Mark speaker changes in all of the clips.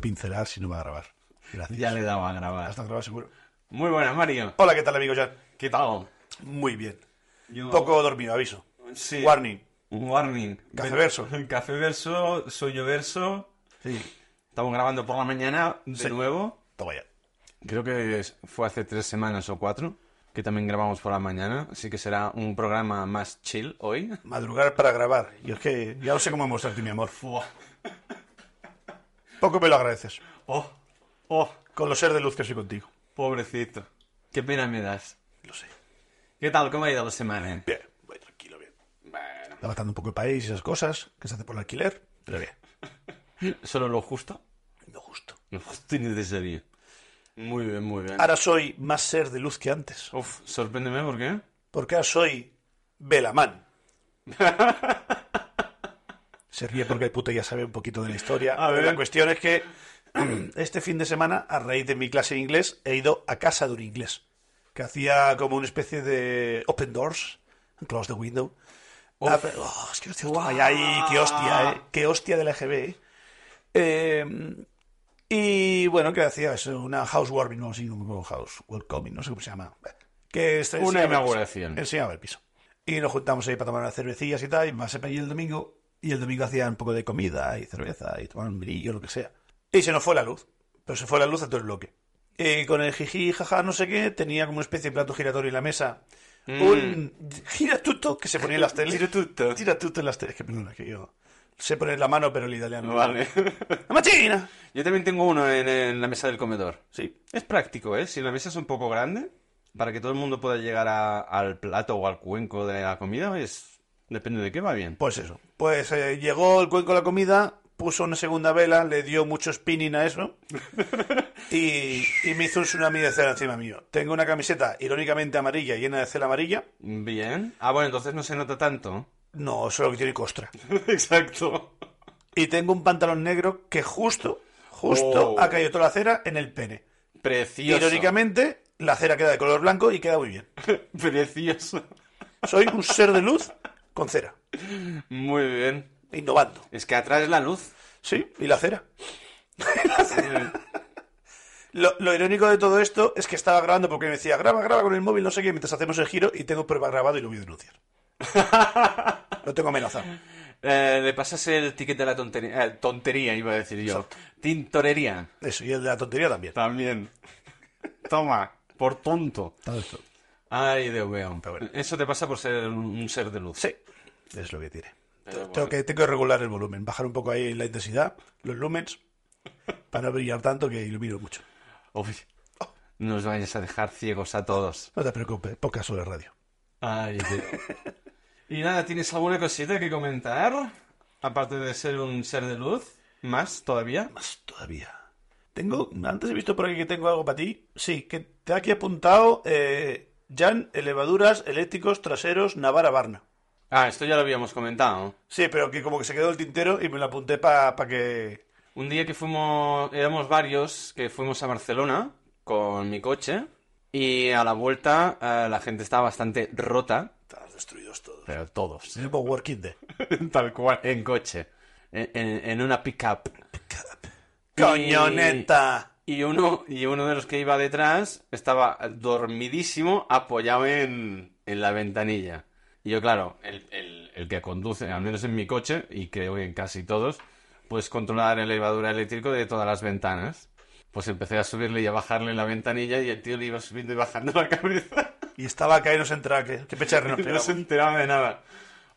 Speaker 1: pincelás si no va a grabar. Gracias.
Speaker 2: Ya le daba a grabar.
Speaker 1: Hasta grabar seguro.
Speaker 2: Muy buenas, Mario.
Speaker 1: Hola, ¿qué tal, amigos? Ya.
Speaker 2: ¿Qué tal?
Speaker 1: Muy bien.
Speaker 2: Yo-
Speaker 1: Poco dormido, aviso.
Speaker 2: Sí.
Speaker 1: Warning.
Speaker 2: Un warning.
Speaker 1: Cafeverso.
Speaker 2: Café verso, soy yo verso.
Speaker 1: Sí.
Speaker 2: Estamos grabando por la mañana de
Speaker 1: Sí.
Speaker 2: nuevo.
Speaker 1: Toma ya.
Speaker 2: Creo que es- fue hace tres semanas o cuatro que también grabamos por la mañana, así que será un programa más chill hoy.
Speaker 1: Madrugar para grabar. Y es que ya no sé cómo mostrarte mi amor. Poco me lo agradeces.
Speaker 2: Oh, oh,
Speaker 1: Con los seres de luz que soy contigo.
Speaker 2: pobrecito. Qué pena me das.
Speaker 1: Lo sé.
Speaker 2: ¿Qué tal? ¿Cómo ha ido la semana?
Speaker 1: Bien. Voy tranquilo, bien.
Speaker 2: Bueno,
Speaker 1: Levantando un poco el país y esas cosas que se hace por el alquiler. Pero bien.
Speaker 2: solo lo justo.
Speaker 1: Lo justo.
Speaker 2: Lo justo y necesario. Muy bien, muy bien.
Speaker 1: Ahora soy más ser de luz que antes.
Speaker 2: Uf, sorpréndeme, ¿por qué?
Speaker 1: Porque ahora soy Velamán. Se ríe porque el puto ya sabe un poquito de la historia.
Speaker 2: A ver.
Speaker 1: La cuestión es que este fin de semana, a raíz de mi clase de inglés, he ido a casa de un inglés que hacía como una especie de open doors, close the window. Ah, pero- oh, es que hostia, vaya ahí, qué hostia, eh. qué hostia del EGB. eh. Eh, y bueno, que hacía eso, una housewarming, no, así como house welcoming, no sé cómo se llama. Que este-
Speaker 2: Una
Speaker 1: enseñaba-
Speaker 2: inauguración.
Speaker 1: Enseñaba el piso. Y nos juntamos ahí para tomar unas cervecillas y tal, y más allá el domingo. Y el domingo hacían un poco de comida y cerveza y tomaban un brillo, lo que sea. Y se nos fue la luz, pero se fue la luz a todo el bloque. Y con el jiji, jaja, no sé qué, tenía como una especie de plato giratorio en la mesa. Un giratuto que se ponía en las teles.
Speaker 2: Mm. Giratuto.
Speaker 1: Tira tú te las tres, que perdona, que yo sé poner la mano, pero el italiano.
Speaker 2: Vale.
Speaker 1: ¡La machina!
Speaker 2: Yo también tengo uno en, en la mesa del comedor.
Speaker 1: Sí.
Speaker 2: Es práctico, ¿eh? Si la mesa es un poco grande, para que todo el mundo pueda llegar a- al plato o al cuenco de la comida, es... Depende de qué va bien.
Speaker 1: Pues eso. Pues eh, llegó el cuenco a la comida, puso una segunda vela, le dio mucho spinning a eso. y, y me hizo un tsunami de cera encima mío. Tengo una camiseta irónicamente amarilla, llena de cera amarilla.
Speaker 2: Bien. Ah, bueno, entonces no se nota tanto.
Speaker 1: No, eso es lo que tiene costra.
Speaker 2: Exacto.
Speaker 1: Y tengo un pantalón negro que justo, justo
Speaker 2: Oh.
Speaker 1: ha caído toda la cera en el pene.
Speaker 2: Precioso.
Speaker 1: Irónicamente, la cera queda de color blanco y queda muy bien.
Speaker 2: Precioso.
Speaker 1: Soy un ser de luz con cera.
Speaker 2: Muy bien.
Speaker 1: Innovando.
Speaker 2: Es que atraes la luz.
Speaker 1: Sí, y la cera. Lo, lo irónico de todo esto es que estaba grabando porque me decía, graba, graba con el móvil, no sé qué, mientras hacemos el giro y tengo prueba grabado y lo voy a denunciar. lo tengo amenazado.
Speaker 2: Eh, le pasas el ticket de la tontería. eh, tontería, iba a decir yo.
Speaker 1: Exacto.
Speaker 2: Tintorería.
Speaker 1: Eso, y el de la tontería también.
Speaker 2: También. Toma. Por tonto. Ay, Dios mío.
Speaker 1: Pero bueno.
Speaker 2: Eso te pasa por ser un un ser de luz.
Speaker 1: Sí, es lo que tiene.
Speaker 2: Pero bueno.
Speaker 1: Tengo que, tengo que regular el volumen, bajar un poco ahí la intensidad, los lumens, para no brillar tanto que ilumino mucho.
Speaker 2: Uy, nos vayas a dejar ciegos a todos.
Speaker 1: No te preocupes, pocas horas radio.
Speaker 2: Ay, Dios. y nada, ¿tienes alguna cosita que comentar? Aparte de ser un ser de luz. ¿Más todavía?
Speaker 1: Más todavía. Tengo, antes he visto por aquí que tengo algo para ti. Sí, que te ha aquí apuntado eh, Jan, elevaduras, eléctricos, traseros, Navarra, Barna.
Speaker 2: Ah, esto ya lo habíamos comentado.
Speaker 1: Sí, pero que como que se quedó el tintero y me lo apunté para que...
Speaker 2: Un día que fuimos, éramos varios, que fuimos a Barcelona con mi coche y a la vuelta eh, la gente estaba bastante rota,
Speaker 1: Están destruidos todos.
Speaker 2: pero todos,
Speaker 1: Tenemos Working Day.
Speaker 2: tal cual, en coche, en, en- en una pickup.
Speaker 1: ¡Coñoneta!
Speaker 2: Y uno, y uno de los que iba detrás estaba dormidísimo, apoyado en, en la ventanilla. Y yo, claro, el, el- el que conduce, al menos en mi coche, y creo que en casi todos, puedes controlar el elevador eléctrico de todas las ventanas. Pues empecé a subirle y a bajarle la ventanilla y el tío le iba subiendo y bajando la cabeza.
Speaker 1: Y estaba acá y no se entraba, que, que pecha de
Speaker 2: No,
Speaker 1: reno.
Speaker 2: se enteraba de nada.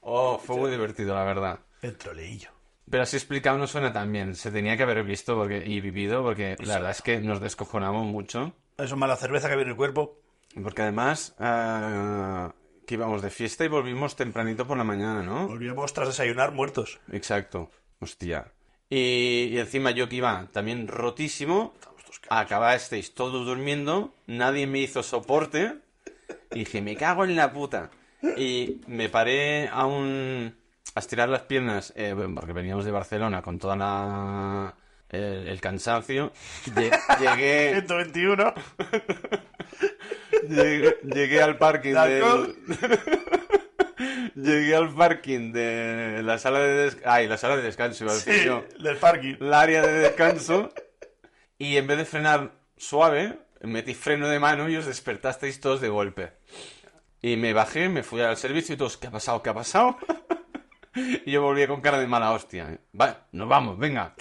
Speaker 2: Oh, fue muy divertido, la verdad.
Speaker 1: El troleillo.
Speaker 2: Pero así explicado no suena tan bien. Se tenía que haber visto porque, y vivido porque la verdad es que nos descojonamos mucho.
Speaker 1: Eso es mala cerveza que viene en el cuerpo.
Speaker 2: Porque además, ah, que íbamos de fiesta y volvimos tempranito por la mañana, ¿no?
Speaker 1: Volvíamos tras desayunar muertos.
Speaker 2: Exacto. Hostia. Y, y encima yo que iba también rotísimo, acabasteis todos durmiendo, nadie me hizo soporte, y dije, me cago en la puta. Y me paré a un... a estirar las piernas, eh, bueno, porque veníamos de Barcelona con toda la... el, el cansancio. Lle- llegué...
Speaker 1: 121.
Speaker 2: Llegué, llegué al parking
Speaker 1: ¿De
Speaker 2: del... Llegué al parking de la sala de descanso. Ay, la sala de descanso, iba a decir
Speaker 1: Sí,
Speaker 2: yo.
Speaker 1: del parking.
Speaker 2: El área de descanso. Y en vez de frenar suave, metí freno de mano y os despertasteis todos de golpe. Y me bajé, me fui al servicio y todos, ¿qué ha pasado? ¿Qué ha pasado? y yo volví con cara de mala hostia. Vale, nos vamos, venga.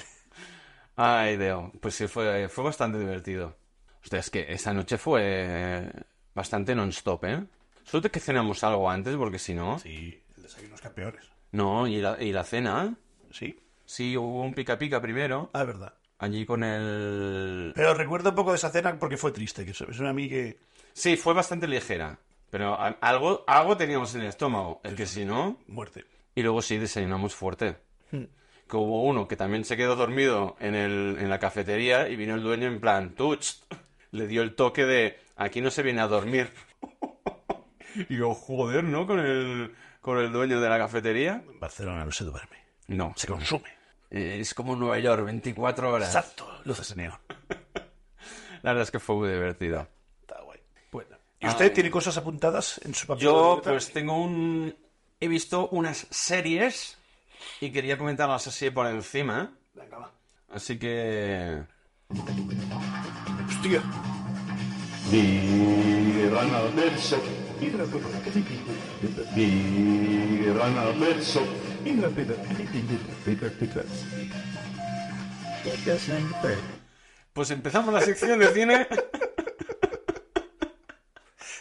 Speaker 2: Ay, Deo. Pues sí, fue, fue bastante divertido. Hostia, es que esa noche fue bastante non-stop, ¿eh? Solo que cenamos algo antes, porque si no...
Speaker 1: Sí, el desayuno es campeones.
Speaker 2: No, y la, y la cena.
Speaker 1: Sí.
Speaker 2: Sí, hubo un pica-pica primero.
Speaker 1: Ah, es verdad.
Speaker 2: Allí con el...
Speaker 1: Pero recuerdo un poco de esa cena porque fue triste, que es una a mí que...
Speaker 2: Sí, fue bastante ligera. Pero a- algo, algo teníamos en el estómago. Es que si no...
Speaker 1: Muerte.
Speaker 2: Y luego sí desayunamos fuerte. Que hubo uno que también se quedó dormido en, el, en la cafetería y vino el dueño en plan, ¡Tuch! Le dio el toque de, aquí no se viene a dormir. y yo, joder, ¿no? Con el, con el dueño de la cafetería.
Speaker 1: En Barcelona no se duerme,
Speaker 2: No.
Speaker 1: se consume.
Speaker 2: Eh, Es como Nueva York, 24 horas.
Speaker 1: Exacto, luces de neón.
Speaker 2: La verdad es que fue muy divertido.
Speaker 1: Está guay. Bueno. ¿Y usted tiene cosas apuntadas en su papel?
Speaker 2: Ah, eh, Yo, pues, tengo un... He visto unas series y quería comentarlas así por encima.
Speaker 1: Venga, va.
Speaker 2: Así que...
Speaker 1: Hostia.
Speaker 3: Bir ana versek,
Speaker 4: Mira la foto, ¿qué te pico?
Speaker 3: bir ana versek,
Speaker 4: Mira la peda, ¿qué te pico?
Speaker 3: Peter Pickles.
Speaker 4: ¿Qué te hacen, pues?
Speaker 2: Pues empezamos la sección de cine.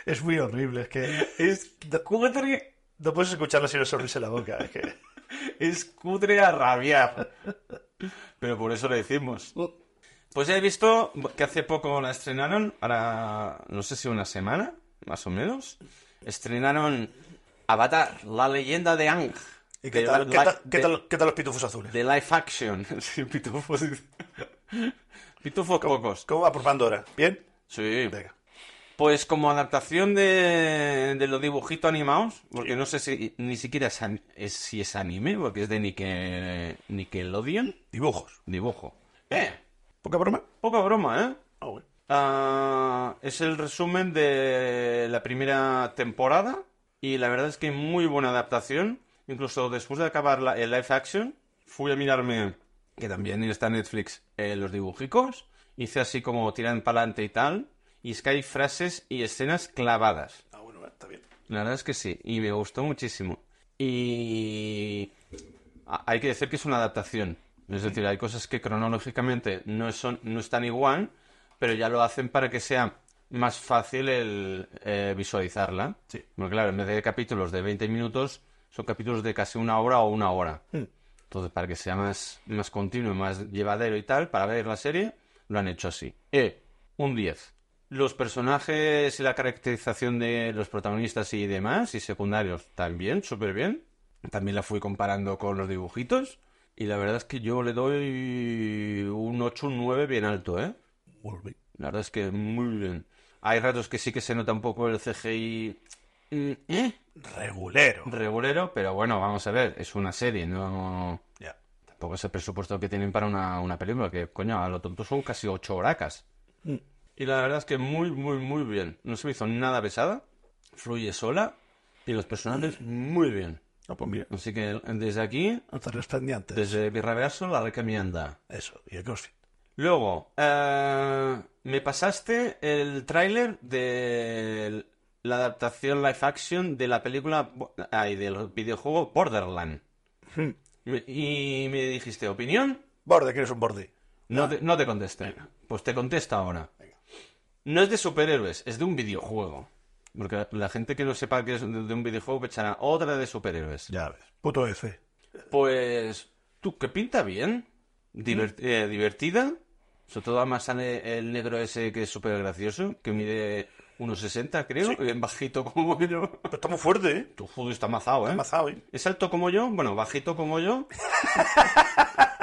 Speaker 1: Es muy horrible, es que
Speaker 2: Es cutre,
Speaker 1: no puedes escucharla sin una sonrisa en la boca. Es que...
Speaker 2: es cutre a rabiar. Pero por eso lo decimos. Pues ya he visto que hace poco la estrenaron, ahora no sé si una semana, más o menos. Estrenaron Avatar, la leyenda de Ang.
Speaker 1: ¿Y qué
Speaker 2: De
Speaker 1: tal,
Speaker 2: li-
Speaker 1: qué tal- qué
Speaker 2: de-
Speaker 1: tal- qué tal los pitufos azules?
Speaker 2: De live action. Sí, pitufos. Pitufos pocos.
Speaker 1: ¿Cómo va por Pandora? ¿Bien?
Speaker 2: Sí.
Speaker 1: Venga.
Speaker 2: Pues como adaptación de, de los dibujitos animados, porque no sé si ni siquiera es, an- es- si es anime, porque es de Nickel, Nickelodeon,
Speaker 1: Dibujos.
Speaker 2: dibujo. Eh,
Speaker 1: ¿Poca broma?
Speaker 2: poca broma, ¿eh?
Speaker 1: Ah, bueno.
Speaker 2: Ah, es el resumen de la primera temporada y la verdad es que muy buena adaptación. Incluso después de acabar la- el live action, fui a mirarme, que también está en Netflix, eh, los dibujicos. Hice así como tiran para adelante y tal. Y es que hay frases y escenas clavadas.
Speaker 1: Ah, bueno, va, está bien.
Speaker 2: La verdad es que sí, y me gustó muchísimo. Y a- hay que decir que es una adaptación. Es decir, hay cosas que cronológicamente no, son, no están igual, pero ya lo hacen para que sea más fácil el eh, visualizarla.
Speaker 1: Sí.
Speaker 2: Porque claro, en vez de capítulos de 20 minutos, son capítulos de casi una hora o una hora. Entonces, para que sea más, más continuo, más llevadero y tal, para ver la serie, lo han hecho así. E, un 10. Los personajes y la caracterización de los protagonistas y demás, y secundarios, también, súper bien. También la fui comparando con los dibujitos. Y la verdad es que yo le doy un 8, un 9 bien alto, ¿eh?
Speaker 1: Muy bien.
Speaker 2: La verdad es que muy bien. Hay ratos que sí que se nota un poco el CGI. mm, ¿Eh?
Speaker 1: Regulero.
Speaker 2: Regulero, pero bueno, vamos a ver. Es una serie, no.
Speaker 1: Ya.
Speaker 2: Tampoco es el presupuesto que tienen para una, una película, que coño, a lo tonto son casi ocho horacas. Y la verdad es que muy, muy, muy bien. No se me hizo nada pesada, fluye sola y los personajes muy bien.
Speaker 1: No, pues mira.
Speaker 2: Así que desde aquí,
Speaker 1: Hasta los pendientes.
Speaker 2: desde Birraverso, la recomienda.
Speaker 1: Eso, y el CrossFit.
Speaker 2: Luego, eh, me pasaste el tráiler de la adaptación live action de la película ah, y del videojuego Borderland. Me- Y me dijiste, ¿opinión?
Speaker 1: Borde, que eres un borde.
Speaker 2: No te, no te contesté. Pues te contesta ahora. No es de superhéroes, es de un videojuego. Porque la gente que no sepa que es de de un videojuego pensará otra de superhéroes.
Speaker 1: Ya ves. Puto F.
Speaker 2: Pues, tú, que pinta bien. Diver- eh, divertida. Sobre todo además sale el negro ese que es súper gracioso, que mide 1,60 creo, bien bajito como yo.
Speaker 1: Pero está muy fuerte, ¿eh?
Speaker 2: Tu joder, está mazado, ¿eh?
Speaker 1: Mazao, ¿eh?
Speaker 2: Es alto como yo, bueno, bajito como yo.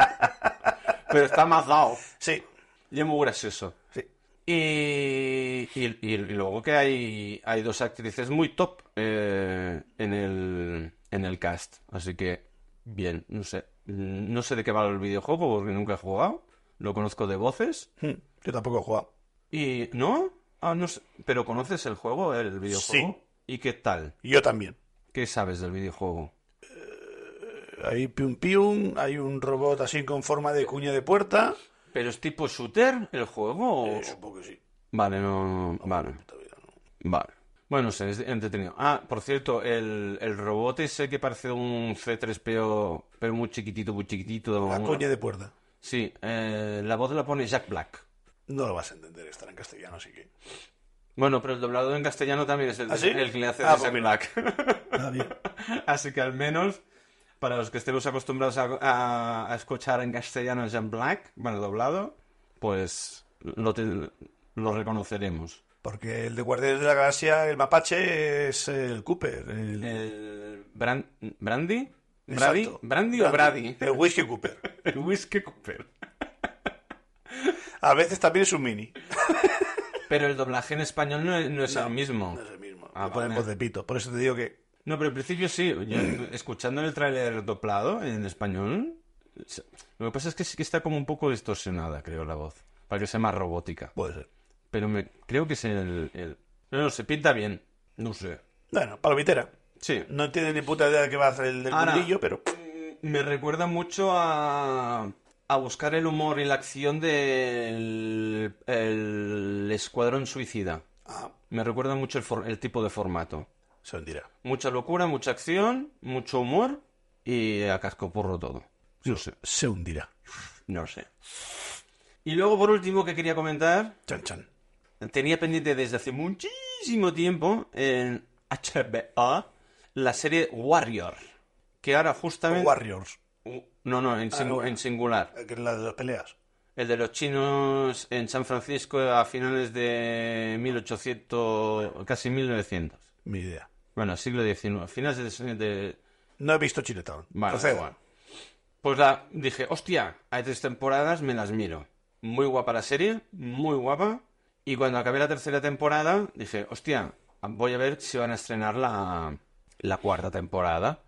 Speaker 2: pero está mazado.
Speaker 1: Sí.
Speaker 2: Y es muy gracioso.
Speaker 1: Sí.
Speaker 2: Y, y- y- y luego que hay, hay dos actrices muy top eh, en el, en el cast. Así que, bien, no sé. Mm, No sé de qué va el videojuego porque nunca he jugado. Lo conozco de voces.
Speaker 1: Hmm. Yo tampoco he jugado.
Speaker 2: Y, ¿no? Ah, no sé. Pero conoces el juego, el videojuego. ¿Y qué tal?
Speaker 1: Y yo también.
Speaker 2: ¿Qué sabes del videojuego?
Speaker 1: Hay pium pium, hay un robot así con forma de cuña de puerta.
Speaker 2: ¿Pero es tipo shooter el juego? o-
Speaker 1: Eh, supongo que sí.
Speaker 2: Vale, no, no, no, vale,
Speaker 1: Puta vida, no.
Speaker 2: vale. Bueno, no sé, es entretenido. Ah, por cierto, el, el robot ese que parece un C3PO, pero muy chiquitito, muy chiquitito.
Speaker 1: La
Speaker 2: un-
Speaker 1: coña de puerta.
Speaker 2: Sí, eh, la voz la pone Jack Black.
Speaker 1: No lo vas a entender, estará en castellano, así que.
Speaker 2: Bueno, pero el doblado en castellano también es el,
Speaker 1: ¿Ah, sí?
Speaker 2: el que le hace
Speaker 1: Ah,
Speaker 2: de Jack
Speaker 1: pues
Speaker 2: Black.
Speaker 1: Ah, bien.
Speaker 2: Así que al menos, para los que estemos acostumbrados a, a- a escuchar en castellano Jack Black, bueno, doblado, pues lo, te- lo reconoceremos.
Speaker 1: Porque el de Guardianes de la Galaxia, el mapache, es el Cooper. El...
Speaker 2: El Bran- ¿Brandy? ¿Brady?
Speaker 1: Eh, Exacto.
Speaker 2: ¿Brandy o Brady?
Speaker 1: El Whiskey Cooper.
Speaker 2: El Whiskey Cooper.
Speaker 1: A veces también es un mini.
Speaker 2: Pero el doblaje en español no es, no es
Speaker 1: No,
Speaker 2: el mismo.
Speaker 1: No es el mismo.
Speaker 2: Ah,
Speaker 1: Lo ponen
Speaker 2: vale.
Speaker 1: voz pues de pito. Por eso te digo que.
Speaker 2: No, pero al principio sí. Yo, escuchando el tráiler doblado en español, se- lo que pasa es que sí que está como un poco distorsionada, creo, la voz. Para que sea más robótica.
Speaker 1: Puede ser.
Speaker 2: Pero me, creo que es el, el- No, no, se pinta bien. No sé.
Speaker 1: Bueno, palomitera.
Speaker 2: Sí.
Speaker 1: No tiene ni puta idea de qué va a hacer el del
Speaker 2: Ahora-
Speaker 1: mundillo, pero.
Speaker 2: Mm, Me recuerda mucho a... A buscar el humor y la acción del el Escuadrón Suicida.
Speaker 1: Ah,
Speaker 2: Me recuerda mucho el, for- el tipo de formato.
Speaker 1: se hundirá.
Speaker 2: Mucha locura, mucha acción, mucho humor y a cascoporro todo. No sé,
Speaker 1: Se hundirá.
Speaker 2: no sé. Y luego, por último, que quería comentar,
Speaker 1: Chan, chan.
Speaker 2: tenía pendiente desde hace muchísimo tiempo en HBO la serie Warrior, que ahora justamente... Uh,
Speaker 1: Warriors.
Speaker 2: no, no, en, singu-
Speaker 1: no.
Speaker 2: en singular.
Speaker 1: Eh, Que es la de las peleas.
Speaker 2: El de los chinos en San Francisco a finales de 1800, casi 1900.
Speaker 1: Mi idea.
Speaker 2: Bueno, siglo XIX, finales de- de,
Speaker 1: No he visto Chinatown.
Speaker 2: Vale,
Speaker 1: Proceda.
Speaker 2: igual. Pues la dije, hostia, hay tres temporadas, me las miro. Muy guapa la serie, muy guapa. Y cuando acabé la tercera temporada, dije, hostia, voy a ver si van a estrenar la, la cuarta temporada.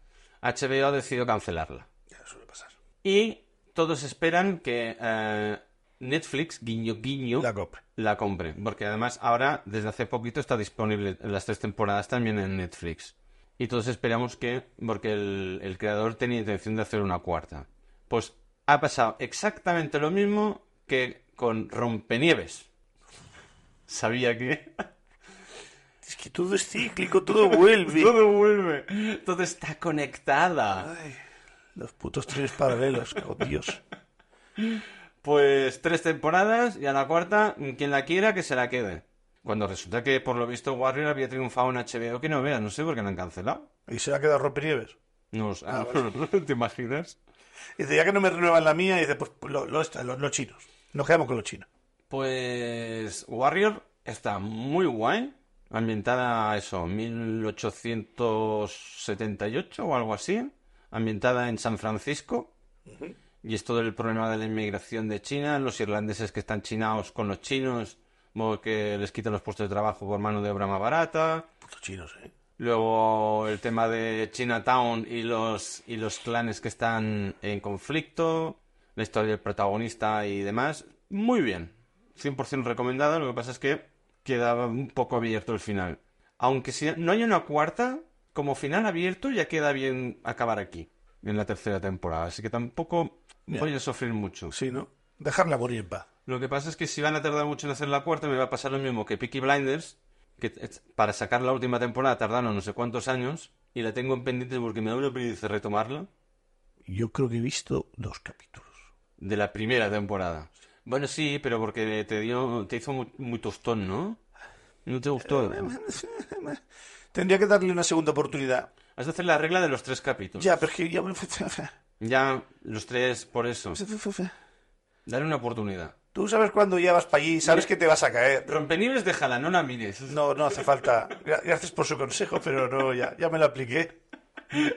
Speaker 2: HBO ha decidido cancelarla.
Speaker 1: Ya suele pasar.
Speaker 2: Y todos esperan que eh, Netflix, guiño guiño,
Speaker 1: La COP.
Speaker 2: la compre. Porque además ahora, desde hace poquito, está disponible las tres temporadas también en Netflix. Y todos esperamos que, porque el, el creador tenía intención de hacer una cuarta. Pues ha pasado exactamente lo mismo que con Rompenieves. Sabía que...
Speaker 1: Es que todo es cíclico, todo vuelve.
Speaker 2: Todo vuelve. Todo está conectada.
Speaker 1: Ay, los putos trenes paralelos, oh Dios.
Speaker 2: Pues tres temporadas y a la cuarta, quien la quiera, que se la quede. Cuando resulta que, por lo visto, Warrior había triunfado en HBO, que no veas, no sé por qué la han cancelado.
Speaker 1: Y se ha quedado Romperieves.
Speaker 2: No lo sé. ¿Te imaginas?
Speaker 1: Dice, ya que no me renuevan la mía, dice, pues lo- lo- esta- lo- los chinos. Nos quedamos con los chinos.
Speaker 2: Pues Warrior está muy guay. Ambientada a eso, 1878 o algo así. Ambientada en San Francisco. Y es todo el problema de la inmigración de China. Los irlandeses que están chinados con los chinos, como que les quitan los puestos de trabajo por mano de obra más barata.
Speaker 1: Putos chinos, ¿eh?
Speaker 2: Luego el tema de Chinatown y los, y los clanes que están en conflicto, la historia del protagonista y demás. Muy bien, 100% recomendado, lo que pasa es que quedaba un poco abierto el final. Aunque si no hay una cuarta, como final abierto ya queda bien acabar aquí, en la tercera temporada. Así que tampoco
Speaker 1: Ya.
Speaker 2: voy a sufrir mucho.
Speaker 1: Sí, ¿no? Dejarla morir en paz.
Speaker 2: Lo que pasa es que si van a tardar mucho en hacer la cuarta, me va a pasar lo mismo que Peaky Blinders, que t- para sacar la última temporada tardaron no sé cuántos años, y la tengo en pendiente porque me da una pereza retomarla,
Speaker 1: Yo creo que he visto dos capítulos.
Speaker 2: de la primera temporada. Bueno, sí, pero porque te dio, te hizo muy, muy tostón, ¿no? No te gustó.
Speaker 1: Tendría que darle una segunda oportunidad.
Speaker 2: Has de hacer la regla de los tres capítulos.
Speaker 1: Ya, pero es que ya...
Speaker 2: Ya, los tres, por eso. Dale una oportunidad.
Speaker 1: Tú sabes cuándo ya vas para allí, sabes que te vas a caer.
Speaker 2: Rompenibres, déjala, no la mires.
Speaker 1: No, no hace falta. Gra- Gracias por su consejo, pero no, ya, ya me lo apliqué.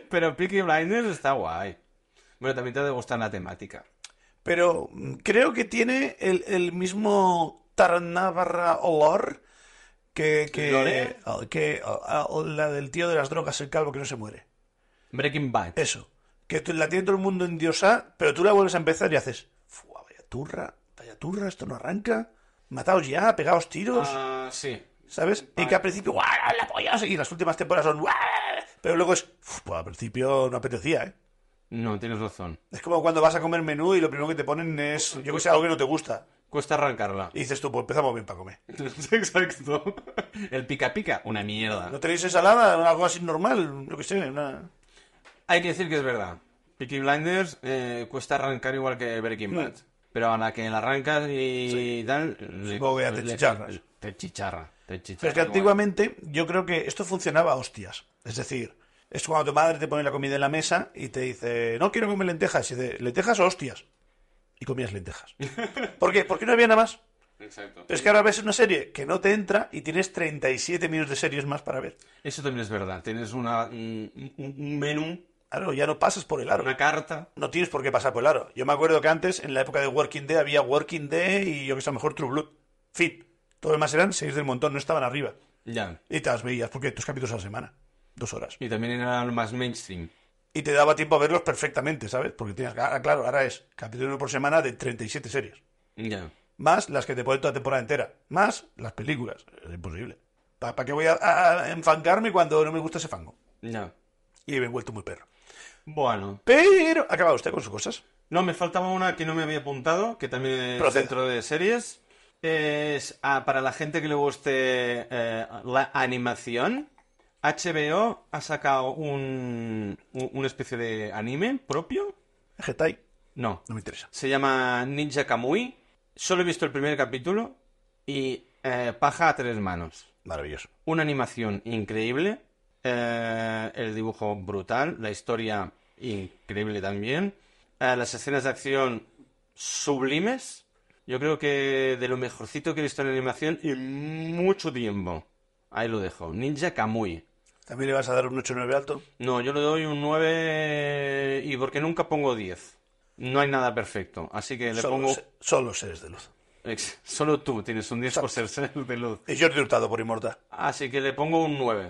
Speaker 2: Pero Peaky Blinders está guay. Bueno, también te ha de gustar la temática.
Speaker 1: Pero mm, creo que tiene el, el mismo Taraná barra olor que, que,
Speaker 2: ¿Lore?
Speaker 1: o- que o- a- o la del tío de las drogas, el calvo que no se muere.
Speaker 2: Breaking Bad.
Speaker 1: Eso. Que tú- la tiene todo el mundo en diosa, pero tú la vuelves a empezar y haces, "Fua, vaya turra, vaya turra, esto no arranca. Mataos ya, pegaos tiros,
Speaker 2: Ah, sí.
Speaker 1: ¿sabes? Y que al principio, ¡guau, la polla! Y las últimas temporadas son, ¡guau! Pero luego es, "Uf, pues al principio no apetecía, ¿eh?
Speaker 2: No, tienes razón.
Speaker 1: Es como cuando vas a comer menú y lo primero que te ponen es, yo que sé, algo que no te gusta.
Speaker 2: Cuesta arrancarla.
Speaker 1: Y dices tú, pues empezamos bien para comer.
Speaker 2: Exacto. El pica pica, una
Speaker 1: ¿No
Speaker 2: mierda.
Speaker 1: tenéis ensalada? Algo así normal, lo que sé, una...
Speaker 2: Hay que decir que es verdad. Peaky Blinders eh, cuesta arrancar igual que Breaking Bad. Pero a la que la arrancas y tal... le-
Speaker 1: Supongo que ya te
Speaker 2: le-
Speaker 1: chicharras.
Speaker 2: Te chicharra. Te
Speaker 1: Pero
Speaker 2: chicharra.
Speaker 1: es que antiguamente yo creo que esto funcionaba a hostias. Es decir, es cuando tu madre te pone la comida en la mesa y te dice, no quiero comer lentejas. Y dice, lentejas o hostias. Y comías lentejas. ¿Por qué? Porque no había nada más.
Speaker 2: Exacto.
Speaker 1: Pero es que ahora ves una serie que no te entra y tienes 37 minutos de series más para ver.
Speaker 2: Eso también es verdad. Tienes una, un, un- un menú,
Speaker 1: Claro, ya no pasas por el aro.
Speaker 2: una carta.
Speaker 1: No tienes por qué pasar por el aro. Yo me acuerdo que antes, en la época de Working Day, había Working Day y yo que sé, a lo mejor True Blood. Fit. Todo lo demás eran seis del montón, no estaban arriba.
Speaker 2: Ya.
Speaker 1: Y te las veías, porque tus capítulos a la semana. Dos horas.
Speaker 2: Y también era lo más mainstream.
Speaker 1: Y te daba tiempo a verlos perfectamente, ¿sabes? Porque tienes que, ahora, claro, ahora es capítulo uno por semana de 37 series.
Speaker 2: Ya.
Speaker 1: Más las que te ponen toda la temporada entera. Más las películas. Es imposible. ¿Para qué voy a, a- a enfangarme cuando no me gusta ese fango?
Speaker 2: Ya.
Speaker 1: Y me he vuelto muy perro.
Speaker 2: Bueno.
Speaker 1: Pero ha acabado usted con sus cosas.
Speaker 2: No, me faltaba una que no me había apuntado, que también es
Speaker 1: Proceda.
Speaker 2: dentro de series. Es ah, para la gente que le guste eh, la animación. HBO ha sacado un, un- una especie de anime propio.
Speaker 1: Getai,
Speaker 2: No,
Speaker 1: no me interesa.
Speaker 2: se llama Ninja Kamui. Solo he visto el primer capítulo y eh, paja a tres manos.
Speaker 1: Maravilloso.
Speaker 2: Una animación increíble, eh, el dibujo brutal, la historia increíble también, eh, las escenas de acción sublimes. Yo creo que de lo mejorcito que he visto en animación en mucho tiempo. Ahí lo dejo. Ninja Kamui.
Speaker 1: ¿También le vas a dar un 8-9 alto?
Speaker 2: No, yo le doy un 9 y porque nunca pongo 10. No hay nada perfecto. Así que le
Speaker 1: solo,
Speaker 2: pongo...
Speaker 1: se- solo seres de luz.
Speaker 2: Ex- Solo tú tienes un 10 por ser ser de luz.
Speaker 1: Y Jordi Hurtado por inmortal.
Speaker 2: Así que le pongo un 9.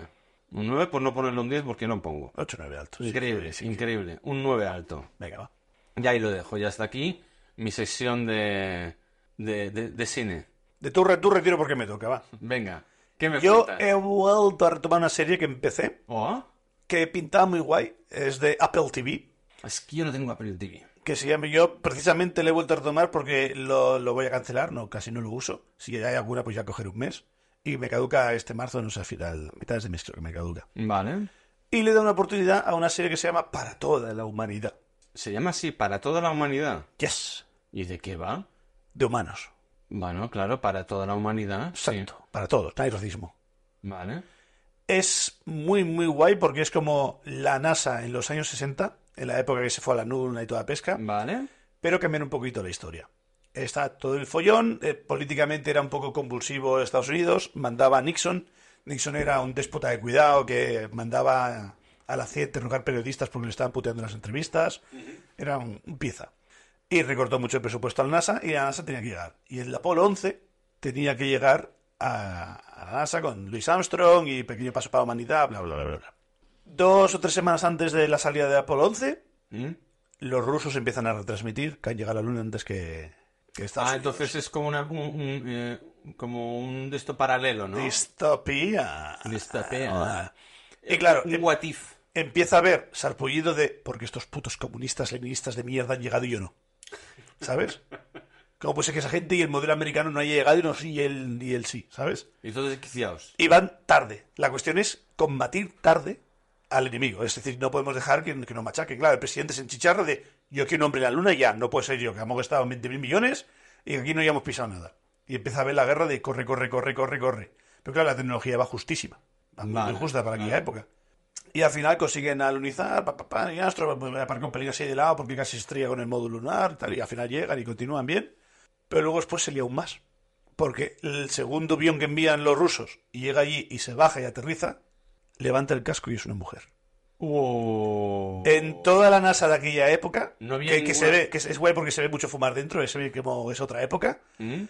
Speaker 2: Un 9 por no ponerle un 10 porque no pongo.
Speaker 1: 8-9 alto. Sí,
Speaker 2: Increíble,
Speaker 1: sí, sí.
Speaker 2: increíble. Un 9 alto.
Speaker 1: Venga, va.
Speaker 2: Y ahí lo dejo, ya está aquí mi sección de, de, de- de cine.
Speaker 1: De tu, re- tu retiro porque me toca, va.
Speaker 2: Venga, ¿qué me
Speaker 1: Yo
Speaker 2: cuentas?
Speaker 1: he vuelto a retomar una serie que empecé
Speaker 2: ¿Oh?
Speaker 1: que pintaba muy guay es de Apple TV,
Speaker 2: Es que yo no tengo Apple TV.
Speaker 1: que se llama, yo precisamente le he vuelto a retomar porque lo, lo voy a cancelar, no, casi no lo uso. Si hay alguna, pues ya cogeré un mes. Y me caduca este marzo, no sé, a final, mitades de este mes creo que me caduca.
Speaker 2: Vale.
Speaker 1: Y le da una oportunidad a una serie que se llama Para toda la humanidad.
Speaker 2: Se llama así para toda la humanidad.
Speaker 1: Yes,
Speaker 2: ¿Y de qué va?
Speaker 1: de humanos.
Speaker 2: Bueno, claro, para toda la humanidad. sí.
Speaker 1: Exacto, para todos, no hay racismo.
Speaker 2: Vale.
Speaker 1: Es muy, muy guay porque es como la NASA en los años 60, en la época que se fue a la luna y toda pesca.
Speaker 2: Vale.
Speaker 1: pero cambian un poquito la historia. Está todo el follón, eh, políticamente era un poco convulsivo Estados Unidos, mandaba a Nixon, Nixon era un déspota de cuidado que mandaba a la CIA interrogar periodistas porque le estaban puteando en las entrevistas, era un, un pieza. Y recortó mucho el presupuesto al NASA y la NASA tenía que llegar. Y el Apolo 11 tenía que llegar a, a la NASA con Louis Armstrong y Pequeño Paso para la Humanidad, bla, bla, bla, bla. bla. Dos o tres semanas antes de la salida de Apolo 11,
Speaker 2: ¿Mm?
Speaker 1: los rusos empiezan a retransmitir que han llegado a la luna antes que, que Estados
Speaker 2: Ah,
Speaker 1: Unidos.
Speaker 2: entonces es como, una, un, un, eh, como un de esto paralelo, ¿no?
Speaker 1: Distopía.
Speaker 2: Distopía.
Speaker 1: Ah. Y claro,
Speaker 2: Un
Speaker 1: em-
Speaker 2: what if.
Speaker 1: empieza a haber sarpullido de porque estos putos comunistas leninistas de mierda han llegado y yo no. ¿Sabes? Como pues es que esa gente y el modelo americano no haya llegado y no sí y el, y el sí, ¿sabes?
Speaker 2: Entonces, quiciaos.
Speaker 1: Y van tarde. La cuestión es combatir tarde al enemigo. Es decir, no podemos dejar que, que nos machaquen. Claro, el presidente se enchicharra de yo quiero un hombre en la luna y ya, no puede ser yo, que hemos gastado 20 mil millones y aquí no hayamos pisado nada. Y empieza a ver la guerra de corre, corre, corre, corre, corre. Pero claro, la tecnología va justísima. Va muy
Speaker 2: Vale,
Speaker 1: justa para aquella
Speaker 2: vale.
Speaker 1: época. Y al final consiguen alunizar, pa, pa, pa, y astro, aparcó un pelín así de lado porque casi se estrella con el módulo lunar, tal, y al final llegan y continúan bien. Pero luego después se lía aún más. Porque el segundo avión que envían los rusos y llega allí y se baja y aterriza, levanta el casco y es una mujer.
Speaker 2: Oh.
Speaker 1: En toda la NASA de aquella época,
Speaker 2: No había
Speaker 1: que, que se
Speaker 2: ninguna.
Speaker 1: ve, que es es guay porque se ve mucho fumar dentro, se ve como es otra época,
Speaker 2: ¿Mm?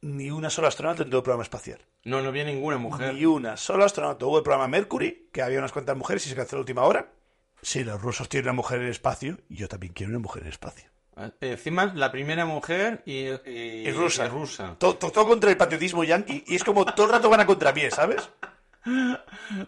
Speaker 1: ni una sola astronauta en todo el programa espacial.
Speaker 2: No, no había ninguna mujer.
Speaker 1: Ni una sola astronauta. Hubo el programa Mercury, que había unas cuantas mujeres y se canceló a última hora. Si los rusos tienen una mujer en el espacio, yo también quiero una mujer en el espacio.
Speaker 2: Eh, Encima, la primera mujer y, y-
Speaker 1: Y rusa.
Speaker 2: y rusa.
Speaker 1: Todo, todo contra el patriotismo yanqui y es como todo el rato van a contrapié, ¿sabes?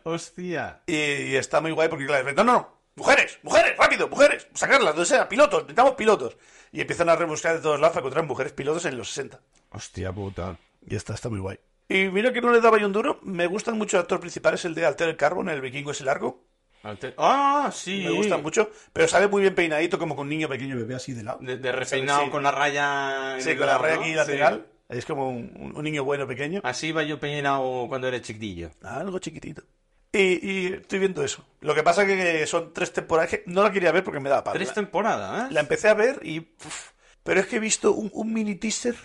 Speaker 2: Hostia.
Speaker 1: Y, y está muy guay porque, claro, no, no, Mujeres, mujeres, rápido, mujeres, sacarlas, donde sea, pilotos, necesitamos pilotos. Y empiezan a rebuscar de todos lados para encontrar mujeres pilotos en los 60.
Speaker 2: Hostia puta.
Speaker 1: Y está, está muy guay. Y mira que no le daba yo un duro. Me gustan mucho los actores principales, el de Alter Carbon, el vikingo ese largo.
Speaker 2: Alter- Ah, sí.
Speaker 1: Me gusta mucho, pero sale muy bien peinadito, como con niño pequeño bebé así de lado.
Speaker 2: De, de repeinado
Speaker 1: Sí.
Speaker 2: con la raya. en
Speaker 1: Sí,
Speaker 2: el
Speaker 1: con la
Speaker 2: lado,
Speaker 1: raya
Speaker 2: ¿no?
Speaker 1: aquí
Speaker 2: Sí.
Speaker 1: lateral. Es como un, un niño bueno pequeño.
Speaker 2: Así iba yo peinado cuando era chiquitillo.
Speaker 1: Algo chiquitito. Y, y estoy viendo eso. Lo que pasa que son tres temporadas que no la quería ver porque me daba
Speaker 2: Tres
Speaker 1: palo.
Speaker 2: temporadas, ¿eh?
Speaker 1: La empecé a ver y. uf, pero es que he visto un, un mini teaser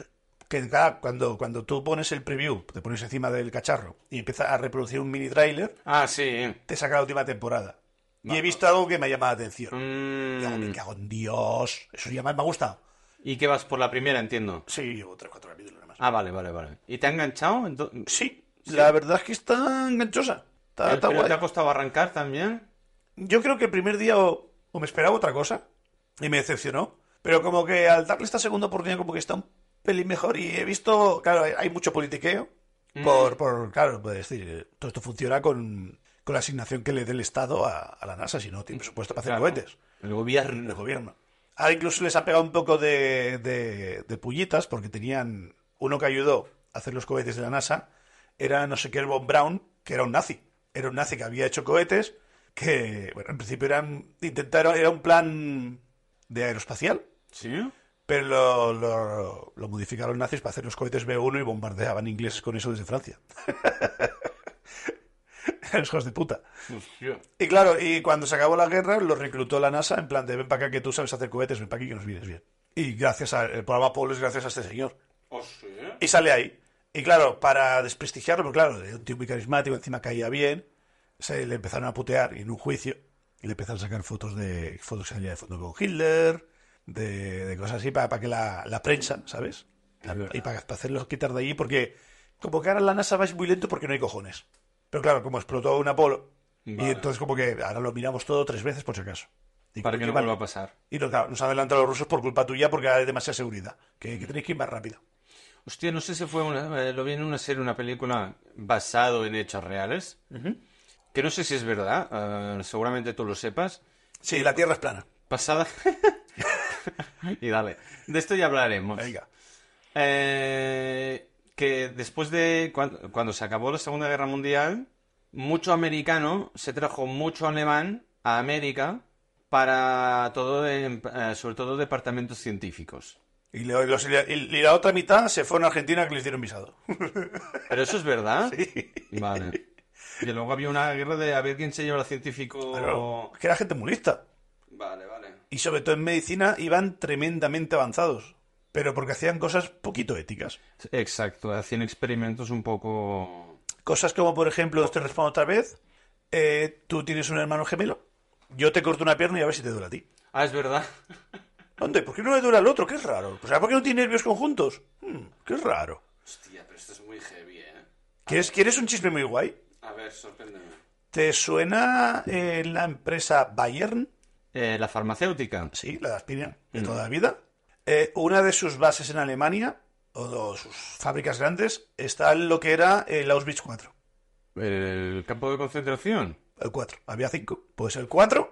Speaker 1: que claro, cuando, cuando tú pones el preview, te pones encima del cacharro y empieza a reproducir un mini trailer,
Speaker 2: Ah, sí.
Speaker 1: te saca la última temporada. Y
Speaker 2: Va-
Speaker 1: he visto algo que me ha llamado la atención.
Speaker 2: Mm,
Speaker 1: Digo, me cago en Dios. Eso ya me me ha gustado.
Speaker 2: y que vas por la primera, entiendo.
Speaker 1: Sí, llevo tres, cuatro capítulos nada más.
Speaker 2: Ah, vale, vale, vale. ¿Y te ha enganchado? Ento-
Speaker 1: Sí, la verdad es que está enganchosa. Está,
Speaker 2: ¿Pero
Speaker 1: está guay.
Speaker 2: ¿Te ha costado arrancar también?
Speaker 1: Yo creo que el primer día o, o me esperaba otra cosa y me decepcionó. Pero como que al darle esta segunda oportunidad como que está un pelín mejor y he visto, claro, hay- hay mucho politiqueo. Por, por claro, pues decir, eh, todo esto funciona con, con la asignación que le dé el Estado a, a la NASA, si no tiene presupuesto para hacer
Speaker 2: Claro.
Speaker 1: cohetes
Speaker 2: El
Speaker 1: en el
Speaker 2: gobierno.
Speaker 1: gobierno. Ahora incluso les ha pegado un poco de, de, de pullitas porque tenían uno que ayudó a hacer los cohetes de la NASA, era no sé qué, el Von Brown, que era un nazi. Era un nazi que había hecho cohetes que, bueno, en principio eran, intentaron, era un plan de aeroespacial,
Speaker 2: ¿Sí?
Speaker 1: pero lo, lo, lo modificaron los nazis para hacer los cohetes B1 y bombardeaban ingleses con eso desde Francia. los hijos de puta.
Speaker 2: Hostia.
Speaker 1: Y claro, y cuando se acabó la guerra, lo reclutó la NASA en plan de ven para acá que tú sabes hacer cohetes, ven para aquí que nos vienes bien. Y gracias eh, al programa Polo es gracias a este señor.
Speaker 2: Hostia.
Speaker 1: Y sale ahí. Y claro, para desprestigiarlo, porque claro, era un tío muy carismático, encima caía bien, se le empezaron a putear y en un juicio y le empezaron a sacar fotos de fotos que salía de fondo con Hitler, de, de cosas así, para, para que la, la prensa, ¿sabes? Y para, para hacerlos quitar de allí, porque como que ahora la NASA va muy lento porque no hay cojones. Pero claro, como explotó un Apolo,
Speaker 2: Vale.
Speaker 1: y entonces como que ahora lo miramos todo tres veces por si acaso. Y
Speaker 2: Para
Speaker 1: como
Speaker 2: que no
Speaker 1: iban-
Speaker 2: vuelva a pasar.
Speaker 1: Y no, claro, nos han adelantado los rusos por culpa tuya porque hay demasiada seguridad, que,
Speaker 2: Mm.
Speaker 1: que tenéis que ir más rápido.
Speaker 2: Hostia, no sé si fue una- eh, lo vi en una serie, una película basado en hechos reales. Que no sé si es verdad, eh, seguramente tú lo sepas.
Speaker 1: Sí, la Tierra es plana.
Speaker 2: Pasada. y dale. De esto ya hablaremos.
Speaker 1: Venga.
Speaker 2: Eh, que después de cuan- cuando, se acabó la Segunda Guerra Mundial, mucho americano se trajo mucho alemán a América para todo, de- eh, sobre todo departamentos científicos.
Speaker 1: Y, le- los- y la otra mitad se fue a Argentina que le hicieron visado.
Speaker 2: Pero eso es verdad. Vale. Y luego había una guerra de a ver quién se lleva al científico.
Speaker 1: Pero es que era gente muy lista.
Speaker 2: Vale, vale.
Speaker 1: Y sobre todo en medicina iban tremendamente avanzados. Pero porque hacían cosas poquito éticas.
Speaker 2: Exacto, hacían experimentos un poco.
Speaker 1: Cosas como, por ejemplo, te respondo otra vez, eh, tú tienes un hermano gemelo, yo te corto una pierna y a ver si te duele a ti.
Speaker 2: Ah, es verdad.
Speaker 1: ¿Dónde? ¿Por qué no le duele al otro? Qué raro. O sea, ¿por qué no tiene nervios conjuntos? Hmm, qué raro.
Speaker 2: Hostia, pero esto es muy heavy, eh.
Speaker 1: ¿Quieres, ¿Quieres un chisme muy guay?
Speaker 2: A ver, sorpréndeme.
Speaker 1: ¿Te suena eh, la empresa Bayern?
Speaker 2: Eh, la farmacéutica.
Speaker 1: Sí, la de aspirina,
Speaker 2: Mm.
Speaker 1: de toda la vida. Eh, una de sus bases en Alemania, o de sus fábricas grandes, está en lo que era el Auschwitz 4.
Speaker 2: El campo de concentración.
Speaker 1: El 4, había 5. Pues el 4,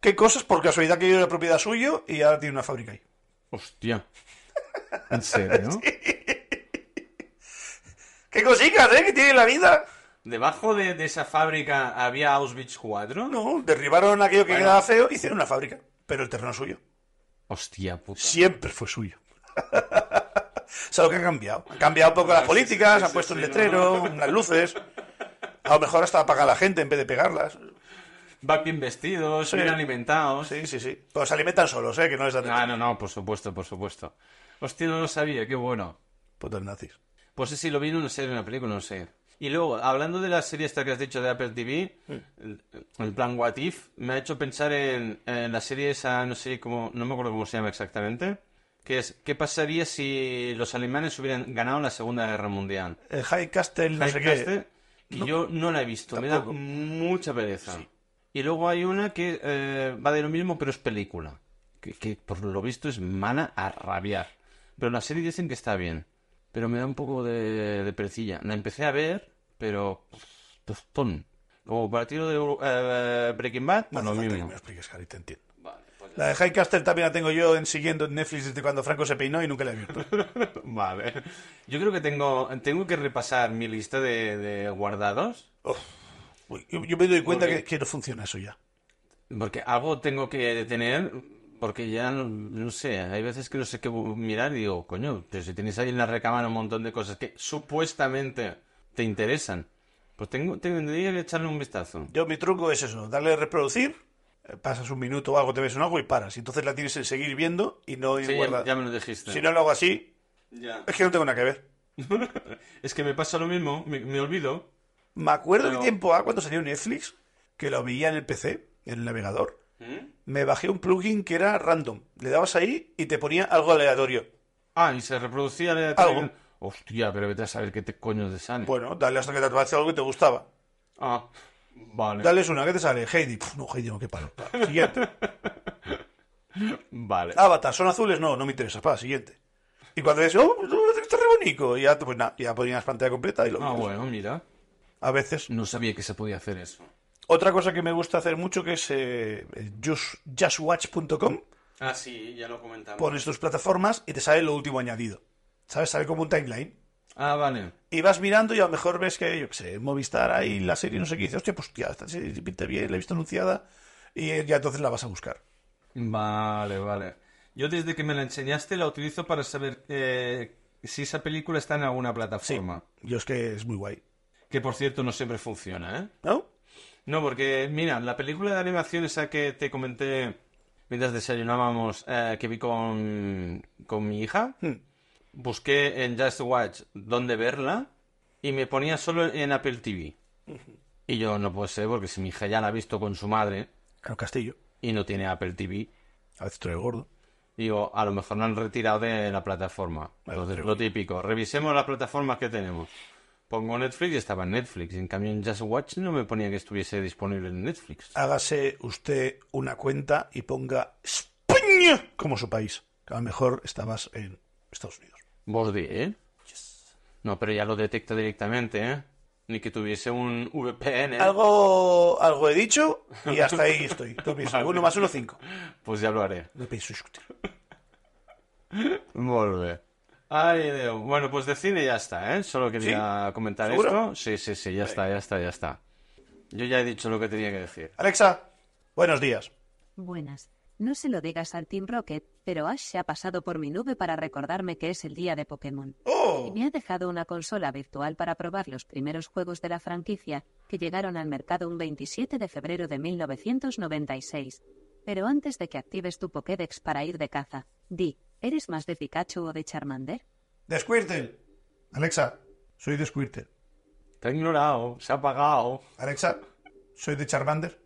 Speaker 1: ¿qué cosas? Por casualidad que era propiedad suyo y ahora tiene una fábrica ahí.
Speaker 2: Hostia. ¿En serio?
Speaker 1: ¡Qué cositas, eh! ¡Que tiene la vida!
Speaker 2: ¿Debajo de, de esa fábrica había Auschwitz 4?
Speaker 1: No, derribaron aquello que
Speaker 2: Bueno.
Speaker 1: quedaba feo y hicieron una fábrica. Pero el terreno es suyo.
Speaker 2: Hostia puta.
Speaker 1: Siempre fue suyo. Solo que ha cambiado. Han cambiado un poco las
Speaker 2: Ah, sí,
Speaker 1: políticas,
Speaker 2: sí,
Speaker 1: han
Speaker 2: sí,
Speaker 1: puesto un
Speaker 2: sí,
Speaker 1: letrero, unas luces. A lo mejor hasta apaga la gente en vez de pegarlas.
Speaker 2: Van bien vestidos, bien alimentados.
Speaker 1: Sí, sí, sí. Pero se alimentan solos, ¿eh? Que no les dan de
Speaker 2: Ah, no, no, por supuesto, por supuesto. Hostia, no lo sabía, qué bueno.
Speaker 1: Putos nazis.
Speaker 2: Pues sí, sí, lo vi en una serie, en una película, no sé. Y luego, hablando de la serie esta que has dicho de Apple TV, el, el plan What If, me ha hecho pensar en, en la serie esa, no sé cómo, no me acuerdo cómo se llama exactamente, que es, ¿qué pasaría si los alemanes hubieran ganado la Segunda Guerra Mundial?
Speaker 1: El Eh, High Castle, no sé qué.
Speaker 2: Typecaster, que yo no la he visto,
Speaker 1: Tampoco.
Speaker 2: me da mucha pereza. Y luego hay una que eh, va de lo mismo, pero es película. Que, que por lo visto es mala a rabiar. Pero la serie dicen que está bien. Pero me da un poco de, de perecilla. La empecé a ver, pero. pues, tostón. Como partido de eh, Breaking Bad,
Speaker 1: No hace
Speaker 2: lo
Speaker 1: falta que
Speaker 2: mismo.
Speaker 1: me lo expliques, Harry, te entiendo.
Speaker 2: Vale, pues-
Speaker 1: La de High Castle también la tengo yo en siguiendo en Netflix desde cuando Franco se peinó y nunca la he visto.
Speaker 2: Vale. Yo creo que tengo, tengo que repasar mi lista de, de guardados.
Speaker 1: Uy, yo, yo me doy cuenta
Speaker 2: Porque-
Speaker 1: que, que no funciona eso ya.
Speaker 2: Porque algo tengo que tener, porque ya no, no sé, hay veces que no sé qué bu- mirar y digo, coño, pero si tienes ahí en la recámara un montón de cosas que supuestamente te interesan, pues tengo, tendría que echarle un vistazo.
Speaker 1: Yo mi truco es eso, darle a reproducir, eh, pasas un minuto o algo, te ves un algo y paras. Y entonces la tienes en seguir viendo y no en
Speaker 2: Sí, ya,
Speaker 1: guardar.
Speaker 2: ya me lo dijiste.
Speaker 1: Si no lo hago así,
Speaker 2: Ya.
Speaker 1: es que no tengo nada que ver.
Speaker 2: Es que me pasa lo mismo, me, me olvido.
Speaker 1: Me acuerdo
Speaker 2: Pero-
Speaker 1: que tiempo A, cuando salió Netflix, que lo veía en el PC, en el navegador, me bajé un plugin que era random. Le dabas ahí y te ponía algo aleatorio.
Speaker 2: Ah, y se reproducía el...
Speaker 1: Algo.
Speaker 2: Hostia, pero vete a saber qué te coño te sale.
Speaker 1: Bueno, dale hasta que te aparece algo que te gustaba.
Speaker 2: Ah, vale.
Speaker 1: Dales una, ¿qué te sale? Heidi. Puf, no, Heidi, no, qué palo. Pa, Siguiente.
Speaker 2: Vale.
Speaker 1: Avatar, ¿son azules? No, no me interesa. Para, siguiente. Y cuando dices, oh, está re bonito. Y ya, pues nada, ya ponías pantalla completa y lo
Speaker 2: Ah,
Speaker 1: miras.
Speaker 2: bueno, mira.
Speaker 1: A veces.
Speaker 2: No sabía que se podía hacer eso.
Speaker 1: Otra cosa que me gusta hacer mucho que es eh, just- justwatch.com.
Speaker 2: Ah, sí, ya lo comentamos.
Speaker 1: Pones tus plataformas y te sale lo último añadido. ¿Sabes? Sale como un timeline.
Speaker 2: Ah, vale.
Speaker 1: Y vas mirando y a lo mejor ves que, yo qué sé, en Movistar ahí la serie no sé qué. Y dices, hostia, pues tía, esta serie pinta bien, la he visto anunciada. Y eh, ya entonces la vas a buscar.
Speaker 2: Vale, vale. Yo desde que me la enseñaste la utilizo para saber eh, si esa película está en alguna
Speaker 1: Sí.
Speaker 2: plataforma.
Speaker 1: Yo es que es muy guay.
Speaker 2: Que por cierto no siempre funciona, ¿eh?
Speaker 1: ¿No?
Speaker 2: No, porque mira, la película de animación esa que te comenté mientras desayunábamos, eh, que vi con, con mi hija,
Speaker 1: Hmm.
Speaker 2: busqué en Just Watch dónde verla y me ponía solo en Apple TV. Y yo no puede ser, porque si mi hija ya la ha visto con su madre
Speaker 1: Claro, Castillo.
Speaker 2: y no tiene Apple TV,
Speaker 1: A veces estoy gordo.
Speaker 2: Digo, a lo mejor lo han retirado de la plataforma.
Speaker 1: Vale,
Speaker 2: Entonces,
Speaker 1: pero-
Speaker 2: lo típico. Revisemos las plataformas que tenemos. Pongo Netflix y estaba en Netflix. En cambio, en Just Watch no me ponía que estuviese disponible en Netflix.
Speaker 1: Ah. hágase usted una cuenta y ponga España como su país. A lo mejor estabas en Estados Unidos.
Speaker 2: Vos di, ¿eh? No, pero ya lo detecta directamente, ¿eh? Ni que tuviese un VPN.
Speaker 1: Algo, algo he dicho y hasta ahí estoy. No pienso, uno más uno, cinco.
Speaker 2: Pues ya lo haré.
Speaker 1: No pienso discutir.
Speaker 2: Volve. Ay, Déu. Bueno, pues de cine ya está, ¿eh? Solo quería comentar
Speaker 1: ¿Seguro?
Speaker 2: esto. Sí, sí, sí, ya está, ya está, ya está. Yo ya he dicho lo que tenía que decir.
Speaker 1: Alexa, buenos días.
Speaker 5: Buenas. No se lo digas al Team Rocket, pero Ash se ha pasado por mi nube para recordarme que es el día de Pokémon. Y
Speaker 1: ¡Oh!
Speaker 5: me ha dejado una consola virtual para probar los primeros juegos de la franquicia, que llegaron al mercado un 27 de febrero de 1996. Pero antes de que actives tu Pokédex para ir de caza, di, ¿eres más de Pikachu o de Charmander?
Speaker 1: De Squirtle. Alexa, soy de Squirtle.
Speaker 2: Te ha ignorado, se ha apagado.
Speaker 1: Alexa, soy de Charmander.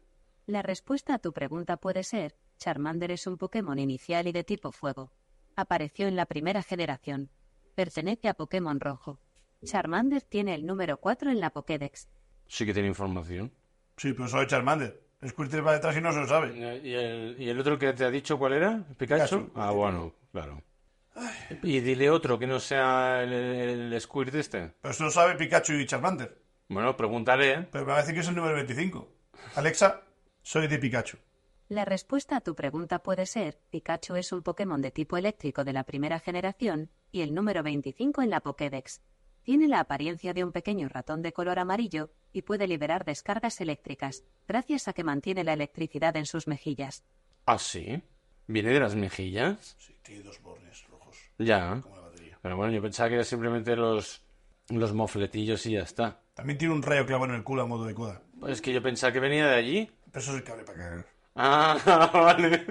Speaker 5: La respuesta a tu pregunta puede ser, Charmander es un Pokémon inicial y de tipo fuego. Apareció en la primera generación. Pertenece a Pokémon Rojo. Charmander tiene el número 4 en la Pokédex.
Speaker 2: Sí que tiene información.
Speaker 1: Sí, pero soy Charmander. Squirtle va detrás y no se lo sabe.
Speaker 2: ¿Y el, y el otro que te ha dicho cuál era? ¿Pikachu?
Speaker 1: Pikachu.
Speaker 2: Ah, bueno, claro. Y dile otro que no sea el, el Squirt este.
Speaker 1: Pero se lo sabe Pikachu y Charmander.
Speaker 2: Bueno, preguntaré.
Speaker 1: Pero me va a decir que es el número 25. Alexa, soy de Pikachu.
Speaker 5: La respuesta a tu pregunta puede ser, Pikachu es un Pokémon de tipo eléctrico de la primera generación, y el número 25 en la Pokédex. Tiene la apariencia de un pequeño ratón de color amarillo, y puede liberar descargas eléctricas, gracias a que mantiene la electricidad en sus mejillas.
Speaker 2: Ah, sí. ¿Viene de las mejillas?
Speaker 1: Sí, tiene dos bornes rojos,
Speaker 2: Ya.
Speaker 1: como la batería.
Speaker 2: Pero bueno, yo pensaba que era simplemente los, los mofletillos y ya está.
Speaker 1: También tiene un rayo clavado en el culo a modo de coda.
Speaker 2: Pues es que yo pensaba que venía de allí.
Speaker 1: Pero eso es el cable para cagar.
Speaker 2: Ah, vale.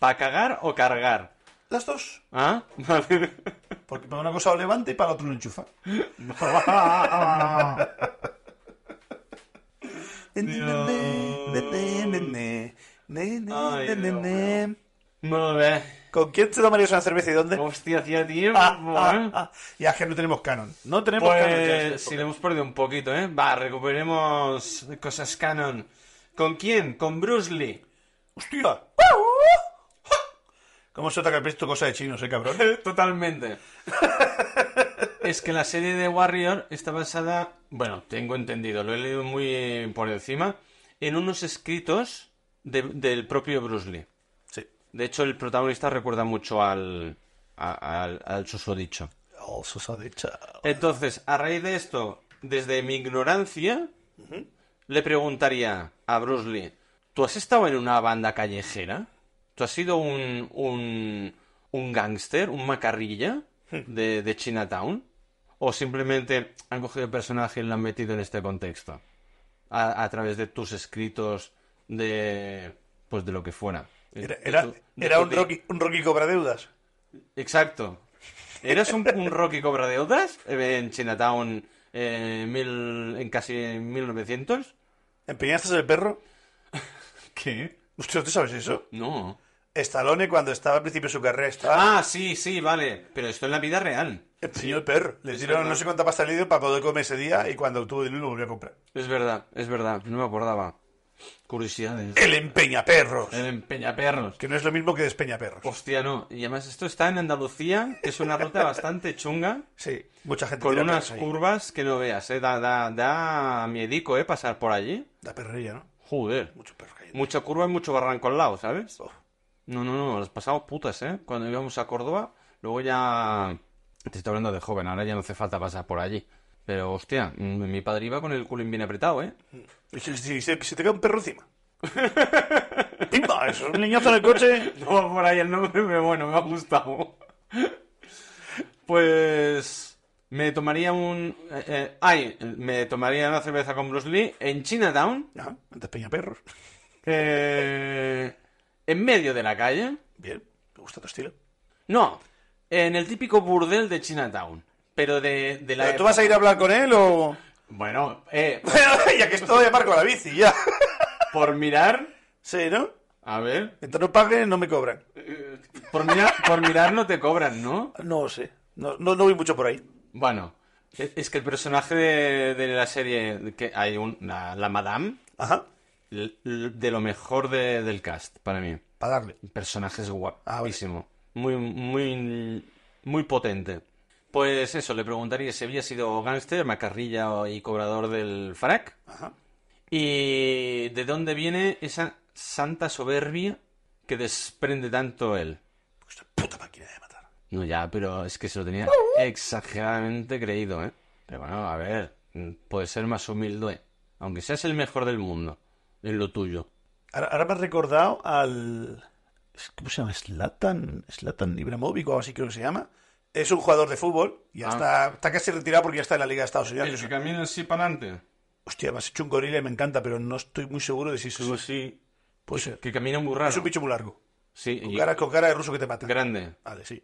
Speaker 2: ¿Para cagar o cargar?
Speaker 1: Las dos.
Speaker 2: Ah, vale.
Speaker 1: Porque para una cosa lo levanta y para la otra lo enchufa.
Speaker 2: Ay, Dios mío. Muy bien.
Speaker 1: ¿Con quién te tomarías una cerveza y dónde?
Speaker 2: Hostia, hacía tiempo,
Speaker 1: Ah, ah,
Speaker 2: ¿eh?
Speaker 1: ah. Ya es que no tenemos canon. No tenemos canon. ya
Speaker 2: Pues
Speaker 1: es
Speaker 2: si
Speaker 1: de época.
Speaker 2: le hemos perdido un poquito, ¿eh? Va, recuperemos cosas canon. ¿Con quién? Con Bruce Lee.
Speaker 1: ¡Hostia! ¿Cómo se nota que has visto cosa de chinos, eh, cabrón?
Speaker 2: Totalmente. es que la serie de Warrior está basada, bueno, tengo entendido, lo he leído muy eh, por encima, en unos escritos de- del propio Bruce Lee.
Speaker 1: Sí.
Speaker 2: De hecho, el protagonista recuerda mucho al, a- al, al susodicho.
Speaker 1: Oh, susodicha.
Speaker 2: Entonces, a raíz de esto, desde mi ignorancia, le preguntaría a Bruce Lee, ¿tú has estado en una banda callejera? ¿Tú has sido un, un, un gángster, un macarrilla de, de Chinatown? ¿O simplemente han cogido el personaje y lo han metido en este contexto? A, a través de tus escritos, de pues de lo que fuera.
Speaker 1: Era,
Speaker 2: De
Speaker 1: era,
Speaker 2: tu- de
Speaker 1: era
Speaker 2: tu
Speaker 1: un,
Speaker 2: di-
Speaker 1: Rocky, un Rocky cobra deudas.
Speaker 2: Exacto. ¿Eras un, un Rocky Cobra de Odas en Chinatown eh, mil- en casi 1900?
Speaker 1: ¿Empeñaste el perro?
Speaker 2: ¿Qué?
Speaker 1: ¿Usted ¿tú sabes eso?
Speaker 2: No.
Speaker 1: Stallone, cuando estaba al principio de su carrera, estaba...
Speaker 2: Ah, sí, sí, vale. Pero esto en la vida real.
Speaker 1: Empeñó el perro. Le
Speaker 2: Es
Speaker 1: dieron
Speaker 2: verdad.
Speaker 1: no sé cuánta pasta le dio para poder comer ese día y cuando obtuvo dinero lo volvió a comprar.
Speaker 2: Es verdad, es verdad. No me acordaba. Curiosidades.
Speaker 1: El empeña perros.
Speaker 2: El empeñaperros.
Speaker 1: Que no es lo mismo que despeña perros.
Speaker 2: Hostia, no. Y además esto está en Andalucía, que es una ruta bastante chunga,
Speaker 1: Sí, mucha gente
Speaker 2: con
Speaker 1: tira
Speaker 2: unas
Speaker 1: perros ahí.
Speaker 2: curvas que no veas, eh. Da, da, da miedico, eh, pasar por allí.
Speaker 1: La perrilla, ¿no?
Speaker 2: Joder.
Speaker 1: Mucho perro que hay.
Speaker 2: Mucha curva y mucho barranco al lado, ¿sabes?
Speaker 1: Oh.
Speaker 2: No, no, no, las pasamos putas, ¿eh? Cuando íbamos a Córdoba, luego ya... Te estoy hablando de joven, ahora ya no hace falta pasar por allí. Pero, hostia, mm, mi padre iba con el culín bien apretado, ¿eh?
Speaker 1: Y si, si- si- si te cae un perro encima. Pimba, eso. Un niñazo en el coche.
Speaker 2: No, por ahí el nombre, pero bueno, me ha gustado. Pues... Me tomaría un... eh, eh, ay, me tomaría una cerveza con Bruce Lee en Chinatown,
Speaker 1: Ajá, despeña perros.
Speaker 2: eh, en medio de la calle.
Speaker 1: Bien, me gusta tu estilo.
Speaker 2: No, en el típico burdel de Chinatown, pero de, de la...
Speaker 1: ¿Pero ¿Tú vas a ir a hablar con él o...?
Speaker 2: Bueno, eh,
Speaker 1: ya que estoy, marco la bici, ya.
Speaker 2: por mirar,
Speaker 1: Sí, ¿no?
Speaker 2: a ver,
Speaker 1: Mientras no paguen, no me cobran.
Speaker 2: por mirar, por mirar no te cobran, ¿no?
Speaker 1: No sé. No, no, no voy mucho por ahí.
Speaker 2: Bueno, es es que el personaje de, de la serie, que hay un, la, la Madame,
Speaker 1: Ajá.
Speaker 2: l- l- de lo mejor de- del cast, para mí.
Speaker 1: Para darle.
Speaker 2: El personaje es
Speaker 1: Ah, vale.
Speaker 2: guapísimo, muy, muy, muy potente. Pues eso, le preguntaría si había sido gángster, macarrilla o- y cobrador del frac.
Speaker 1: Ajá.
Speaker 2: ¿Y de dónde viene esa santa soberbia que desprende tanto él?
Speaker 1: Esta puta máquina de matar.
Speaker 2: No, ya, pero es que se lo tenía
Speaker 1: Uh.
Speaker 2: exageradamente creído, ¿eh? Pero bueno, a ver, mm, puedes ser más humilde, aunque seas el mejor del mundo, en lo tuyo.
Speaker 1: Ahora, ahora me has recordado al... es- ¿Cómo se llama? Slatan. Slatan Ibramovic o algo así creo que se llama. Es un jugador de fútbol. Ya
Speaker 2: Ah.
Speaker 1: está, está casi retirado porque ya está en la Liga de Estados Unidos.
Speaker 2: El que camina así para adelante.
Speaker 1: Hostia, me has hecho un gorila y me encanta, pero no estoy muy seguro de si es...
Speaker 2: Como si...
Speaker 1: Puede ser.
Speaker 2: Que camina muy raro.
Speaker 1: Es un bicho muy largo.
Speaker 2: Sí,
Speaker 1: Con
Speaker 2: y-
Speaker 1: cara, con cara de ruso que te mata.
Speaker 2: grande.
Speaker 1: Vale, sí.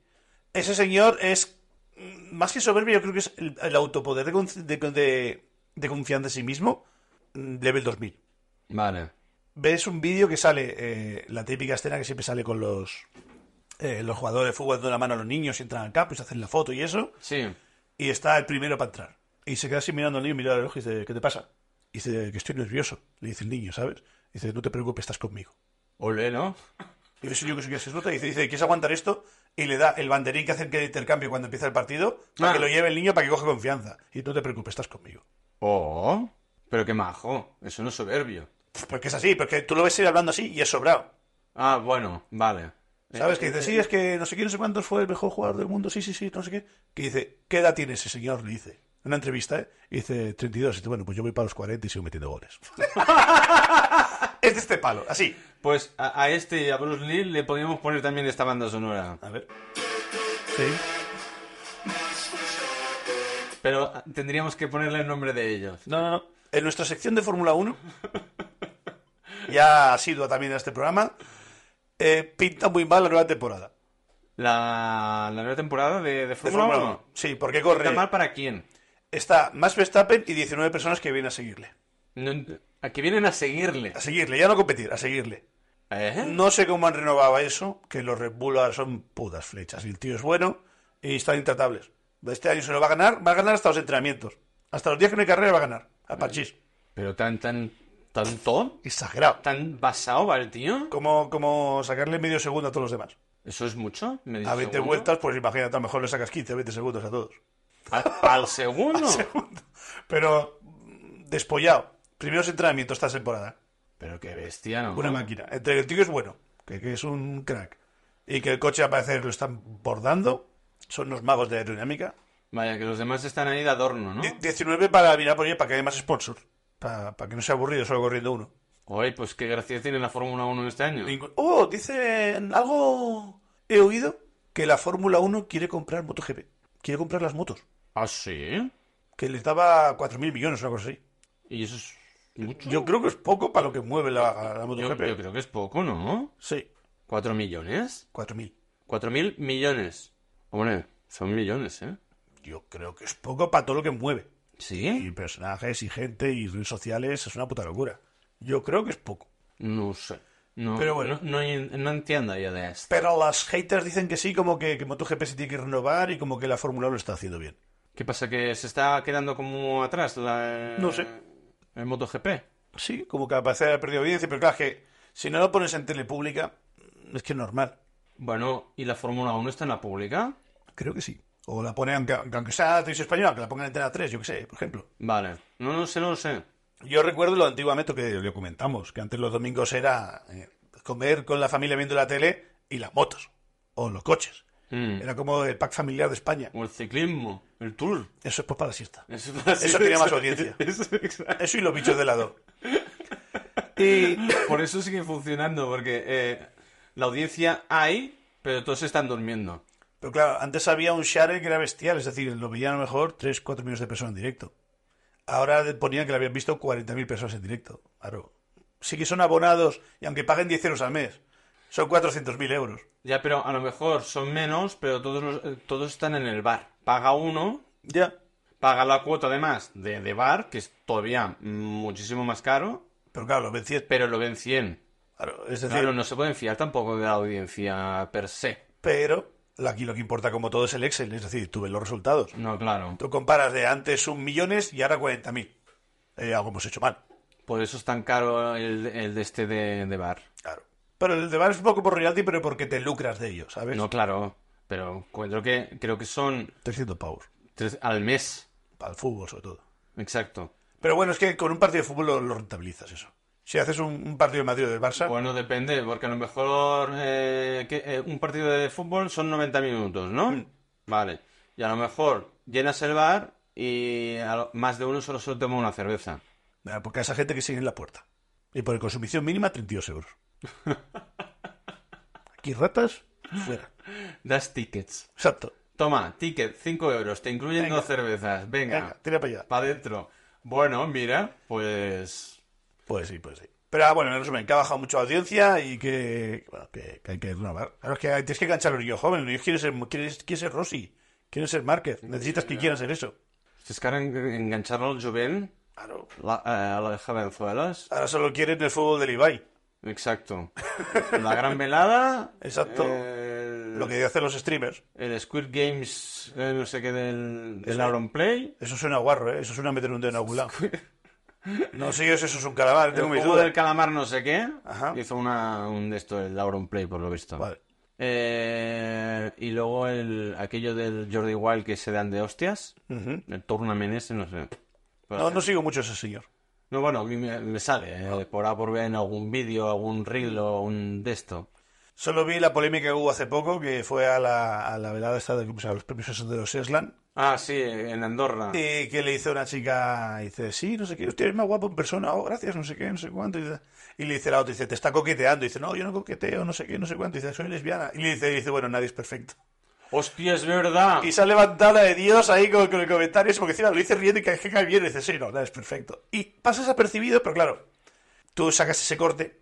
Speaker 1: Ese señor es, mm, más que soberbio, yo creo que es el, el autopoder de, conci- de, de- de confianza en sí mismo, mm, level 2000.
Speaker 2: Vale.
Speaker 1: Ves un vídeo que sale, eh, la típica escena que siempre sale con los, eh, los jugadores de fútbol dando la mano a los niños y entran al campo y se hacen la foto y eso,
Speaker 2: Sí.
Speaker 1: y está el primero para entrar. Y se queda así mirando al niño, mira al ojo y dice, ¿qué te pasa? Y dice, que estoy nervioso, le dice el niño, ¿sabes? Y dice, no te preocupes, estás conmigo.
Speaker 2: Olé, ¿no?
Speaker 1: Y ves un niño que se que se nota y dice, dice, ¿quieres aguantar esto? Y le da el banderín que hacen que de intercambio cuando empieza el partido para
Speaker 2: Ah.
Speaker 1: que lo lleve el niño para que coja confianza. Y no te preocupes, estás conmigo.
Speaker 2: Oh, pero qué majo. Eso no es soberbio.
Speaker 1: Pff, Porque es así, porque tú lo ves ir hablando así y es sobrado.
Speaker 2: Ah, bueno, vale. Eh,
Speaker 1: ¿Sabes? Que dice, sí, es que no sé quién, no sé cuántos fue el mejor jugador del mundo, sí, sí, sí, no sé qué. Que dice, ¿qué edad tiene ese señor? Le dice. En una entrevista, ¿eh? Y dice, 32. Y dice, bueno, pues yo voy para los 40 y sigo metiendo goles. es de este palo, así.
Speaker 2: Pues a, a este y a Bruce Lee le podríamos poner también esta banda sonora.
Speaker 1: A ver. Sí.
Speaker 2: Pero tendríamos que ponerle el nombre de ellos.
Speaker 1: No, no, no. En nuestra sección de Fórmula 1, ya asidua también a este programa, eh, pinta muy mal la nueva temporada.
Speaker 2: La, la nueva temporada de, de
Speaker 1: De
Speaker 2: Fórmula
Speaker 1: Fórmula
Speaker 2: 1.
Speaker 1: 1. Sí, porque
Speaker 2: ¿Está
Speaker 1: corre.
Speaker 2: mal para quién?
Speaker 1: Está Max Verstappen y 19 personas que vienen a seguirle.
Speaker 2: No ent- a que vienen a seguirle.
Speaker 1: A seguirle, ya no a competir, a seguirle.
Speaker 2: ¿Eh?
Speaker 1: No sé cómo han renovado eso, que los Red Bull ahora son putas flechas. Y el tío es bueno y están intratables. Este año se lo va a ganar, va a ganar hasta los entrenamientos. Hasta los días que no hay carrera va a ganar. A Pachís.
Speaker 2: Pero tan, tan, tan todo,
Speaker 1: Exagerado.
Speaker 2: tan basado va el tío.
Speaker 1: Como, como sacarle medio segundo a todos los demás.
Speaker 2: ¿Eso es mucho? ¿Me dices
Speaker 1: A 20
Speaker 2: segundo?
Speaker 1: vueltas, pues imagínate, a lo mejor le sacas 15, 20 segundos a todos.
Speaker 2: Al, al segundo.
Speaker 1: segundo. Pero mm, despollado. Primeros entrenamientos esta temporada.
Speaker 2: Pero qué bestia, ¿no?
Speaker 1: Una máquina. Entre que el tío es bueno, que, que es un crack, y que el coche a parecer lo están bordando, son los magos de aerodinámica.
Speaker 2: Vaya, que los demás están ahí de adorno, ¿no?
Speaker 1: Die- 19 para mirar por ahí, para que haya más sponsor. Para, para que no sea aburrido solo corriendo uno.
Speaker 2: Oye, pues qué gracia tiene la Fórmula 1 este año.
Speaker 1: Ningún- Oh, dicen algo. He oído que la Fórmula 1 quiere comprar MotoGP. Quiere comprar las motos.
Speaker 2: ¿Ah, sí?
Speaker 1: Que les daba 4.000 millones, una cosa así.
Speaker 2: Y eso es mucho.
Speaker 1: Yo creo que es poco para lo que mueve la, la
Speaker 2: Yo-
Speaker 1: MotoGP.
Speaker 2: yo creo que es poco, ¿no?
Speaker 1: Sí,
Speaker 2: ¿Cuatro millones?
Speaker 1: 4.000.
Speaker 2: ¿Cuatro mil millones? Hombre, son millones, ¿eh?
Speaker 1: Yo creo que es poco para todo lo que mueve. Y
Speaker 2: ¿Sí?
Speaker 1: personajes y gente y redes sociales es una puta locura. Yo creo que es poco.
Speaker 2: No sé. No,
Speaker 1: Pero bueno.
Speaker 2: No, no- no entiendo yo de esto.
Speaker 1: Pero las haters dicen que sí, como que, que MotoGP se tiene que renovar y como que la Fórmula 1 lo está haciendo bien.
Speaker 2: ¿Qué pasa? ¿Que se está quedando como atrás la...
Speaker 1: No sé.
Speaker 2: ¿El MotoGP?
Speaker 1: Sí, como que al parecer ha perdido audiencia, pero claro, es que si no lo pones en tele pública, es que es normal.
Speaker 2: Bueno, ¿y la Fórmula 1 está en la pública?
Speaker 1: Creo que sí. O la ponen, aunque, aunque sea televisión española, que la pongan en Antena 3, yo qué sé, por ejemplo.
Speaker 2: Vale. No lo sé, no lo sé.
Speaker 1: Yo recuerdo lo antiguamente que lo comentamos, que antes los domingos era eh, comer con la familia viendo la tele y las motos, o los coches.
Speaker 2: Mm.
Speaker 1: Era como el pack familiar de España.
Speaker 2: O el ciclismo, el Tour.
Speaker 1: Eso es pues para la siesta.
Speaker 2: Eso, para
Speaker 1: Eso tiene más audiencia.
Speaker 2: Eso, exacto.
Speaker 1: Eso y los bichos de helado. Y
Speaker 2: Por eso sigue funcionando, porque eh, la audiencia hay, pero todos están durmiendo.
Speaker 1: Pero claro, antes había un share que era bestial, es decir, lo veían a lo mejor 3, 4 millones de personas en directo. Ahora ponían que lo habían visto 40.000 personas en directo. Claro. Sí que son abonados, y aunque paguen 10 euros al mes, son 400.000 euros.
Speaker 2: Ya, pero a lo mejor son menos, pero todos, los- eh, todos están en el bar. Paga uno,
Speaker 1: Ya.
Speaker 2: paga la cuota además de, de bar, que es todavía muchísimo más caro,
Speaker 1: Pero claro, lo ven 100.
Speaker 2: pero lo ven 100.
Speaker 1: Claro, es decir,
Speaker 2: Claro, no se pueden fiar tampoco de la audiencia per se.
Speaker 1: pero aquí lo que importa como todo es el Excel, es decir, tú ves los resultados.
Speaker 2: No, claro.
Speaker 1: Tú comparas de antes un millones y ahora 40.000. Eh, algo hemos hecho mal.
Speaker 2: Por eso es tan caro el, el de este de, de bar.
Speaker 1: Claro. Pero el de Bar es un poco por reality, pero porque te lucras de ello, ¿sabes?
Speaker 2: No, claro. Pero encuentro que creo que son
Speaker 1: 300 pavos.
Speaker 2: tres al mes.
Speaker 1: Para el fútbol, sobre todo.
Speaker 2: Exacto.
Speaker 1: Pero bueno, es que con un partido de fútbol lo, lo rentabilizas eso. Si haces un, un partido de Madrid o del Barça,
Speaker 2: Bueno, depende, porque a lo mejor eh, que, eh, un partido de fútbol son 90 minutos, ¿no? Vale. Y a lo mejor llenas el bar y a lo- más de uno solo se toma una cerveza.
Speaker 1: nada, eh, porque a esa gente que sigue en la puerta. Y por consumición mínima, 32 euros. Aquí ratas, fuera.
Speaker 2: Das tickets.
Speaker 1: Exacto.
Speaker 2: Toma, ticket, 5 euros, te incluyen
Speaker 1: Venga.
Speaker 2: dos cervezas. Venga,
Speaker 1: Venga, tira para allá.
Speaker 2: pa' dentro. Bueno, mira, pues...
Speaker 1: Pues sí, pues sí. Pero ah, bueno, en resumen, que ha bajado mucho la audiencia y que, bueno, que, que hay que renovar. Claro, es que tienes que enganchar a los niños jóvenes. Los niños quieren ser, quieren, quieren ser Rossi, quieren ser Márquez. Necesitas que quieran ser eso.
Speaker 2: Si es que ahora en- enganchar al joven,
Speaker 1: Claro.
Speaker 2: la, eh, la deja Benzuelas.
Speaker 1: Ahora solo quieren el fútbol del Ibai.
Speaker 2: Exacto. La gran velada.
Speaker 1: Exacto.
Speaker 2: el-
Speaker 1: Lo que hacen los streamers.
Speaker 2: El Squid Games, eh, no sé qué, del, del Auron Play.
Speaker 1: Eso suena guarro, ¿eh? Eso suena a meter un dedo en algún lado. No sé yo si eso es un calamar,
Speaker 2: El
Speaker 1: tengo mis
Speaker 2: juego
Speaker 1: dudas.
Speaker 2: del calamar, no sé qué.
Speaker 1: Ajá.
Speaker 2: Hizo una, un de esto, el Auron Play, por lo visto.
Speaker 1: Vale.
Speaker 2: Eh, y luego el, aquello del Jordi Wild que se dan de hostias.
Speaker 1: Ujú.
Speaker 2: El tournament ese, no sé. Pero-
Speaker 1: No, no sigo mucho a ese señor.
Speaker 2: no, bueno, a mí me, me sale. eh, por A por B en algún vídeo, algún reel o un de esto.
Speaker 1: Solo vi la polémica que hubo hace poco, que fue a la, a la velada esta de o sea, los premios esos de los Eslan,
Speaker 2: Ah, sí, en Andorra.
Speaker 1: y que le hizo una chica, y dice, sí, no sé qué, usted es más guapo en persona, oh, gracias, no sé qué, no sé cuánto, y, dice- y le dice la otra, dice, te está coqueteando, y dice, no, yo no coqueteo, no sé qué, no sé cuánto, y dice, soy lesbiana, y le dice, y dice bueno, nadie es perfecto.
Speaker 2: ¡Hostia, es verdad!
Speaker 1: Y se ha levantado la de Dios ahí con, con el comentario, porque encima lo dice riendo y que que cae bien, y dice, sí, no, nada, es perfecto. Y pasas apercibido, pero claro, tú sacas ese corte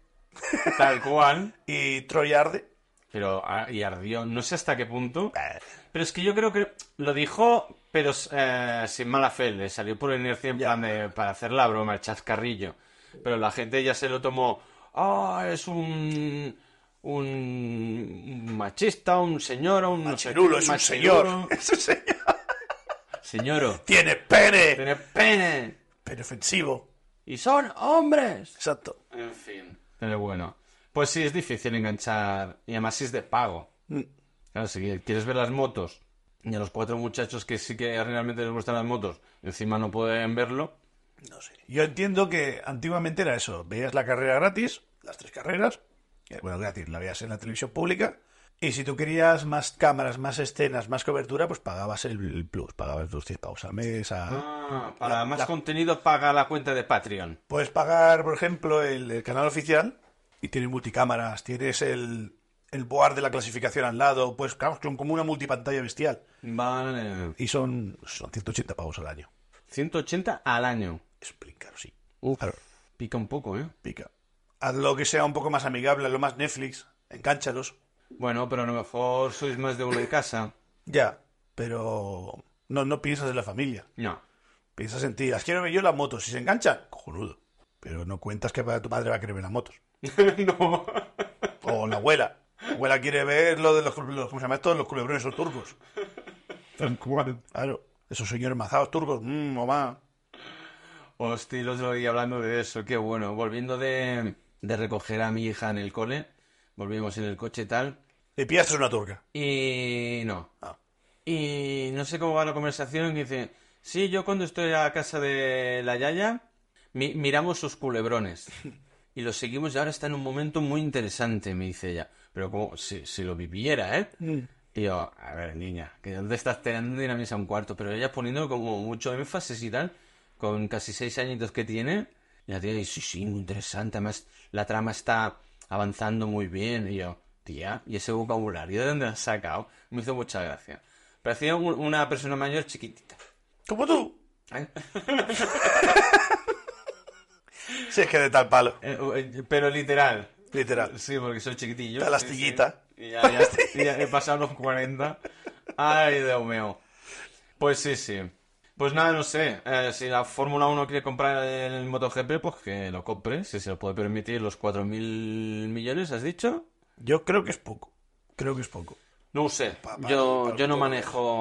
Speaker 2: Tal cual.
Speaker 1: y Troya arde.
Speaker 2: Pero, ah, y ardió, no sé hasta qué punto.
Speaker 1: Eh,
Speaker 2: Pero es que yo creo que lo dijo, pero eh, sin mala fe, le salió por inercia en plan de- para hacer la broma, el chascarrillo. Pero la gente ya se lo tomó, ah, es un, un, un machista, un señor, un... no sé
Speaker 1: Cherulo
Speaker 2: qué,
Speaker 1: es un
Speaker 2: machirulo".
Speaker 1: señor. Es un señor.
Speaker 2: Señoro,
Speaker 1: Tiene pene.
Speaker 2: tiene pene
Speaker 1: Pene ofensivo.
Speaker 2: y son hombres.
Speaker 1: Exacto.
Speaker 2: En fin. Pero bueno, pues sí, es difícil enganchar y además sí es de pago. Claro, si quieres ver las motos Y a los cuatro muchachos que sí que realmente les gustan las motos, encima no pueden verlo.
Speaker 1: No sé. Yo entiendo que antiguamente era eso. Veías la carrera gratis, las tres carreras. que, Bueno, gratis, la veías en la televisión pública. Y si tú querías más cámaras, más escenas, más cobertura, pues pagabas el, el plus, pagabas los 10 paus al mes. a-
Speaker 2: Ah, para
Speaker 1: La-
Speaker 2: más
Speaker 1: la-
Speaker 2: contenido paga la cuenta de Patreon.
Speaker 1: Puedes pagar, por ejemplo, el, el canal oficial y tienes multicámaras, tienes el, el board de la clasificación al lado, pues claro, son como una multipantalla bestial.
Speaker 2: Vale.
Speaker 1: Y son, son 180 pavos al año.
Speaker 2: 180 al año.
Speaker 1: Es bien caro, sí.
Speaker 2: Uf,
Speaker 1: Claro.
Speaker 2: pica un poco, ¿eh?
Speaker 1: Pica. Hazlo que sea un poco más amigable, hazlo más Netflix, encánchalos.
Speaker 2: Bueno, pero a lo mejor sois más de uno en casa.
Speaker 1: Ya, pero no, no piensas en la familia.
Speaker 2: No.
Speaker 1: Piensas en ti. Las "Ah, quiero ver yo las motos. Si se enganchan, cojonudo. Pero no cuentas que para tu padre va a querer ver las motos.
Speaker 2: no.
Speaker 1: O la abuela. La abuela quiere ver lo de los, los- ¿cómo se llama esto? Los culebrones esos turcos. Claro. Esos señores mazados turcos. Mmm, mamá.
Speaker 2: Hostia, el otro día hablando de eso, qué bueno. Volviendo de, de recoger a mi hija en el cole, volvimos en el coche y tal.
Speaker 1: Le pillaste una turca.
Speaker 2: Y no.
Speaker 1: Ah.
Speaker 2: Y no sé cómo va la conversación. Y dice, sí, yo cuando estoy a casa de la Yaya, mi- miramos sus culebrones. Y los seguimos y ahora está en un momento muy interesante, me dice ella. Pero como si, si lo viviera, ¿eh? Y yo, a ver, niña, que dónde estás teniendo de ir a misa a un cuarto, pero ella poniendo como mucho énfasis y tal, con casi seis añitos que tiene, y la tía dice, sí, sí, muy interesante, además la trama está avanzando muy bien, y yo, tía, ¿y ese vocabulario de dónde lo has sacado? Me hizo mucha gracia. Parecía un- una persona mayor chiquitita.
Speaker 1: Como tú.
Speaker 2: ¿eh?
Speaker 1: Si es que de tal palo.
Speaker 2: Eh, eh, Pero literal.
Speaker 1: Literal.
Speaker 2: Sí, porque soy chiquitillo.
Speaker 1: Está la
Speaker 2: sí, sí.
Speaker 1: astillita.
Speaker 2: Y ya, ya- y ya he pasado los 40. Ay, Dios mío. Pues sí, sí. Pues nada, no sé. Eh, si la Fórmula 1 quiere comprar el MotoGP, pues que lo compre. Si se lo puede permitir los 4.000 millones, ¿has dicho?
Speaker 1: Yo creo que es poco. Creo que es poco.
Speaker 2: No sé.
Speaker 1: Pa- pa-
Speaker 2: Yo,
Speaker 1: pa-
Speaker 2: yo no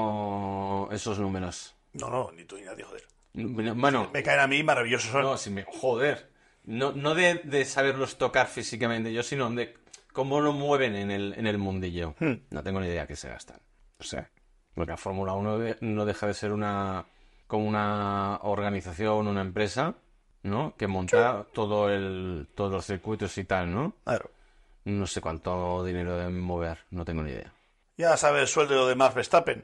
Speaker 2: manejo esos números.
Speaker 1: No, no, ni tú ni nadie, joder.
Speaker 2: Bueno,
Speaker 1: Me caen a mí maravillosos. son.
Speaker 2: no, si me... Joder. No, no de, de saberlos tocar físicamente yo, sino de cómo lo mueven en el, en el mundillo.
Speaker 1: Hmm.
Speaker 2: No tengo ni idea que se gastan. O sea, porque la Fórmula 1 de- no deja de ser una como una organización, una empresa, ¿no? Que monta todo el, todos los circuitos y tal, ¿no?
Speaker 1: Claro.
Speaker 2: No sé cuánto dinero deben mover, no tengo ni idea.
Speaker 1: Ya sabes el sueldo de Max Verstappen.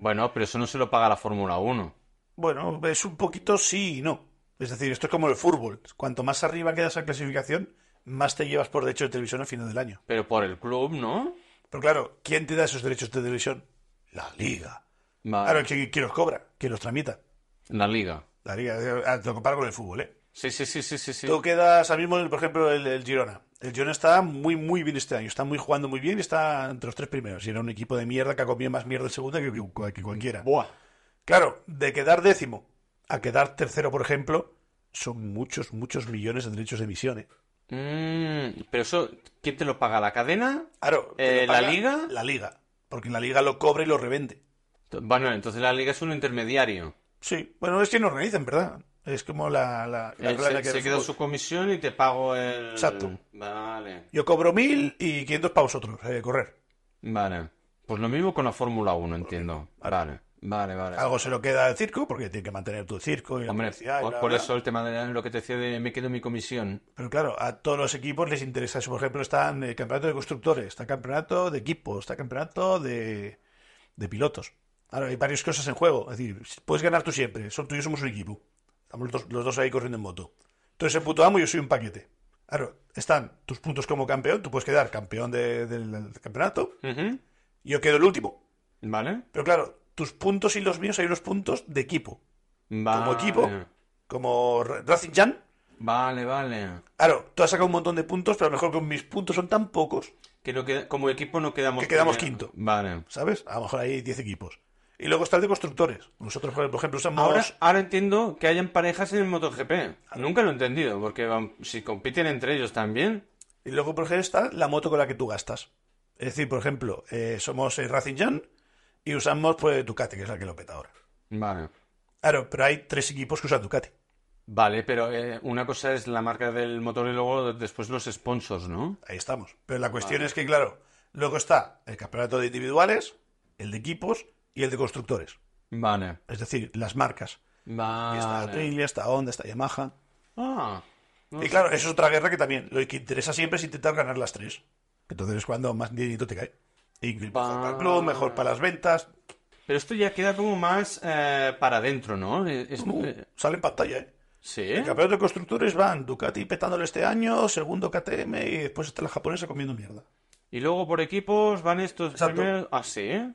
Speaker 2: Bueno, pero eso no se lo paga la Fórmula 1.
Speaker 1: Bueno, es un poquito sí y no. Es decir, esto es como el fútbol. Cuanto más arriba quedas en clasificación, más te llevas por derecho de televisión al final del año.
Speaker 2: Pero por el club, ¿no?
Speaker 1: Pero claro, ¿quién te da esos derechos de televisión? La liga.
Speaker 2: Va-
Speaker 1: Claro, ¿quién, quién los cobra? ¿Quién los tramita?
Speaker 2: La liga.
Speaker 1: La liga. eh, ah, Te lo comparo con el fútbol, ¿eh?
Speaker 2: Sí, sí, sí, sí, sí, sí.
Speaker 1: Tú quedas ahora mismo, por ejemplo, el, el Girona. El Girona está muy, muy bien este año. Está muy jugando muy bien y está entre los tres primeros. Y era un equipo de mierda que ha comido más mierda el segundo que, que- que cualquiera.
Speaker 2: Buah.
Speaker 1: Claro, de quedar décimo a quedar tercero, por ejemplo, son muchos, muchos millones de derechos de emisión. ¿eh?
Speaker 2: Mm, pero eso, ¿quién te lo paga? ¿La cadena?
Speaker 1: Claro, ¿te
Speaker 2: Eh,
Speaker 1: lo
Speaker 2: ¿la
Speaker 1: paga?
Speaker 2: liga?
Speaker 1: La liga. Porque la liga lo cobra y lo revende.
Speaker 2: Bueno, entonces la liga es un intermediario.
Speaker 1: Sí, bueno, es quien organiza, en verdad. Es como la, la, la
Speaker 2: Él
Speaker 1: regla
Speaker 2: Eh, se,
Speaker 1: que
Speaker 2: se
Speaker 1: el
Speaker 2: queda
Speaker 1: fútbol.
Speaker 2: su comisión y te pago el...
Speaker 1: Exacto.
Speaker 2: Vale,
Speaker 1: Yo cobro mil y 500 para vosotros, eh, correr.
Speaker 2: vale. Pues lo mismo con la Fórmula 1, entiendo. Vale, vale, vale.
Speaker 1: Algo se lo queda al circo porque tiene que mantener tu circo y la
Speaker 2: Hombre,
Speaker 1: publicidad y
Speaker 2: por,
Speaker 1: bla,
Speaker 2: por
Speaker 1: bla.
Speaker 2: eso el tema de lo que te decía de me quedo mi comisión.
Speaker 1: Pero claro, a todos los equipos les interesa eso. Por ejemplo, están el campeonato de constructores, está campeonato de equipos, está campeonato de, de pilotos. Ahora, hay varias cosas en juego. Es decir, puedes ganar tú siempre. Son tú y yo somos un equipo. Estamos los dos, los dos ahí corriendo en moto. Tú eres el puto amo y yo soy un paquete. Claro, están tus puntos como campeón. Tú puedes quedar campeón de- del, del campeonato.
Speaker 2: Ujú,
Speaker 1: Yo quedo el último.
Speaker 2: Vale,
Speaker 1: Pero claro, tus puntos y los míos hay unos puntos de equipo.
Speaker 2: vale.
Speaker 1: equipo? Como Ra- Racing Jan.
Speaker 2: Vale, vale.
Speaker 1: Claro, tú has sacado un montón de puntos, pero a lo mejor con mis puntos son tan pocos
Speaker 2: Que no queda- como equipo no quedamos...
Speaker 1: Que quedamos
Speaker 2: primero.
Speaker 1: quinto.
Speaker 2: Vale.
Speaker 1: ¿Sabes? A lo mejor hay 10 equipos. Y luego está el de constructores. Nosotros, por ejemplo, usamos.
Speaker 2: Ahora, ahora entiendo que hayan parejas en el MotoGP. Nunca lo he entendido, porque van- si compiten entre ellos también...
Speaker 1: Y luego, por ejemplo, está la moto con la que tú gastas. Es decir, por ejemplo, eh, somos eh, Racing Jan y usamos pues, Ducati, que es la que lo peta ahora.
Speaker 2: Vale.
Speaker 1: Claro, pero hay tres equipos que usan Ducati.
Speaker 2: Vale, pero eh, una cosa es la marca del motor y luego después los sponsors, ¿no?
Speaker 1: Ahí estamos. Pero la cuestión es que, claro, luego está el campeonato de individuales, el de equipos y el de constructores.
Speaker 2: Vale.
Speaker 1: Es decir, las marcas. Y Está
Speaker 2: Vale.
Speaker 1: Aprilia, está Honda, está Yamaha.
Speaker 2: Ah.
Speaker 1: Y claro, eso es otra guerra que también lo que interesa siempre es intentar ganar las tres. Entonces es cuando más dinerito te cae. Y mejor para el club, mejor para las ventas.
Speaker 2: Pero esto ya queda como más eh, para adentro, ¿no? Eh, es-
Speaker 1: Uh.
Speaker 2: eh,
Speaker 1: Sale en pantalla, ¿eh?
Speaker 2: sí.
Speaker 1: El campeonato de constructores van Ducati petándolo este año, segundo KTM y después está la japonesa comiendo mierda.
Speaker 2: Y luego por equipos van estos
Speaker 1: Exacto.
Speaker 2: primeros. Ah, sí. Ah,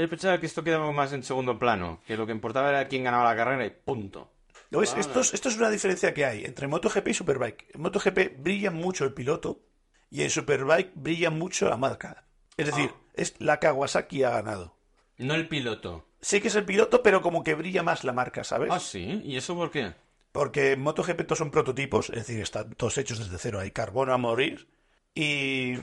Speaker 2: Yo pensaba que esto quedaba más en segundo plano, que lo que importaba era quién ganaba la carrera y punto.
Speaker 1: ¿Lo ves? Esto, es, esto es una diferencia que hay entre MotoGP y Superbike. En MotoGP brilla mucho el piloto y en Superbike brilla mucho la marca. Es decir, es la Kawasaki ha ganado.
Speaker 2: No el piloto.
Speaker 1: Sí que es el piloto, pero como que brilla más la marca, ¿sabes?
Speaker 2: Ah, sí. ¿Y eso por qué?
Speaker 1: Porque en MotoGP todos son prototipos, es decir, están todos hechos desde cero, hay carbono a morir. Y,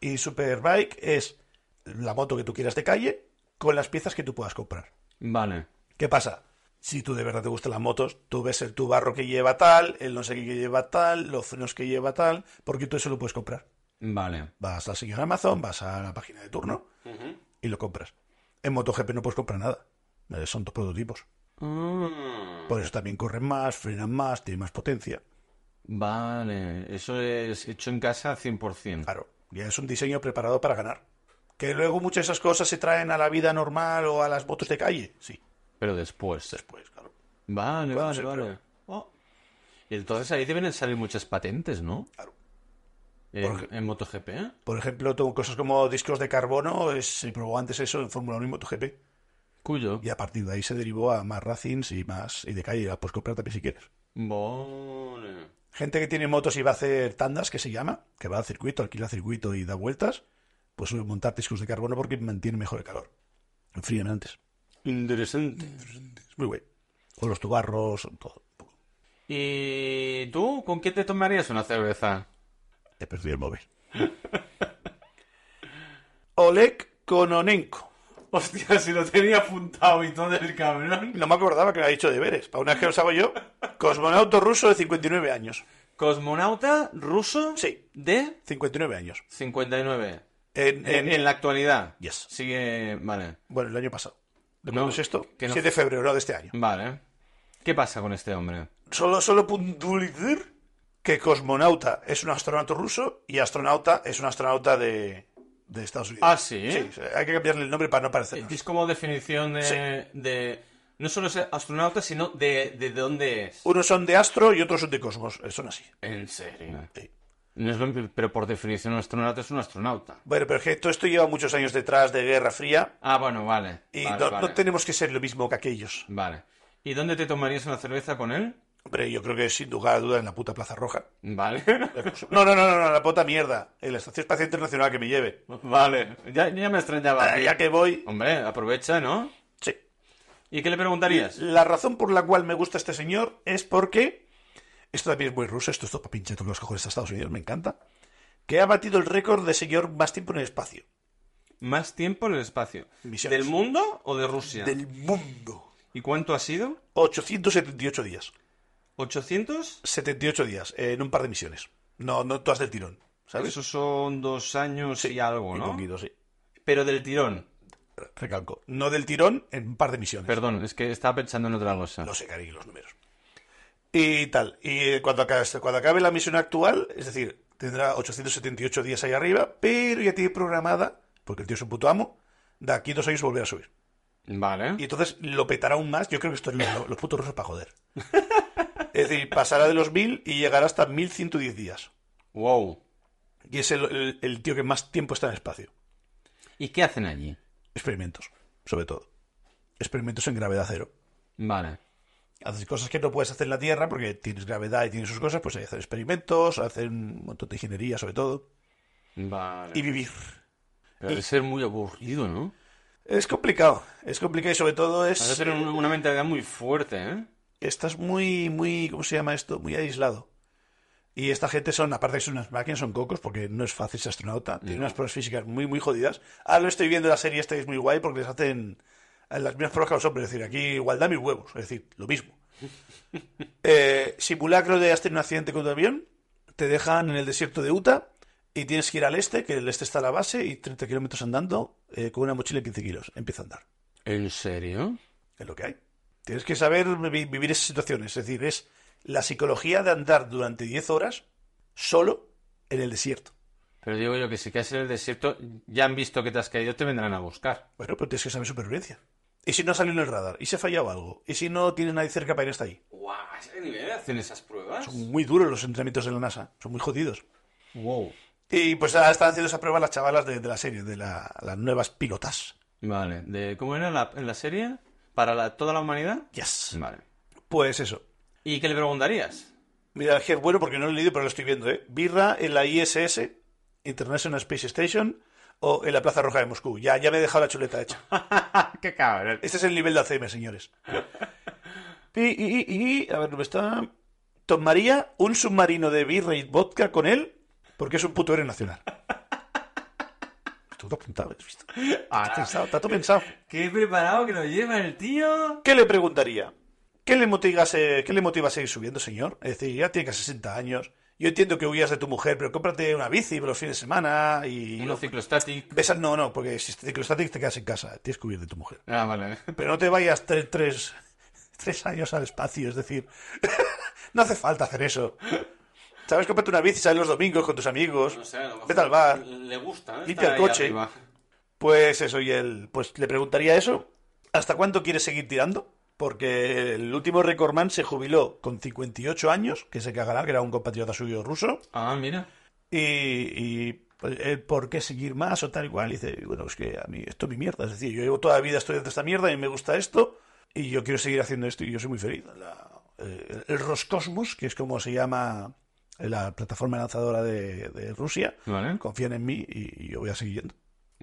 Speaker 1: y Superbike es la moto que tú quieras de calle con las piezas que tú puedas comprar.
Speaker 2: Vale.
Speaker 1: ¿Qué pasa? Si tú de verdad te gustan las motos, tú ves el tubarro que lleva tal, el no sé qué que lleva tal, los frenos que lleva tal, porque tú eso lo puedes comprar.
Speaker 2: Vale.
Speaker 1: Vas al señor Amazon, vas a la página de turno y lo compras. En MotoGP no puedes comprar nada, eh, son dos prototipos.
Speaker 2: Ah,
Speaker 1: Por eso también corren más, frenan más, tienen más potencia.
Speaker 2: vale. Eso es hecho en casa 100%.
Speaker 1: Claro, ya es un diseño preparado para ganar. Que luego muchas de esas cosas se traen a la vida normal o a las motos de calle. Sí,
Speaker 2: Pero después.
Speaker 1: después, claro.
Speaker 2: Vale, vale,
Speaker 1: se
Speaker 2: vale.
Speaker 1: pruebe.
Speaker 2: Oh. Y entonces ahí deben salir muchas patentes, ¿no?
Speaker 1: Claro.
Speaker 2: En,
Speaker 1: Porque-
Speaker 2: en MotoGP.
Speaker 1: Por ejemplo, tengo cosas como discos de carbono, eh, se probó antes eso en Fórmula 1 y MotoGP.
Speaker 2: Cuyo.
Speaker 1: Y a partir de ahí se derivó a más racings y más y de calle, la puedes comprar también si quieres.
Speaker 2: Vale.
Speaker 1: Gente que tiene motos y va a hacer tandas, que se llama, que va al circuito, alquila circuito y da vueltas, pues suele montar discos de carbono porque mantiene mejor el calor. Enfrían antes.
Speaker 2: Interesante.
Speaker 1: Es muy bueno. O los tubarros, todo.
Speaker 2: ¿Y tú con qué te tomarías una cerveza?
Speaker 1: Te perdí el móvil. Oleg Kononenko.
Speaker 2: Hostia, si lo tenía apuntado y todo el cabrón.
Speaker 1: No me acordaba que me había dicho deberes. Para una vez que los hago yo. Cosmonauta ruso de 59 años.
Speaker 2: Cosmonauta ruso
Speaker 1: Sí.
Speaker 2: de
Speaker 1: 59 años.
Speaker 2: 59.
Speaker 1: En,
Speaker 2: En,
Speaker 1: en-
Speaker 2: en la actualidad.
Speaker 1: Eh, Yes.
Speaker 2: Sigue. Vale.
Speaker 1: Bueno, el año pasado. ¿De
Speaker 2: No,
Speaker 1: cuándo es esto?
Speaker 2: que no-
Speaker 1: 7 de febrero de este año.
Speaker 2: Vale. ¿Qué pasa con este hombre?
Speaker 1: Solo, solo puntualizar que cosmonauta es un astronauta ruso y astronauta es un astronauta de, de Estados Unidos.
Speaker 2: Ah, ¿sí? Eh,
Speaker 1: hay que cambiarle el nombre para no parecernos.
Speaker 2: Es como definición de.
Speaker 1: Sí.
Speaker 2: de- no solo es astronauta, sino de, de dónde es.
Speaker 1: Unos son de astro y otros son de cosmos. Eh, Son así.
Speaker 2: En serio.
Speaker 1: Sí.
Speaker 2: No es lo- pero por definición, un astronauta es un astronauta.
Speaker 1: Bueno, pero es que todo esto lleva muchos años detrás de Guerra Fría
Speaker 2: Ah, bueno, vale.
Speaker 1: y
Speaker 2: vale,
Speaker 1: no,
Speaker 2: vale.
Speaker 1: no tenemos que ser lo mismo que aquellos.
Speaker 2: Vale. ¿Y dónde te tomarías una cerveza con él?
Speaker 1: Hombre, yo creo que sin lugar a duda en la puta Plaza Roja.
Speaker 2: Vale.
Speaker 1: No, no, no, no, no, la puta mierda. En la Estación Espacial Internacional que me lleve.
Speaker 2: vale. Ya, ya me extrañaba.
Speaker 1: Ah, Ya que voy,
Speaker 2: Hombre, aprovecha, ¿no?
Speaker 1: sí.
Speaker 2: ¿Y qué le preguntarías?
Speaker 1: La razón por la cual me gusta este señor es porque. Esto también es muy ruso, esto es todo pinche todos los cojones a Estados Unidos, me encanta. Que ha batido el récord de señor más tiempo en el espacio.
Speaker 2: ¿Más tiempo en el espacio?
Speaker 1: Misiones.
Speaker 2: ¿Del mundo o de Rusia?
Speaker 1: Del mundo.
Speaker 2: ¿Y cuánto ha sido?
Speaker 1: 878 días.
Speaker 2: ¿800?
Speaker 1: 78 días, en un par de misiones. No, no todas del tirón, ¿sabes?
Speaker 2: Eso son dos años
Speaker 1: Sí,
Speaker 2: y algo,
Speaker 1: y
Speaker 2: ¿no?
Speaker 1: poquito, sí.
Speaker 2: Pero del tirón.
Speaker 1: Recalco. No del tirón, en un par de misiones.
Speaker 2: Perdón, es que estaba pensando en otra cosa.
Speaker 1: No sé, cariño, los números. Y tal. Y cuando acabe, cuando acabe la misión actual, es decir, tendrá 878 días ahí arriba, pero ya tiene programada, porque el tío es un puto amo, de aquí a dos años volver a subir.
Speaker 2: Vale.
Speaker 1: Y entonces lo petará aún más. Yo creo que esto es lo- lo- los putos rusos para joder. Es decir, pasará de los 1000 y llegará hasta 1110 días.
Speaker 2: Wow.
Speaker 1: Y es el, el- el tío que más tiempo está en el espacio.
Speaker 2: ¿Y qué hacen allí?
Speaker 1: Experimentos, sobre todo. Experimentos en gravedad cero.
Speaker 2: Vale.
Speaker 1: Haces cosas que no puedes hacer en la Tierra porque tienes gravedad y tienes sus cosas, pues hay que hacer experimentos, hacer un montón de ingeniería sobre todo.
Speaker 2: Vale.
Speaker 1: Y vivir.
Speaker 2: Debe ser muy aburrido, ¿no?
Speaker 1: Es complicado, es complicado y sobre todo
Speaker 2: Vas a
Speaker 1: es...
Speaker 2: tener una, una mentalidad muy fuerte, ¿eh?
Speaker 1: Estás muy, muy, ¿cómo se llama esto? Muy aislado. Y esta gente son, aparte que son unas máquinas, son cocos porque no es fácil ser astronauta. Tiene unas pruebas físicas muy, muy jodidas. Ahora lo estoy viendo en la serie esta y es muy guay porque les hacen eh, las mismas pruebas que a los hombres. Es decir, aquí igualdad mis huevos. Es decir, lo mismo. Eh, simulacro de has tenido un accidente con tu avión, te dejan en el desierto de Utah y tienes que ir al este, que el este está la base, y 30 kilómetros andando eh, con una mochila y 15 kilos. Empieza a andar.
Speaker 2: ¿En serio?
Speaker 1: Es lo que hay. Tienes que saber vi- vivir esas situaciones. Es decir, es la psicología de andar durante 10 horas solo en el desierto.
Speaker 2: Pero digo yo que si caes en el desierto, ya han visto que te has caído, te vendrán a buscar.
Speaker 1: Bueno, pero tienes que saber supervivencia. ¿Y si no ha salido en el radar? ¿Y si ha fallado algo? ¿Y si no tiene nadie cerca para ir hasta ahí?
Speaker 2: ¡Guau! ¿A ese nivel hacen esas pruebas?
Speaker 1: Son muy duros los entrenamientos de la NASA. Son muy jodidos.
Speaker 2: ¡Wow!
Speaker 1: Y pues ahora están haciendo esas pruebas las chavalas de, de la serie, de la- las nuevas pilotas.
Speaker 2: Vale, de, ¿cómo era la, en la serie? ¿Para la- toda la humanidad?
Speaker 1: Yes.
Speaker 2: Vale.
Speaker 1: Pues eso.
Speaker 2: ¿Y qué le preguntarías?
Speaker 1: Mira, el bueno porque no lo he leído, pero lo estoy viendo, ¿eh? Birra en la ISS, International Space Station, o en la Plaza Roja de Moscú. Ya, ya me he dejado la chuleta hecha.
Speaker 2: ¡Qué cabrón!
Speaker 1: Este es el nivel de ACM, señores. Y, y- y- y- a ver, ¿dónde está? Tomaría un submarino de birra y vodka con él porque es un puto héroe nacional. Tú te apuntado, ¿has visto? Está pensado, está todo pensado.
Speaker 2: Ah, ¡Qué preparado que lo lleva el tío!
Speaker 1: ¿Qué le preguntaría? ¿Qué le, motiva a se- qué le motiva a seguir subiendo, señor? Es decir, ya tienes 60 años. Yo entiendo que huyas de tu mujer, pero cómprate una bici por los fines de semana y...
Speaker 2: Uno ciclostático.
Speaker 1: Besas- no, no, porque si te ciclostático te quedas en casa. Tienes que huir de tu mujer.
Speaker 2: Ah, vale.
Speaker 1: Pero no te vayas tres, tres, tres años al espacio, es decir, no hace falta hacer eso. ¿Sabes? Cómprate una bici, sales los domingos con tus amigos,
Speaker 2: Pues No sé, a lo mejor
Speaker 1: vete al bar.
Speaker 2: Le gusta, ¿eh?
Speaker 1: Limpia
Speaker 2: estar
Speaker 1: el
Speaker 2: ahí
Speaker 1: coche.
Speaker 2: arriba.
Speaker 1: Pues eso, y él, pues le preguntaría eso. ¿Hasta cuándo quieres seguir tirando? Porque el último recordman se jubiló con 58 años, que se cagará, que era un compatriota suyo ruso,
Speaker 2: Ah, mira.
Speaker 1: y, y, pues, él, ¿por qué seguir más o tal y cual? Y dice, bueno, es que a mí esto es mi mierda, es decir, yo llevo toda la vida estudiando esta mierda y me gusta esto, y yo quiero seguir haciendo esto y yo soy muy feliz. La- eh, el Roscosmos, que es como se llama la plataforma lanzadora de, de Rusia,
Speaker 2: Vale.
Speaker 1: confían en mí y, y yo voy a seguir yendo.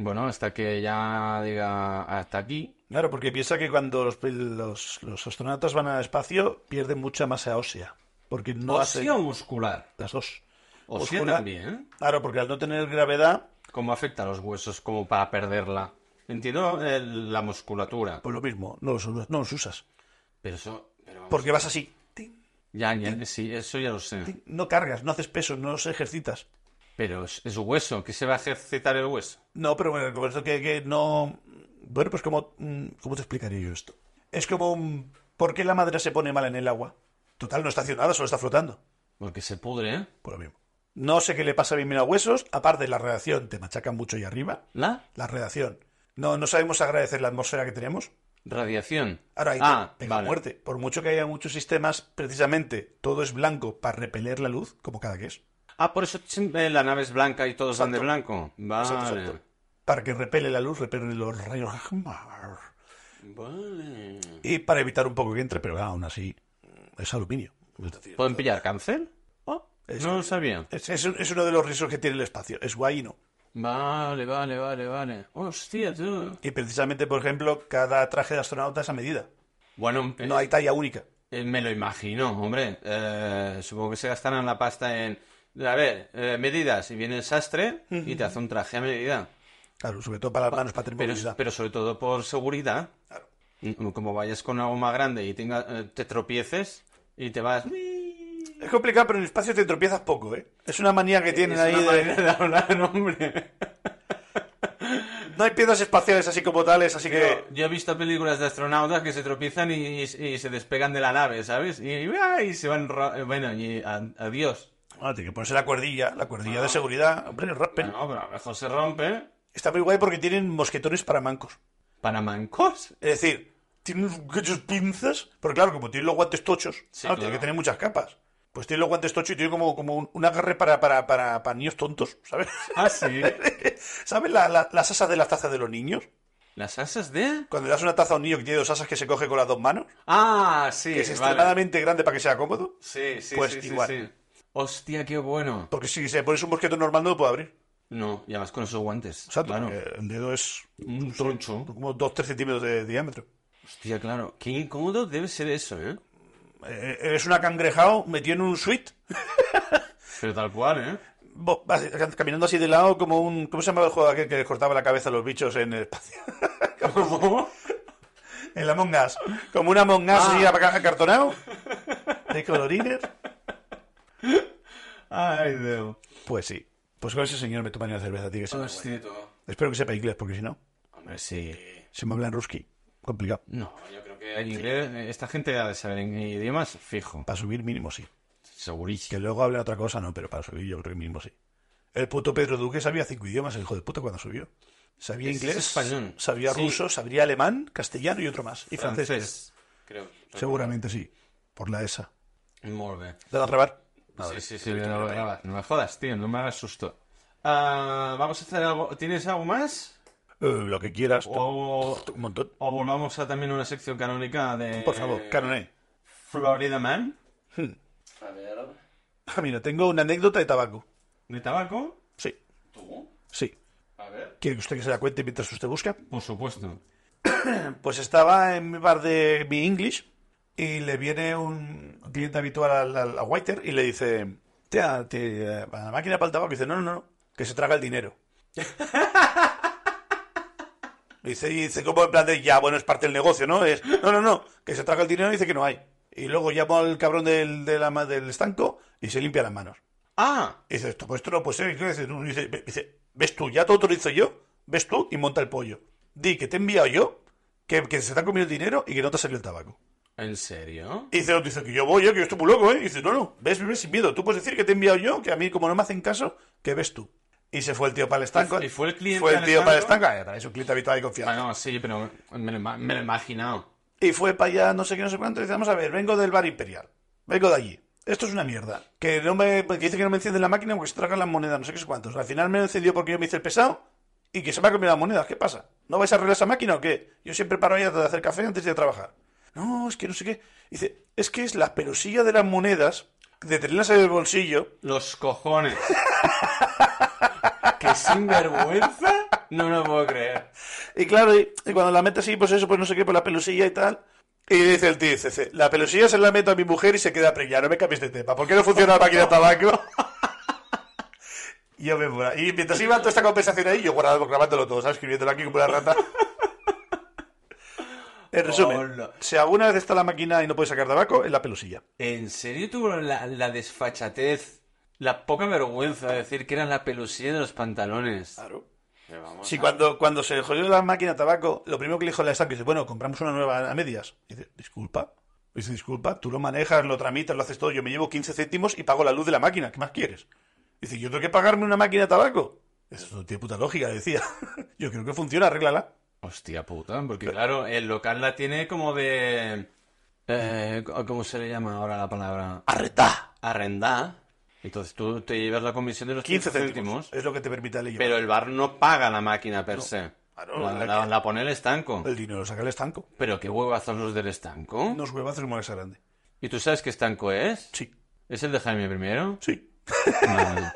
Speaker 2: Bueno, hasta que ya diga hasta aquí.
Speaker 1: Claro, porque piensa que cuando los, los, los astronautas van al espacio pierden mucha masa ósea, porque no
Speaker 2: Óseo
Speaker 1: hacen
Speaker 2: muscular.
Speaker 1: las dos.
Speaker 2: Óseo
Speaker 1: Muscular.
Speaker 2: también, ¿eh?
Speaker 1: Claro, porque al no tener gravedad,
Speaker 2: ¿Cómo afecta a los huesos como para perderla? Entiendo eh, la musculatura.
Speaker 1: pues lo mismo, no los, no los usas,
Speaker 2: Pero eso... Pero vamos.
Speaker 1: porque vas así. Tin,
Speaker 2: Ya, ya, sí, eso ya lo sé.
Speaker 1: tin. No cargas, no haces peso, no los ejercitas.
Speaker 2: Pero es, es hueso. ¿Qué se va a ejercitar el hueso?
Speaker 1: No, pero bueno, como esto que, que no... Bueno, pues como... mm, ¿Cómo te explicaría yo esto? Es como... un, ¿Por qué la madera se pone mal en el agua? Total, no está haciendo nada, solo está flotando.
Speaker 2: Porque se pudre, ¿eh?
Speaker 1: Por lo mismo. No sé qué le pasa a mis huesos, aparte la radiación te machaca mucho ahí arriba.
Speaker 2: ¿La?
Speaker 1: La radiación. No, no sabemos agradecer la atmósfera que tenemos.
Speaker 2: Radiación.
Speaker 1: Ahora hay
Speaker 2: ah, vale.
Speaker 1: muerte. Por mucho que haya muchos sistemas, precisamente todo es blanco para repeler la luz, como cada que es.
Speaker 2: Ah, por eso siempre la nave es blanca y todos van de blanco. Ah, Vale.
Speaker 1: Exacto, exacto. Para que repele la luz, repele los rayos gamma.
Speaker 2: Vale.
Speaker 1: Y para evitar un poco que entre, pero aún así es aluminio. Es decir,
Speaker 2: ¿Pueden pillar cáncer? Ah,
Speaker 1: es-
Speaker 2: no lo sabía.
Speaker 1: es, es un- es uno de los riesgos que tiene el espacio. Es guay y no.
Speaker 2: Vale, vale, vale, vale. Hostia, tú.
Speaker 1: Y precisamente, por ejemplo, cada traje de astronauta es a medida.
Speaker 2: Bueno, eh,
Speaker 1: No hay talla única.
Speaker 2: eh, me lo imagino, hombre. Eh, supongo que se gastarán la pasta en... A ver, eh, medidas. Y viene el sastre y te hace un traje a medida.
Speaker 1: Claro, sobre todo para las manos, para tener
Speaker 2: Pero,
Speaker 1: movilidad.
Speaker 2: pero sobre todo por seguridad. Mm, Como vayas con algo más grande y tenga, eh, te tropieces y te vas...
Speaker 1: Es complicado, pero en el espacio te tropiezas poco, ¿eh? Es una manía que tienen
Speaker 2: Es
Speaker 1: ahí
Speaker 2: una
Speaker 1: de...
Speaker 2: manera de hablar, hombre.
Speaker 1: No hay piedras espaciales así como tales, así que...
Speaker 2: Yo he visto películas de astronautas que se tropiezan y, y- y se despegan de la nave, ¿sabes? Y, y- ¡ah! y se van... ro- eh, Bueno, y a- adiós.
Speaker 1: Ah, tiene que ponerse la cuerdilla, la
Speaker 2: Ah.
Speaker 1: cuerdilla de seguridad. Hombre, rompen.
Speaker 2: Bueno, Ah, pero a lo mejor se rompe.
Speaker 1: Está muy guay porque tienen mosquetones para mancos.
Speaker 2: ¿Para mancos?
Speaker 1: Es decir, tienen unos gachos pinzas, pero claro, como tienen los guantes tochos,
Speaker 2: Sí,
Speaker 1: claro,
Speaker 2: claro.
Speaker 1: tiene que tener muchas capas. Pues tienen los guantes tochos y tienen como, como un, un agarre para, para, para, para niños tontos, ¿sabes?
Speaker 2: Ah, sí.
Speaker 1: ¿Sabes la- la- las asas de las tazas de los niños?
Speaker 2: ¿Las asas de...?
Speaker 1: Cuando le das una taza a un niño que tiene dos asas que se coge con las dos manos,
Speaker 2: Ah, sí.
Speaker 1: que es
Speaker 2: vale.
Speaker 1: extremadamente grande para que sea cómodo.
Speaker 2: Sí, sí,
Speaker 1: Pues
Speaker 2: sí, sí,
Speaker 1: igual.
Speaker 2: sí. Hostia, qué bueno.
Speaker 1: Porque si se pones un mosquetón normal no lo puede abrir.
Speaker 2: No, ya vas con esos guantes.
Speaker 1: Exacto. eh,
Speaker 2: Claro.
Speaker 1: porque El dedo es
Speaker 2: Un troncho.
Speaker 1: como 2-3 centímetros de diámetro.
Speaker 2: Hostia, claro. Qué incómodo debe ser eso, ¿eh?
Speaker 1: Eh, eres una cangrejao metido en un suite,
Speaker 2: Pero tal cual, ¿eh?
Speaker 1: bo- vas caminando así de lado como un... ¿Cómo se llamaba el juego aquel que les cortaba la cabeza a los bichos en el espacio?
Speaker 2: ¿Cómo?
Speaker 1: En la Among Us. Como una Among Us
Speaker 2: Ah.
Speaker 1: así acartonado. De colorines.
Speaker 2: Ay, Dios.
Speaker 1: Pues sí. Pues con ese señor me
Speaker 2: Pues
Speaker 1: tomaría una cerveza, tío. que se me guay.
Speaker 2: Hostia, tú.
Speaker 1: Espero que sepa inglés, porque si no,
Speaker 2: Hombre, sí.
Speaker 1: se me habla en ruski. complicado.
Speaker 2: Eh, No, yo creo que en inglés eh, esta gente ha de saber en idiomas fijo.
Speaker 1: Para subir mínimo sí.
Speaker 2: Segurísimo.
Speaker 1: Que luego hable otra cosa, no, pero para subir yo creo que mínimo sí. El puto Pedro Duque sabía cinco idiomas, el hijo de puta, cuando subió. Sabía
Speaker 2: Es- es
Speaker 1: inglés,
Speaker 2: español.
Speaker 1: sabía
Speaker 2: Sí.
Speaker 1: ruso, sabría alemán, castellano y otro más. Y francés.
Speaker 2: Creo.
Speaker 1: Seguramente sí. Por la ESA.
Speaker 2: Molt bé.
Speaker 1: ¿De rebar?
Speaker 2: Sí, sí, sí, no, no, no me jodas, tío, no me hagas susto. Ah, vamos a hacer algo. ¿Tienes algo más?
Speaker 1: Eh, lo que quieras.
Speaker 2: O,
Speaker 1: Un montón.
Speaker 2: o volvamos a también una sección canónica de.
Speaker 1: Por favor, eh. canoné.
Speaker 2: Florida Man,
Speaker 1: Ah, mira, tengo una anécdota de tabaco.
Speaker 2: de tabaco.
Speaker 1: Sí. Sí.
Speaker 2: A ver.
Speaker 1: ¿Quiere que usted que se la cuente mientras usted busca?
Speaker 2: Por supuesto.
Speaker 1: Pues estaba en mi bar de mi English y le viene un cliente habitual al, al- a Whiter y le dice, "Tía, te- a la máquina para el tabaco. Y dice, no, no, no, que se traga el dinero. Y dice, y dice, como en plan de, ya, bueno, es parte del negocio, ¿no? Es, no, no, no, que se traga el dinero y dice que no hay. Y luego llamo al cabrón del, de la ma- del estanco y se limpia las manos.
Speaker 2: ¡Ah!
Speaker 1: Y dice, esto, pues esto no puede ser. Y dice, tú- dice, ve- dice, ¿ves tú? Ya te autorizo yo. ¿Ves tú? Y monta el pollo. Di que te he enviado yo, que, que se te ha comido el dinero y que no te ha salido el tabaco.
Speaker 2: ¿En serio?
Speaker 1: Y dice, otro, dice que yo voy, eh, que yo estoy muy loco, ¿eh? Y dice, no, no, ves, ves sin miedo. Tú puedes decir que te he enviado yo, que a mí como no me hacen caso, que ves tú. Y se fue el tío para el estanco.
Speaker 2: ¿Y fue el cliente
Speaker 1: Fue el
Speaker 2: al
Speaker 1: tío para el
Speaker 2: estanco?
Speaker 1: estanco. Ah, ya traes un cliente habitual y confianza.
Speaker 2: Bueno, sí, pero me lo, ima- me lo he imaginado.
Speaker 1: Y fue para allá, no sé qué, no sé cuánto. Y dice, vamos a ver, vengo del bar imperial. Vengo de allí. Esto es una mierda. Que no me que dice que no me enciende la máquina porque se tragan las monedas, no sé qué sé cuántos. Al final me lo encendió porque yo me hice el pesado y que se me ha comido las monedas. ¿Qué pasa? ¿No vais a arreglar esa máquina o qué? Yo siempre paro ahí de hacer café antes de trabajar. No, es que no sé qué. Dice, es que es la perosilla de las monedas, de tenerlas en el bolsillo.
Speaker 2: Los cojones. ¡Qué sinvergüenza! No lo puedo creer.
Speaker 1: Y claro, y, y cuando la metes así, pues eso, pues no sé qué, pues la pelusilla y tal. Y dice el tío, dice, la pelusilla se la meto a mi mujer y se queda preñada, no me cambies de tema. ¿Por qué no funciona la máquina de tabaco? Y yo me mora. Y mientras iba toda esta conversación ahí, yo guardando, grabándolo todo, ¿sabes? Escribiéndolo aquí como una rata. En resumen,
Speaker 2: Hola.
Speaker 1: si alguna vez está la máquina y no puedes sacar tabaco, es la pelusilla.
Speaker 2: ¿En serio tuvo la, la desfachatez, la poca vergüenza de decir que era la pelusilla de los pantalones?
Speaker 1: Claro. Sí, cuando, cuando se jodió la máquina de tabaco, lo primero que le dijo la estanque dice, bueno, compramos una nueva a medias. Y dice, disculpa. Y dice, disculpa, tú lo manejas, lo tramitas, lo haces todo. Yo me llevo 15 céntimos y pago la luz de la máquina. ¿Qué más quieres? Y dice, yo tengo que pagarme una máquina de tabaco. Eso no tiene puta lógica, le decía. yo creo que funciona, arréglala.
Speaker 2: Hostia puta, porque claro, el local la tiene como de... eh, ¿Cómo se le llama ahora la palabra?
Speaker 1: Arretá.
Speaker 2: Arrendar. Entonces tú te llevas la comisión de los
Speaker 1: 15
Speaker 2: 15
Speaker 1: céntimos.
Speaker 2: céntimos,
Speaker 1: Es lo que te permite la ley.
Speaker 2: pero el bar no paga la máquina per se.
Speaker 1: Claro,
Speaker 2: la,
Speaker 1: la
Speaker 2: la-
Speaker 1: que-
Speaker 2: la pone el estanco.
Speaker 1: El dinero lo saca el estanco.
Speaker 2: Pero qué huevazos los del estanco.
Speaker 1: Unos huevazos como esa grande.
Speaker 2: ¿Y tú sabes qué estanco es?
Speaker 1: Sí,
Speaker 2: ¿Es el de Jaime primero?
Speaker 1: sí.
Speaker 2: Vale.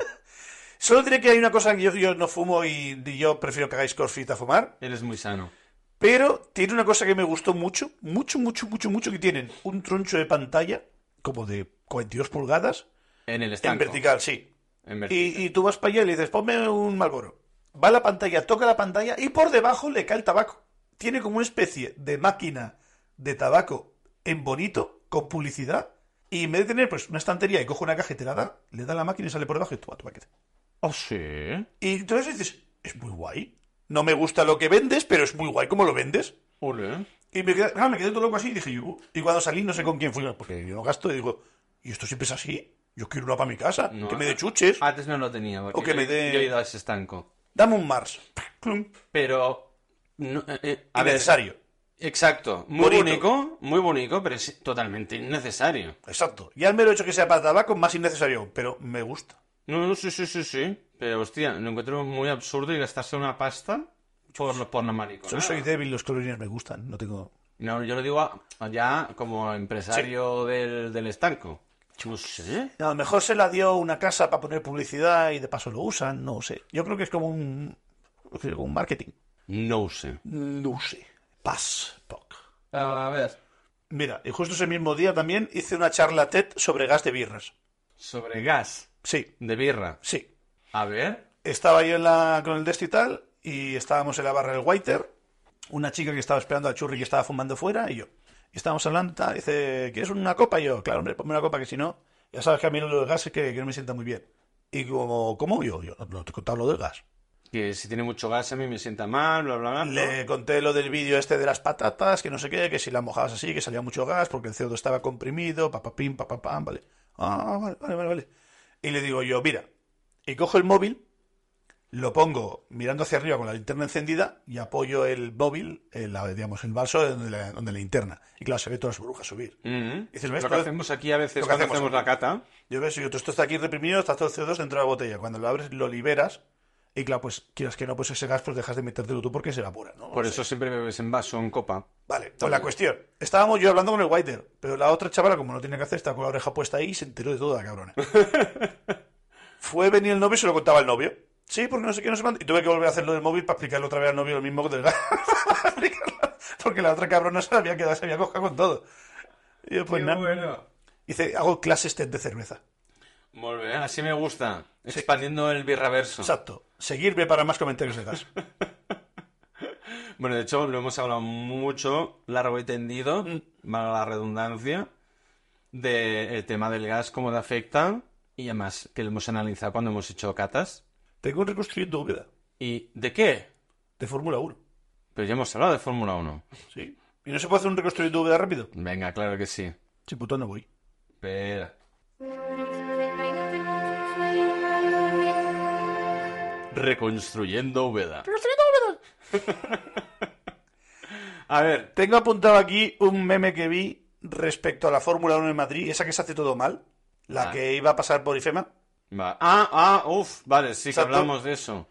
Speaker 1: Solo diré que hay una cosa que yo, yo no fumo y, y yo prefiero que hagáis crossfit a fumar.
Speaker 2: Eres muy sano.
Speaker 1: Pero tiene una cosa que me gustó mucho, mucho, mucho, mucho, mucho, que tienen un troncho de pantalla, como de 42 pulgadas,
Speaker 2: En el
Speaker 1: en
Speaker 2: estanco.
Speaker 1: vertical, sí.
Speaker 2: En vertical.
Speaker 1: Y, y tú vas para allá y le dices, ponme un Malboro. Va a la pantalla, toca la pantalla y por debajo le cae el tabaco. Tiene como una especie de máquina de tabaco en bonito, con publicidad. Y en vez de tener pues una estantería y cojo una caja y te la da, le da la máquina y sale por debajo y toma tu paquete.
Speaker 2: Oh, sí.
Speaker 1: Y entonces dices, es muy guay. No me gusta lo que vendes, pero es muy guay como lo vendes.
Speaker 2: Ole.
Speaker 1: Y me quedé, claro, me quedé todo loco así y dije, "Uh". y cuando salí no sé con quién fui, porque yo no gasto y digo, ¿y esto siempre es así? Yo quiero una para mi casa,
Speaker 2: No.
Speaker 1: que me dé chuches,
Speaker 2: Antes no lo tenía. porque
Speaker 1: O que
Speaker 2: yo-
Speaker 1: me dé-
Speaker 2: Yo he ido a ese estanco.
Speaker 1: dame un Mars. Clum.
Speaker 2: Pero. No, eh, eh, a ver,
Speaker 1: Innecesario.
Speaker 2: Exacto. Muy
Speaker 1: Bonito.
Speaker 2: bonito, muy bonito, pero es totalmente innecesario.
Speaker 1: Exacto. Ya el mero hecho que sea para tabaco, más innecesario, aún, pero me gusta.
Speaker 2: No, no, sí, sí, sí, sí. Pero hostia, lo encuentro muy absurdo y gastarse una pasta por, lo- por la
Speaker 1: Yo
Speaker 2: maricona.
Speaker 1: soy débil, los colorines me gustan, no tengo...
Speaker 2: No, yo lo digo a- ya como empresario del, del estanco. No sé.
Speaker 1: A lo mejor se la dio una casa para poner publicidad y de paso lo usan, no sé. Yo creo que es como un, como un marketing.
Speaker 2: No sé.
Speaker 1: No sé. Pas. Poc.
Speaker 2: A ver.
Speaker 1: Mira, y justo ese mismo día también hice una charla TED sobre gas de birras.
Speaker 2: Sobre gas
Speaker 1: Sí,
Speaker 2: de birra.
Speaker 1: sí.
Speaker 2: A ver.
Speaker 1: estaba yo en la, con el Desti y tal, y estábamos en la barra del Whiter, una chica que estaba esperando al churri que estaba fumando fuera, y yo. Y estábamos hablando, y tal, dice, ¿quieres una copa? Y yo, claro, hombre, ponme una copa, que si no, ya sabes que a mí lo del gas es que, que no me sienta muy bien. Y como, ¿cómo yo? Yo, no te he contado lo del gas.
Speaker 2: que si tiene mucho gas a mí me sienta mal, bla, bla, bla. ¿no?
Speaker 1: Le conté lo del vídeo este de las patatas, que no sé qué, que si la mojabas así, que salía mucho gas porque el CO2 estaba comprimido, papapim, papapam, vale. Ah, vale, vale, vale, vale. Y le digo yo, mira, y cojo el móvil, lo pongo mirando hacia arriba con la linterna encendida y apoyo el móvil, el, digamos, el vaso donde la, donde la linterna. Y claro, se ve todas las burbujas subir.
Speaker 2: Ujú.
Speaker 1: Dices, ¿ves?
Speaker 2: Mm-hmm. Lo que
Speaker 1: Todo-
Speaker 2: hacemos aquí a veces
Speaker 1: lo que
Speaker 2: cuando
Speaker 1: hacemos.
Speaker 2: hacemos la cata.
Speaker 1: Yo veo, si yo, esto está aquí reprimido, está todo el CO2 dentro de la botella. Cuando lo abres, lo liberas. Y claro, pues quieras que no, pues ese gas, pues dejas de metértelo tú porque se evapora, ¿no?
Speaker 2: Por
Speaker 1: No
Speaker 2: eso
Speaker 1: sé.
Speaker 2: siempre bebes en vaso, en copa.
Speaker 1: Vale, pues la cuestión. Estábamos yo hablando con el Whiter, pero la otra chavala, como no tiene que hacer, está con la oreja puesta ahí y se enteró de todo la cabrona. Fue venir el novio y se lo contaba al novio. Sí, porque no sé qué, no sé cuánto. Y tuve que volver a hacerlo del móvil para explicarle otra vez al novio lo mismo que del gas. Para explicarlo, porque la otra cabrona se había quedado, se había cogido con todo. Y yo, pues nada.
Speaker 2: bueno.
Speaker 1: Dice, hago clases TED de cerveza.
Speaker 2: Muy bien, así me gusta. Expandiendo el birraverso.
Speaker 1: Exacto. Seguirme para más comentarios de gas.
Speaker 2: Bueno, de hecho, lo hemos hablado mucho, largo y tendido, valga la redundancia, del tema del gas, cómo te afecta, y además que lo hemos analizado cuando hemos hecho catas.
Speaker 1: Tengo reconstruyendo bóveda
Speaker 2: ¿Y de qué?
Speaker 1: de Fórmula 1.
Speaker 2: Pero ya hemos hablado de Fórmula 1.
Speaker 1: Sí. ¿Y no se puede hacer un reconstruyendo bóveda rápido?
Speaker 2: Venga, claro que sí.
Speaker 1: Sí, puto, no voy.
Speaker 2: Espera. Reconstruyendo Úbeda. A ver,
Speaker 1: Tengo apuntado aquí un meme que vi respecto a la Fórmula 1 en Madrid, esa que se hace todo mal, la
Speaker 2: Ah.
Speaker 1: que iba a pasar por IFEMA.
Speaker 2: va. Ah, ah, uff, vale, sí que
Speaker 1: Exacto.
Speaker 2: hablamos de eso.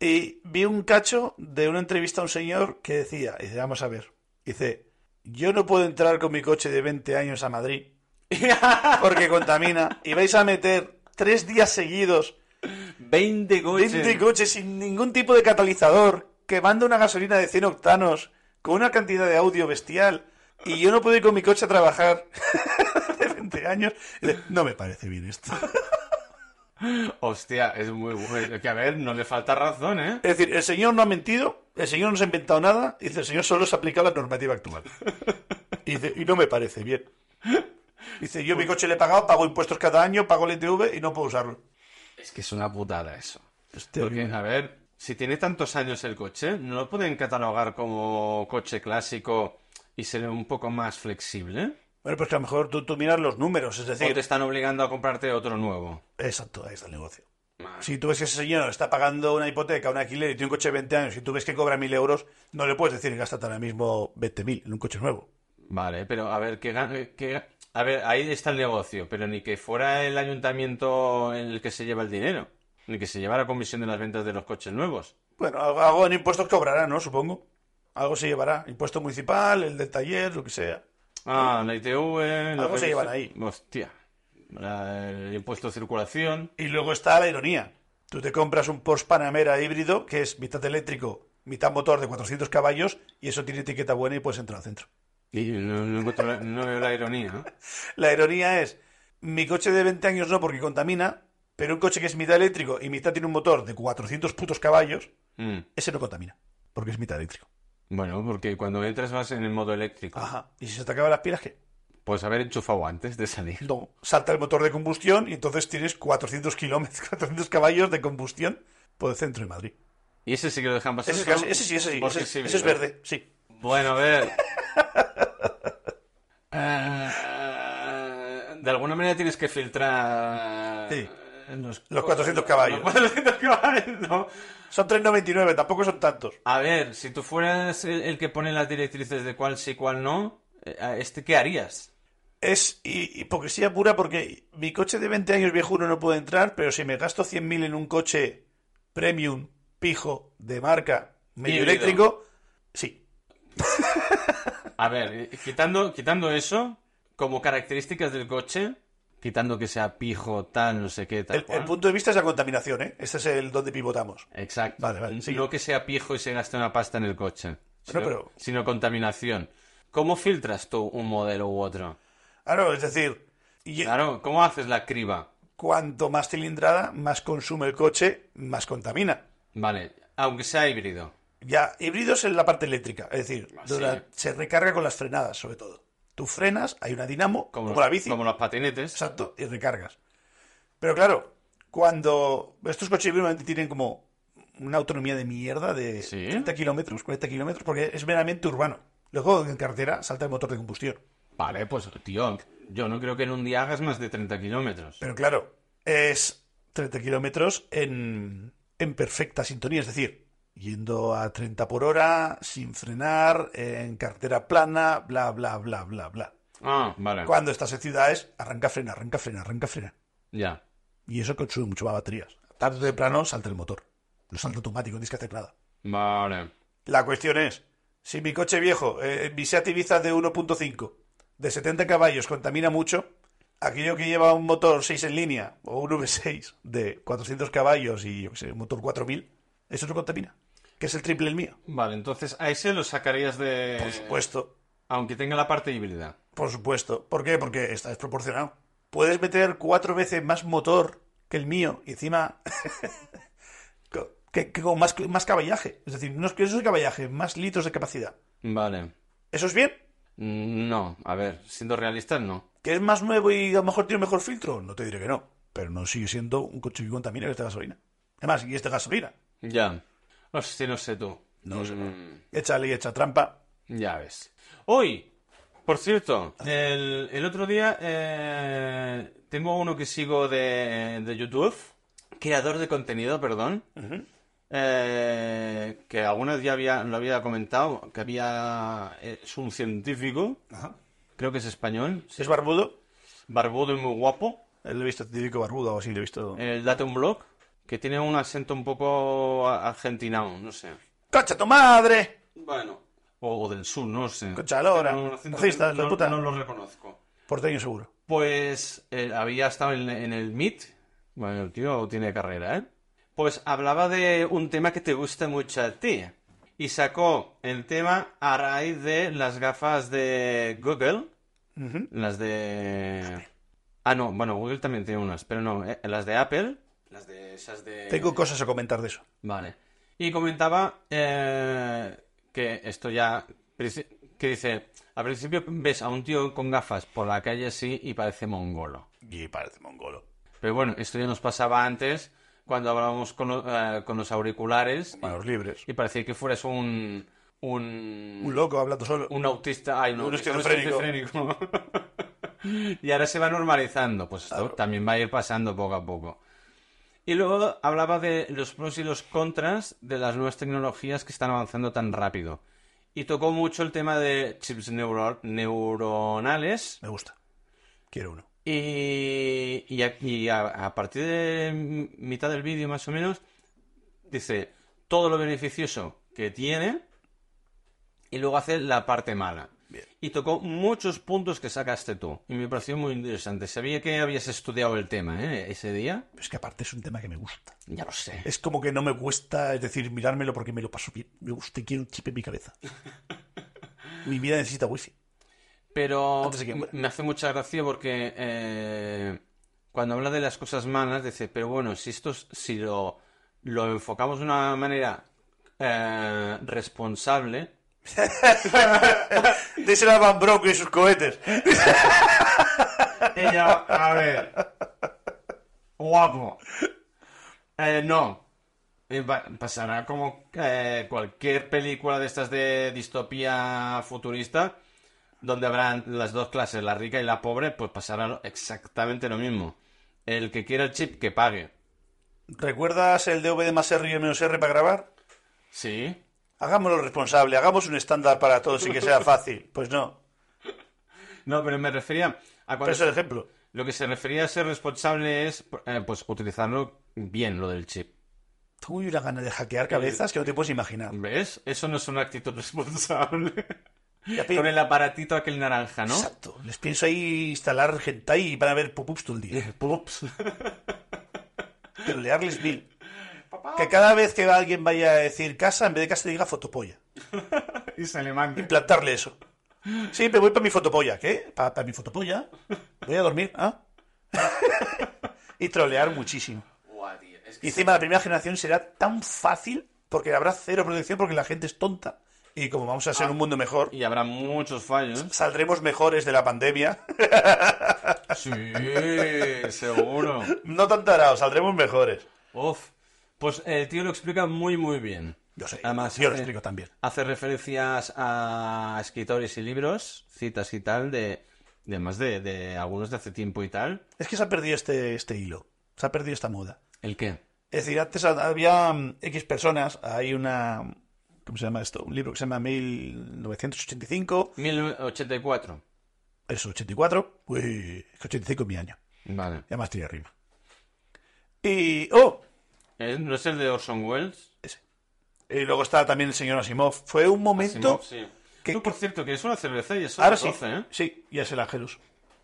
Speaker 1: Y vi un cacho de una entrevista a un señor que decía, dice, vamos a ver, dice, yo no puedo entrar con mi coche de 20 años a Madrid porque contamina y vais a meter tres días seguidos
Speaker 2: 20 coches.
Speaker 1: 20 coches sin ningún tipo de catalizador, quemando una gasolina de 100 octanos, con una cantidad de audio bestial, y yo no puedo ir con mi coche a trabajar de 20 años. No me parece bien esto.
Speaker 2: Hostia, es muy bueno. Que a ver, no le falta razón, ¿eh?
Speaker 1: Es decir, el señor no ha mentido, el señor no se ha inventado nada, y dice, el señor solo se ha aplicado la normativa actual. Y dice, y no me parece bien. Dice, yo mi coche le he pagado, pago impuestos cada año, pago el ITV y no puedo usarlo.
Speaker 2: Es que es una putada eso.
Speaker 1: Hostia,
Speaker 2: Porque, a ver, si tiene tantos años el coche, ¿no lo pueden catalogar como coche clásico y ser un poco más flexible?
Speaker 1: Bueno, pues que a lo mejor tú, tú miras los números, es
Speaker 2: ¿O te
Speaker 1: decir,
Speaker 2: están obligando a comprarte otro nuevo?
Speaker 1: exacto, ahí está el negocio. Si tú ves que ese señor está pagando una hipoteca, un alquiler y tiene un coche de 20 años y tú ves que cobra 1.000 euros, no le puedes decir gástate ahora mismo 20.000 en un coche nuevo.
Speaker 2: Vale, pero a ver, que, gan- que- a ver, ahí está el negocio, pero ni que fuera el ayuntamiento el que se lleva el dinero, ni que se llevara comisión de las ventas de los coches nuevos.
Speaker 1: Bueno, algo, algo en impuestos cobrará, ¿no? Supongo. Algo se llevará. Impuesto municipal, el del taller, lo que sea.
Speaker 2: Ah, la ITV...
Speaker 1: Algo
Speaker 2: lo que-
Speaker 1: se llevan ahí.
Speaker 2: Hostia. La- el impuesto de circulación.
Speaker 1: Y luego está la ironía. Tú te compras un Porsche Panamera híbrido que es mitad eléctrico, mitad motor de 400 caballos y eso tiene etiqueta buena y puedes entrar al centro.
Speaker 2: Y no, no encuentro la- no veo la ironía.
Speaker 1: La ironía es, mi coche de 20 años no porque contamina, pero un coche que es mitad eléctrico y mitad tiene un motor de 400 putos caballos,
Speaker 2: Mm.
Speaker 1: ese no contamina, porque es mitad eléctrico.
Speaker 2: Bueno, porque cuando entras vas en el modo eléctrico.
Speaker 1: Ajá. ¿Y si se te acaban las pilas, qué?
Speaker 2: Pues haber enchufado antes de salir.
Speaker 1: No. Salta el motor de combustión y entonces tienes 400 kilómetros, 400 caballos de combustión por el centro de Madrid.
Speaker 2: Y ese sí que lo dejan pasar.
Speaker 1: Ese, es- ¿eh? ese sí, ese sí.
Speaker 2: Porque
Speaker 1: Ese,
Speaker 2: sí,
Speaker 1: ese es
Speaker 2: ¿verdad?
Speaker 1: verde, sí.
Speaker 2: Bueno, a ver. Eh, de alguna manera tienes que filtrar.
Speaker 1: Sí.
Speaker 2: Los,
Speaker 1: Los 400 caballos.
Speaker 2: Los 400 caballos, ¿no?
Speaker 1: Son 3,99, tampoco son tantos.
Speaker 2: A ver, si tú fueras el, el que pone las directrices de cuál sí y cuál no, eh, a este, ¿qué harías?
Speaker 1: Es hi- hipocresía pura porque mi coche de 20 años viejuno no puede entrar, pero si me gasto 100.000 en un coche premium, pijo, de marca, medio
Speaker 2: Híbrido.
Speaker 1: eléctrico, sí.
Speaker 2: A ver, eh, quitando, quitando eso, como características del coche, quitando que sea pijo, tal, no sé qué, tal.
Speaker 1: El, el
Speaker 2: cual.
Speaker 1: punto de vista es la contaminación, ¿eh? Este es el donde pivotamos.
Speaker 2: Exacto.
Speaker 1: Vale, vale, sigue.
Speaker 2: No que sea pijo y se gaste una pasta en el coche. Sino,
Speaker 1: pero-
Speaker 2: sino contaminación. ¿Cómo filtras tú un modelo u otro?
Speaker 1: Claro, es decir, y-
Speaker 2: Claro, ¿cómo haces la criba?
Speaker 1: cuanto más cilindrada, más consume el coche, más contamina.
Speaker 2: Vale, aunque sea híbrido.
Speaker 1: Ya, híbridos en la parte eléctrica, es decir,
Speaker 2: Ah,
Speaker 1: dura-
Speaker 2: sí.
Speaker 1: se recarga con las frenadas, sobre todo. Tú frenas, hay una dinamo, como,
Speaker 2: los-
Speaker 1: la bici,
Speaker 2: Como los patinetes.
Speaker 1: exacto, y recargas. Pero claro, cuando estos coches híbridos normalmente tienen como una autonomía de mierda de
Speaker 2: Sí.
Speaker 1: 30 kilómetros, 40 kilómetros, porque es meramente urbano. Luego en carretera salta el motor de combustión.
Speaker 2: Vale, pues tío, yo no creo que en un día hagas más de 30 kilómetros.
Speaker 1: Pero claro, es 30 kilómetros en, en perfecta sintonía, es decir, yendo a 30 por hora, sin frenar, en carretera plana, bla, bla, bla, bla, bla.
Speaker 2: Ah, vale.
Speaker 1: Cuando estás en ciudades, arranca, frena, arranca, frena, arranca, frena.
Speaker 2: Ya.
Speaker 1: Y eso consume mucho más baterías. Tarde o temprano salta el motor. No salta automático, no tienes que hacer nada.
Speaker 2: Vale.
Speaker 1: La cuestión es, si mi coche viejo, eh, mi Seat Ibiza de 1.5, de 70 caballos, contamina mucho, aquello que lleva un motor 6 en línea o un V6 de 400 caballos y yo qué sé, un motor 4000, eso no contamina, que es el triple el mío.
Speaker 2: Vale, entonces a ese lo sacarías de...
Speaker 1: Por supuesto,
Speaker 2: Aunque tenga la parte híbrida.
Speaker 1: por supuesto. ¿Por qué? Porque está desproporcionado. Puedes meter cuatro veces más motor que el mío y encima co- que, que con más, más caballaje. Es decir, no es que eso es caballaje, más litros de capacidad.
Speaker 2: Vale.
Speaker 1: ¿Eso es bien?
Speaker 2: Mm, No, a ver, siendo realistas, no.
Speaker 1: ¿Que es más nuevo y a lo mejor tiene un mejor filtro? No te diré que no. Pero no sigue siendo un coche que contamina que esta gasolina. Además, y esta gasolina.
Speaker 2: Ya. Hostia, no sé tú.
Speaker 1: No lo sé.
Speaker 2: Mm,
Speaker 1: Echa ley, echa trampa.
Speaker 2: Ya ves. Hoy, por cierto, el, el otro día eh, tengo uno que sigo de, de YouTube, creador de contenido, perdón, eh, que alguna vez ya había, lo había comentado, que había eh, es un científico, creo que es español,
Speaker 1: ¿Es barbudo?
Speaker 2: barbudo y muy guapo,
Speaker 1: Lo he visto típico barbudo o así, lo he visto.
Speaker 2: el Date un Blog, que tiene un acento un poco a- argentinado, no sé.
Speaker 1: ¡Concha tu madre!
Speaker 2: Bueno. O, o del sur, no sé.
Speaker 1: Concha la hora,
Speaker 2: Tiene un acento
Speaker 1: racista,
Speaker 2: que no-
Speaker 1: la puta.
Speaker 2: no lo reconozco.
Speaker 1: Porteño seguro.
Speaker 2: Pues eh, había estado en, en el Meet. Bueno, el tío tiene carrera, ¿eh? Pues hablaba de un tema que te gusta mucho a ti. Y sacó el tema a raíz de las gafas de Google.
Speaker 1: Ujú.
Speaker 2: Las de... Ah, no, bueno, Google también tiene unas, pero no, eh, las de Apple. Las de esas de...
Speaker 1: Tengo cosas a comentar de eso.
Speaker 2: Vale. Y comentaba eh, que esto ya. Que dice: al principio ves a un tío con gafas por la calle así y parece mongolo.
Speaker 1: Y parece mongolo.
Speaker 2: Pero bueno, esto ya nos pasaba antes cuando hablábamos con, lo- eh, con los auriculares
Speaker 1: Manos libres.
Speaker 2: y parecía que fueras un. Un,
Speaker 1: Un loco hablando solo.
Speaker 2: un autista. Ay, no,
Speaker 1: Un
Speaker 2: esto no es
Speaker 1: esquizofrénico.
Speaker 2: esquizofrénico. y ahora se va normalizando. Pues esto también va a ir pasando poco a poco. Y luego hablaba de los pros y los contras de las nuevas tecnologías que están avanzando tan rápido. Y tocó mucho el tema de chips neuro- neuronales.
Speaker 1: Me gusta. Quiero uno.
Speaker 2: Y, y a, y a- a partir de m- mitad del vídeo, más o menos, dice todo lo beneficioso que tiene y luego hace la parte mala.
Speaker 1: Bien.
Speaker 2: Y tocó muchos puntos que sacaste tú. Y me pareció muy interesante. Sabía que habías estudiado el tema, ¿eh? Ese día.
Speaker 1: Es que aparte es un tema que me gusta.
Speaker 2: Ya lo sé.
Speaker 1: Es como que no me cuesta, es decir, mirármelo porque me lo paso bien. Me gusta y quiero un chip en mi cabeza. mi vida necesita wifi.
Speaker 2: Pero
Speaker 1: Antes de que
Speaker 2: m-
Speaker 1: muera.
Speaker 2: me hace mucha gracia porque eh, cuando habla de las cosas malas, dice, pero bueno, si esto es- si lo, lo enfocamos de una manera eh, responsable,
Speaker 1: Díselo a Van Brock y sus cohetes.
Speaker 2: ella, a ver, guapo. Eh, no, Eh, va- pasará como eh, cualquier película de estas de distopía futurista, donde habrán las dos clases, la rica y la pobre, pues pasará lo- exactamente lo mismo. El que quiera el chip, que pague.
Speaker 1: ¿Recuerdas el DVD más R y menos R para grabar?
Speaker 2: Sí.
Speaker 1: Hagámoslo responsable, hagamos un estándar para todos y que sea fácil. Pues no.
Speaker 2: No, pero me refería a
Speaker 1: Pero
Speaker 2: cuando...
Speaker 1: es el ejemplo.
Speaker 2: Lo que se refería a ser responsable es, eh, pues, utilizarlo bien, lo del chip.
Speaker 1: Tengo una gana de hackear cabezas que no te puedes imaginar.
Speaker 2: ¿Ves? Eso no es una actitud responsable.
Speaker 1: Y a pi-
Speaker 2: Con el aparatito aquel naranja, ¿no?
Speaker 1: Exacto. Les pienso ahí instalar hentai y van a ver pop-ups todo el día.
Speaker 2: Pups.
Speaker 1: Pero learles mil. Que cada vez que alguien vaya a decir casa, en vez de casa diga fotopolla.
Speaker 2: Y se le manda.
Speaker 1: Implantarle eso. Sí, me voy para mi fotopolla. ¿Qué? ¿Para mi fotopolla? Voy a dormir. ¿Ah? y trolear muchísimo.
Speaker 2: Buah, tío, es
Speaker 1: Y
Speaker 2: que-
Speaker 1: encima la primera generación será tan fácil porque habrá cero protección porque la gente es tonta. Y como vamos a ser un mundo mejor,
Speaker 2: Ah. Y habrá muchos fallos.
Speaker 1: saldremos mejores de la pandemia.
Speaker 2: Sí, seguro.
Speaker 1: No tan tarados, saldremos mejores.
Speaker 2: Uf. Pues el tío lo explica muy, muy bien.
Speaker 1: Yo sé.
Speaker 2: Además,
Speaker 1: yo lo
Speaker 2: hace-
Speaker 1: explico también.
Speaker 2: Hace referencias a escritores y libros, citas y tal, de, de más de, de algunos de hace tiempo y tal.
Speaker 1: Es que se ha perdido este, este hilo. Se ha perdido esta moda.
Speaker 2: ¿El qué?
Speaker 1: Es decir, antes había mm, X personas. Hay una. ¿Cómo se llama esto? Un libro que se llama 1985.
Speaker 2: 1084.
Speaker 1: Es 84. Uy, es que 85 es mi año.
Speaker 2: Vale.
Speaker 1: Ya más tiene rima. Y. ¡Oh!
Speaker 2: ¿Eh? ¿No es el de Orson Welles?
Speaker 1: Y luego está también el señor Asimov. Fue un momento.
Speaker 2: Asimov, sí.
Speaker 1: que-
Speaker 2: Tú, por cierto, que es una cerveza y es
Speaker 1: Ahora
Speaker 2: las
Speaker 1: sí.
Speaker 2: 12, ¿eh?
Speaker 1: Sí, ya es el Angelus.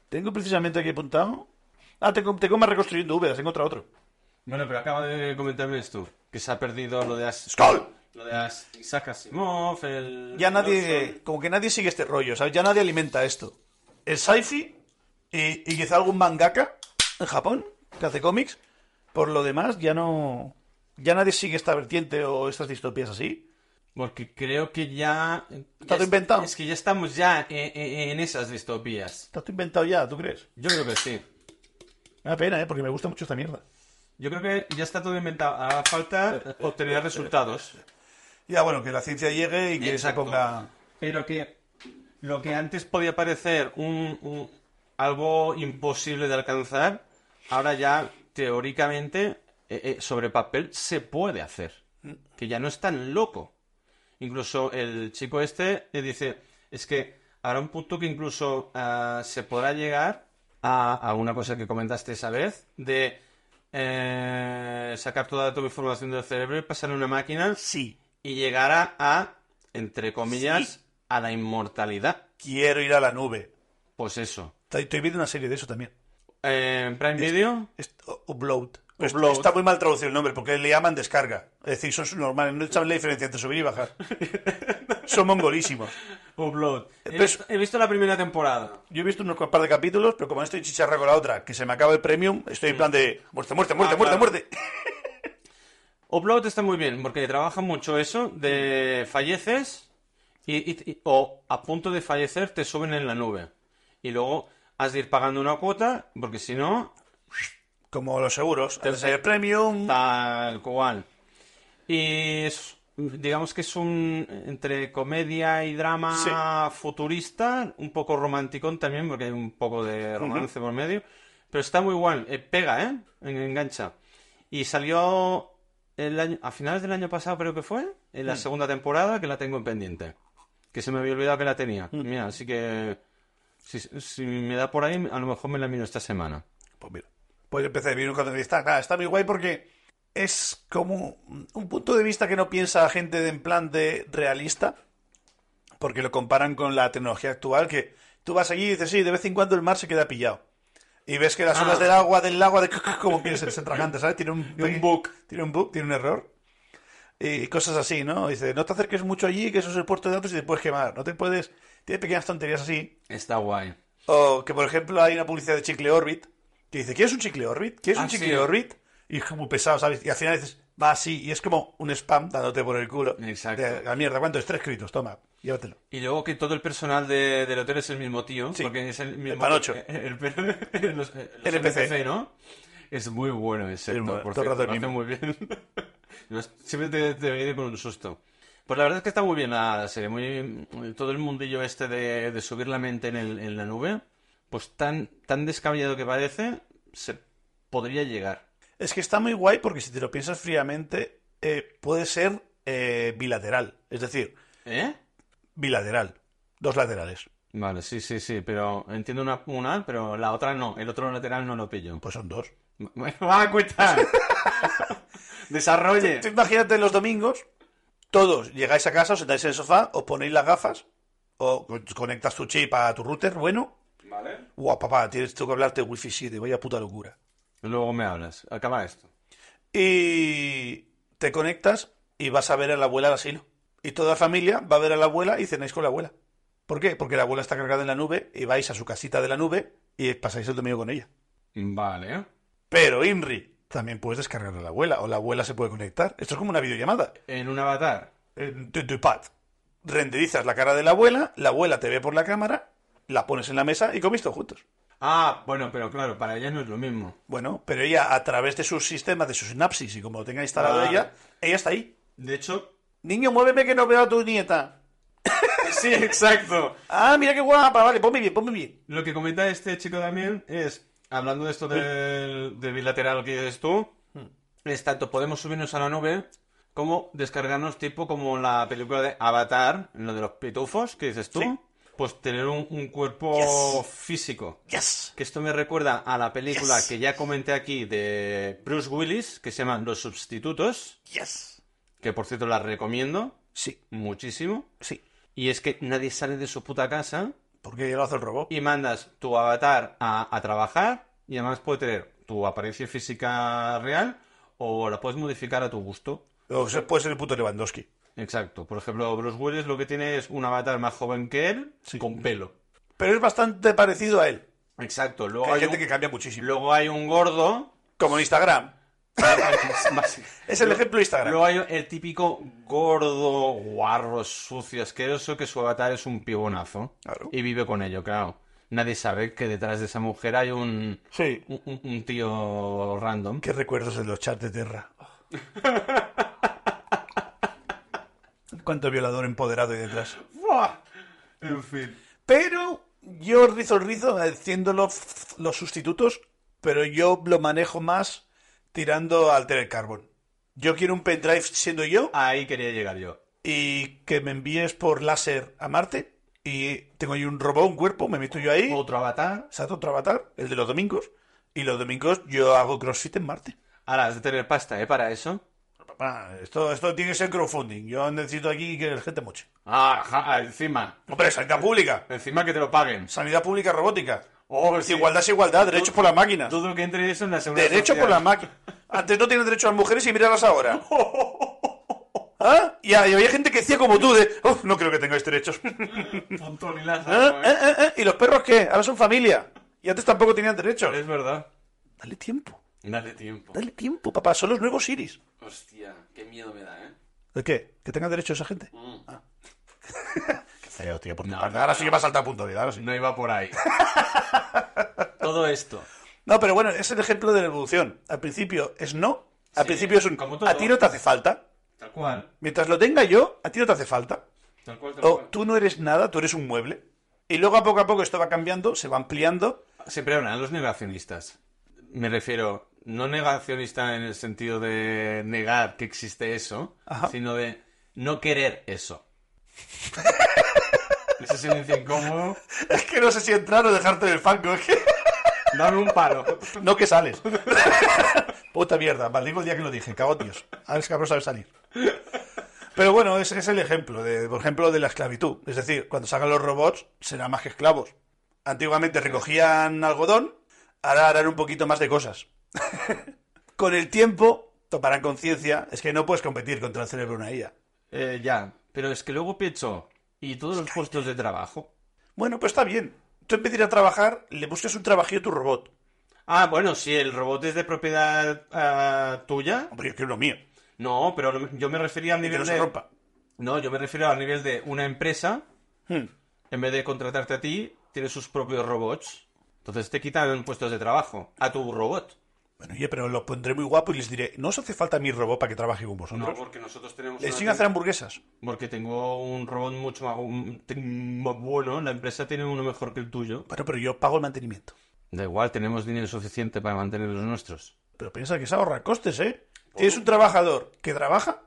Speaker 1: Tengo precisamente aquí apuntado. Ah, tengo, tengo más reconstruyendo Úbedas, he encontrado otro.
Speaker 2: Bueno, pero acaba de comentarme esto, que se ha perdido lo de As...
Speaker 1: ¡Skol!
Speaker 2: Lo de As... Isaac Asimov, el...
Speaker 1: Ya nadie.
Speaker 2: Orson.
Speaker 1: Como que nadie sigue este rollo, ¿sabes? Ya nadie alimenta esto. El sci-fi y, y quizá algún mangaka en Japón que hace cómics. Por lo demás, ya no. Ya nadie sigue esta vertiente o estas distopías así.
Speaker 2: Porque creo que ya...
Speaker 1: Está
Speaker 2: ya-
Speaker 1: inventado.
Speaker 2: Es que ya estamos ya en, en- en esas distopías.
Speaker 1: Está todo inventado ya, ¿tú crees?
Speaker 2: Yo creo que sí.
Speaker 1: Una pena, ¿eh? Porque me gusta mucho esta mierda.
Speaker 2: Yo creo que ya está todo inventado. Ahora falta obtener resultados.
Speaker 1: Ya, bueno, que la ciencia llegue y que
Speaker 2: Exacto.
Speaker 1: se ponga.
Speaker 2: Pero que lo que antes podía parecer un, un- algo imposible de alcanzar, ahora ya teóricamente eh, eh, sobre papel se puede hacer. Que ya no es tan loco. Incluso el chico este le dice, es que habrá un punto que incluso ah, se podrá llegar a, a una cosa que comentaste esa vez, de eh, sacar toda tu información del cerebro y pasar a una máquina
Speaker 1: Sí,
Speaker 2: y llegara a, entre comillas, a la inmortalidad.
Speaker 1: quiero ir a la nube.
Speaker 2: Pues eso.
Speaker 1: Estoy estoy viendo una serie de eso también.
Speaker 2: Eh, ¿En Prime Video?
Speaker 1: Es- o- Upload. Pues
Speaker 2: Upload.
Speaker 1: Está muy mal traducido el nombre porque le llaman descarga. Es decir, son normales, no saben la diferencia entre subir y bajar. son mongolísimos.
Speaker 2: Upload. He,
Speaker 1: Pero es-
Speaker 2: visto, he visto la primera temporada.
Speaker 1: Yo he visto unos par de capítulos, pero como no estoy chicharra con la otra, que se me acaba el premium, estoy en plan de muerte, muerte, muerte,
Speaker 2: Ah,
Speaker 1: muerte,
Speaker 2: claro.
Speaker 1: muerte.
Speaker 2: Upload está muy bien porque trabaja mucho eso de falleces y, y- y- o a punto de fallecer te suben en la nube. Y luego has de ir pagando una cuota porque si no,
Speaker 1: Como los seguros, antes el premium.
Speaker 2: Tal cual. Y es, digamos que es un entre comedia y drama futurista, un poco romanticón también, porque hay un poco de romance por medio. Pero está muy guay, eh, pega, ¿eh? En- Engancha. Y salió el año, a finales del año pasado, creo que fue, en la segunda temporada, que la tengo en pendiente. Que se me había olvidado que la tenía. Mira, así que si, si me da por ahí, a lo mejor me la miro esta semana.
Speaker 1: Pues mira, pues empecé a vivir un contenido y está, claro, está muy guay porque es como un punto de vista que no piensa gente de en plan de realista, porque lo comparan con la tecnología actual, que tú vas allí y dices, sí, de vez en cuando el mar se queda pillado. Y ves que las
Speaker 2: Ah.
Speaker 1: olas del agua, del lago, de como que se, se traganta, ¿sabes? Tiene un,
Speaker 2: Tiene un bug.
Speaker 1: Tiene un bug, tiene un error. Y cosas así, ¿no? Dice, no te acerques mucho allí, que eso es el puerto de datos y te puedes quemar. No te puedes... Tiene pequeñas tonterías así.
Speaker 2: Está guay.
Speaker 1: O que, por ejemplo, hay una publicidad de chicle Orbit que dice, ¿quieres un chicle Orbit? ¿Quieres
Speaker 2: Ah,
Speaker 1: un chicle
Speaker 2: sí.
Speaker 1: Orbit? Y es como pesado, ¿sabes? Y al final dices, va así, y es como un spam dándote por el culo.
Speaker 2: Exacto.
Speaker 1: De, la mierda, ¿cuánto es? Tres créditos, toma, llévatelo.
Speaker 2: Y luego que todo el personal de, del hotel es el mismo tío,
Speaker 1: Sí,
Speaker 2: porque es el mismo...
Speaker 1: panocho.
Speaker 2: El, el- los, los
Speaker 1: NPC.
Speaker 2: NPC, ¿no? Es muy bueno ese
Speaker 1: Es
Speaker 2: actor,
Speaker 1: muy-
Speaker 2: por
Speaker 1: todo el
Speaker 2: cierto,
Speaker 1: rato el
Speaker 2: lo hace muy bien. Además, Siempre te, te viene con un susto. Pues la verdad es que está muy bien la, la serie, muy, todo el mundillo este de, de subir la mente en, el- en la nube, pues tan, tan descabellado que parece, se podría llegar.
Speaker 1: Es que está muy guay porque si te lo piensas fríamente, eh, puede ser eh, bilateral. Es decir,
Speaker 2: ¿Eh?
Speaker 1: bilateral. Dos laterales.
Speaker 2: Vale, sí, sí, sí, pero entiendo una, una, pero la otra no, el otro lateral no lo pillo.
Speaker 1: Pues son dos.
Speaker 2: Bueno, va a cuenta. Desarrolle.
Speaker 1: Tú imagínate los domingos, todos llegáis a casa, os sentáis en el sofá, os ponéis las gafas, o con- conectas tu chip a tu router, bueno. Vale. Guau, papá, tienes tú que hablarte Wi-Fi 7, vaya puta locura.
Speaker 2: Luego me hablas. Acaba esto.
Speaker 1: Y te conectas y vas a ver a la abuela al asilo. Y toda la familia va a ver a la abuela y cenáis con la abuela. ¿Por qué? Porque la abuela está cargada en la nube y vais a su casita de la nube y pasáis el domingo con ella.
Speaker 2: Vale.
Speaker 1: Pero, Inri, también puedes descargar a la abuela o la abuela se puede conectar. Esto es como una videollamada.
Speaker 2: En un avatar.
Speaker 1: en tu, tu pad. Renderizas la cara de la abuela, la abuela te ve por la cámara, la pones en la mesa y coméis todos juntos.
Speaker 2: Ah, bueno, pero claro, para ella no es lo mismo.
Speaker 1: Bueno, pero ella, a través de sus sistemas, de su sinapsis y como lo tenga instalado
Speaker 2: Ah.
Speaker 1: ella, ella está ahí.
Speaker 2: De hecho,
Speaker 1: Niño, muéveme que no veo a tu nieta.
Speaker 2: sí, exacto.
Speaker 1: Ah, mira qué guapa, vale, ponme bien, ponme bien.
Speaker 2: Lo que comenta este chico también es, hablando de esto del, de bilateral que dices tú,
Speaker 1: Hmm.
Speaker 2: es tanto podemos subirnos a la nube como descargarnos tipo como la película de Avatar, lo de los pitufos que dices tú,
Speaker 1: Sí.
Speaker 2: pues tener un, un cuerpo
Speaker 1: Yes.
Speaker 2: físico.
Speaker 1: Yes.
Speaker 2: Que esto me recuerda a la película
Speaker 1: Yes.
Speaker 2: que ya comenté aquí de Bruce Willis, que se llama Los Substitutos,
Speaker 1: Yes.
Speaker 2: que por cierto la recomiendo
Speaker 1: Sí,
Speaker 2: muchísimo.
Speaker 1: sí.
Speaker 2: Y es que nadie sale de su puta casa
Speaker 1: Porque ya lo hace el robot.
Speaker 2: y mandas tu avatar a, a trabajar y además puede tener tu apariencia física real o la puedes modificar a tu gusto.
Speaker 1: O sea, puede ser el puto Lewandowski.
Speaker 2: Exacto. Por ejemplo, Bruce Willis lo que tiene es un avatar más joven que él
Speaker 1: Sí.
Speaker 2: con pelo.
Speaker 1: Pero es bastante parecido a él.
Speaker 2: Exacto.
Speaker 1: Que
Speaker 2: Luego
Speaker 1: hay
Speaker 2: hay, un,
Speaker 1: gente que cambia muchísimo.
Speaker 2: luego hay un gordo.
Speaker 1: Como en Instagram. Es el ejemplo de Instagram.
Speaker 2: Luego hay el típico gordo, guarro, sucio, asqueroso, que su avatar es un pibonazo.
Speaker 1: Claro.
Speaker 2: Y vive con ello, claro. Nadie sabe que detrás de esa mujer hay un,
Speaker 1: Sí.
Speaker 2: un- un- un tío random.
Speaker 1: Qué recuerdos de los chats de Terra. Cuánto violador empoderado y detrás.
Speaker 2: En fin.
Speaker 1: Pero yo rizo el rizo haciendo los, los sustitutos, pero yo lo manejo más tirando al Altered Carbon. Yo quiero un pendrive siendo yo
Speaker 2: Ahí quería llegar yo.
Speaker 1: y que me envíes por láser a Marte. Y tengo ahí un robot, un cuerpo, me meto yo ahí,
Speaker 2: Otro avatar.
Speaker 1: saco otro avatar, el de los domingos. Y los domingos yo hago crossfit en Marte.
Speaker 2: Ahora has de tener pasta, ¿eh? Para eso.
Speaker 1: Papá, esto, esto tiene que ser crowdfunding. Yo necesito aquí que la gente moche.
Speaker 2: Ajá, Ah, encima.
Speaker 1: Hombre, sanidad pública.
Speaker 2: Encima que te lo paguen.
Speaker 1: Sanidad pública robótica.
Speaker 2: Oh, sí.
Speaker 1: Igualdad es igualdad, derechos por la máquina.
Speaker 2: Todo que entre eso en la seguridad.
Speaker 1: Derecho por la
Speaker 2: Social.
Speaker 1: máquina. Antes no tienen derecho a las mujeres y míralas ahora. ¿Ah? Y hay- había gente que decía como tú de, "Uf, no creo que tengáis derechos.
Speaker 2: Punto ni lazo,
Speaker 1: ¿Ah?
Speaker 2: ¿eh?
Speaker 1: ¿Eh, eh, eh? ¿Y los perros qué? Ahora son familia. Y antes tampoco tenían derechos.
Speaker 2: Es verdad.
Speaker 1: Dale tiempo,
Speaker 2: Dale tiempo.
Speaker 1: dale tiempo, papá. Son los nuevos Iris.
Speaker 2: Hostia, qué miedo me da, ¿eh?
Speaker 1: ¿De qué? ¿Que tengan derecho esa gente? Ah. qué feo, tío. por tu
Speaker 2: Mm. No,
Speaker 1: parte.
Speaker 2: no,
Speaker 1: ahora sí que va a saltar puntualidad, ahora sí.
Speaker 2: No iba por ahí. Todo esto.
Speaker 1: No, pero bueno, es el ejemplo de la evolución. Al principio es no, al
Speaker 2: Sí,
Speaker 1: principio es un
Speaker 2: como todo.
Speaker 1: a ti no te hace falta.
Speaker 2: Tal cual.
Speaker 1: Mientras lo tenga yo, a ti no te hace falta.
Speaker 2: Tal cual, tal
Speaker 1: O
Speaker 2: cual.
Speaker 1: tú no eres nada, tú eres un mueble. Y luego a poco a poco esto va cambiando, se va ampliando.
Speaker 2: Siempre hablan los negacionistas. Me refiero, no negacionista en el sentido de negar que existe eso,
Speaker 1: Ajá.
Speaker 2: sino de no querer eso. Ese silencio incómodo,
Speaker 1: Es que no sé si entrar o dejarte en el fango. es que-
Speaker 2: dame un palo.
Speaker 1: No que sales. Puta mierda, maldigo el día que lo dije, cago en Dios. Ah, A ver si cabrón sabe salir. Pero bueno, es, es el ejemplo, de, por ejemplo, de la esclavitud. Es decir, cuando salgan los robots, serán más que esclavos. Antiguamente recogían algodón, ahora harán un poquito más de cosas. Con el tiempo, tomarán conciencia, es que no puedes competir contra el cerebro de una IA.
Speaker 2: Eh, ya, pero es que luego pienso, ¿y todos los puestos de trabajo?
Speaker 1: Bueno, pues está bien. Tú en vez de ir a trabajar, le buscas un trabajillo a tu robot.
Speaker 2: Ah, bueno, si el robot es de propiedad ah, tuya.
Speaker 1: Hombre, yo quiero lo mío.
Speaker 2: No, pero yo me refería al
Speaker 1: Y que
Speaker 2: nivel
Speaker 1: no se
Speaker 2: de...
Speaker 1: rompa.
Speaker 2: No, yo me refiero al nivel de una empresa
Speaker 1: Hmm.
Speaker 2: en vez de contratarte a ti, tiene sus propios robots. Entonces te quitan puestos de trabajo a tu robot.
Speaker 1: Bueno, oye, pero lo pondré muy guapo y les diré, no os hace falta mi robot para que trabaje con vosotros.
Speaker 2: porque nosotros tenemos.
Speaker 1: Le enseño a hacer hamburguesas.
Speaker 2: Porque tengo un robot mucho más, un- ten- más bueno. La empresa tiene uno mejor que el tuyo.
Speaker 1: Bueno, pero yo pago el mantenimiento.
Speaker 2: Da igual, tenemos dinero suficiente para mantener los nuestros.
Speaker 1: Pero piensa que se ahorra costes, ¿eh? Tienes un trabajador que trabaja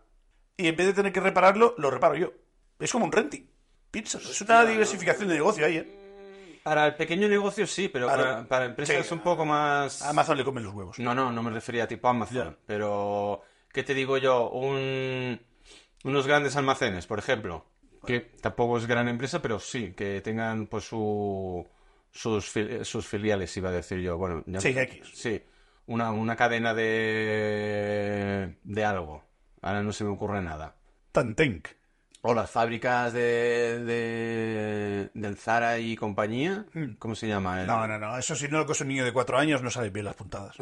Speaker 1: y en vez de tener que repararlo, lo reparo yo. Es como un renting. Piensas, es una diversificación de negocio ahí, ¿eh?
Speaker 2: Para el pequeño negocio sí, pero
Speaker 1: Claro.
Speaker 2: para, para empresas
Speaker 1: Sí. Ah,
Speaker 2: un poco más.
Speaker 1: A Amazon le comen los huevos.
Speaker 2: No, no, no me refería a tipo Amazon. Pero, ¿qué te digo yo? Un- unos grandes almacenes, por ejemplo. Que tampoco es gran empresa, pero sí, que tengan pues su, sus, fil- sus filiales, iba a decir yo. Bueno, ya-
Speaker 1: Sí, X.
Speaker 2: Sí, una, una cadena de, de algo. Ahora no se me ocurre nada.
Speaker 1: Tantenk.
Speaker 2: O las fábricas de, de, del Zara y compañía. ¿Cómo se llama?
Speaker 1: Mm.
Speaker 2: El-
Speaker 1: No, no, no. Eso si no lo coge un niño de cuatro años no sale bien las puntadas.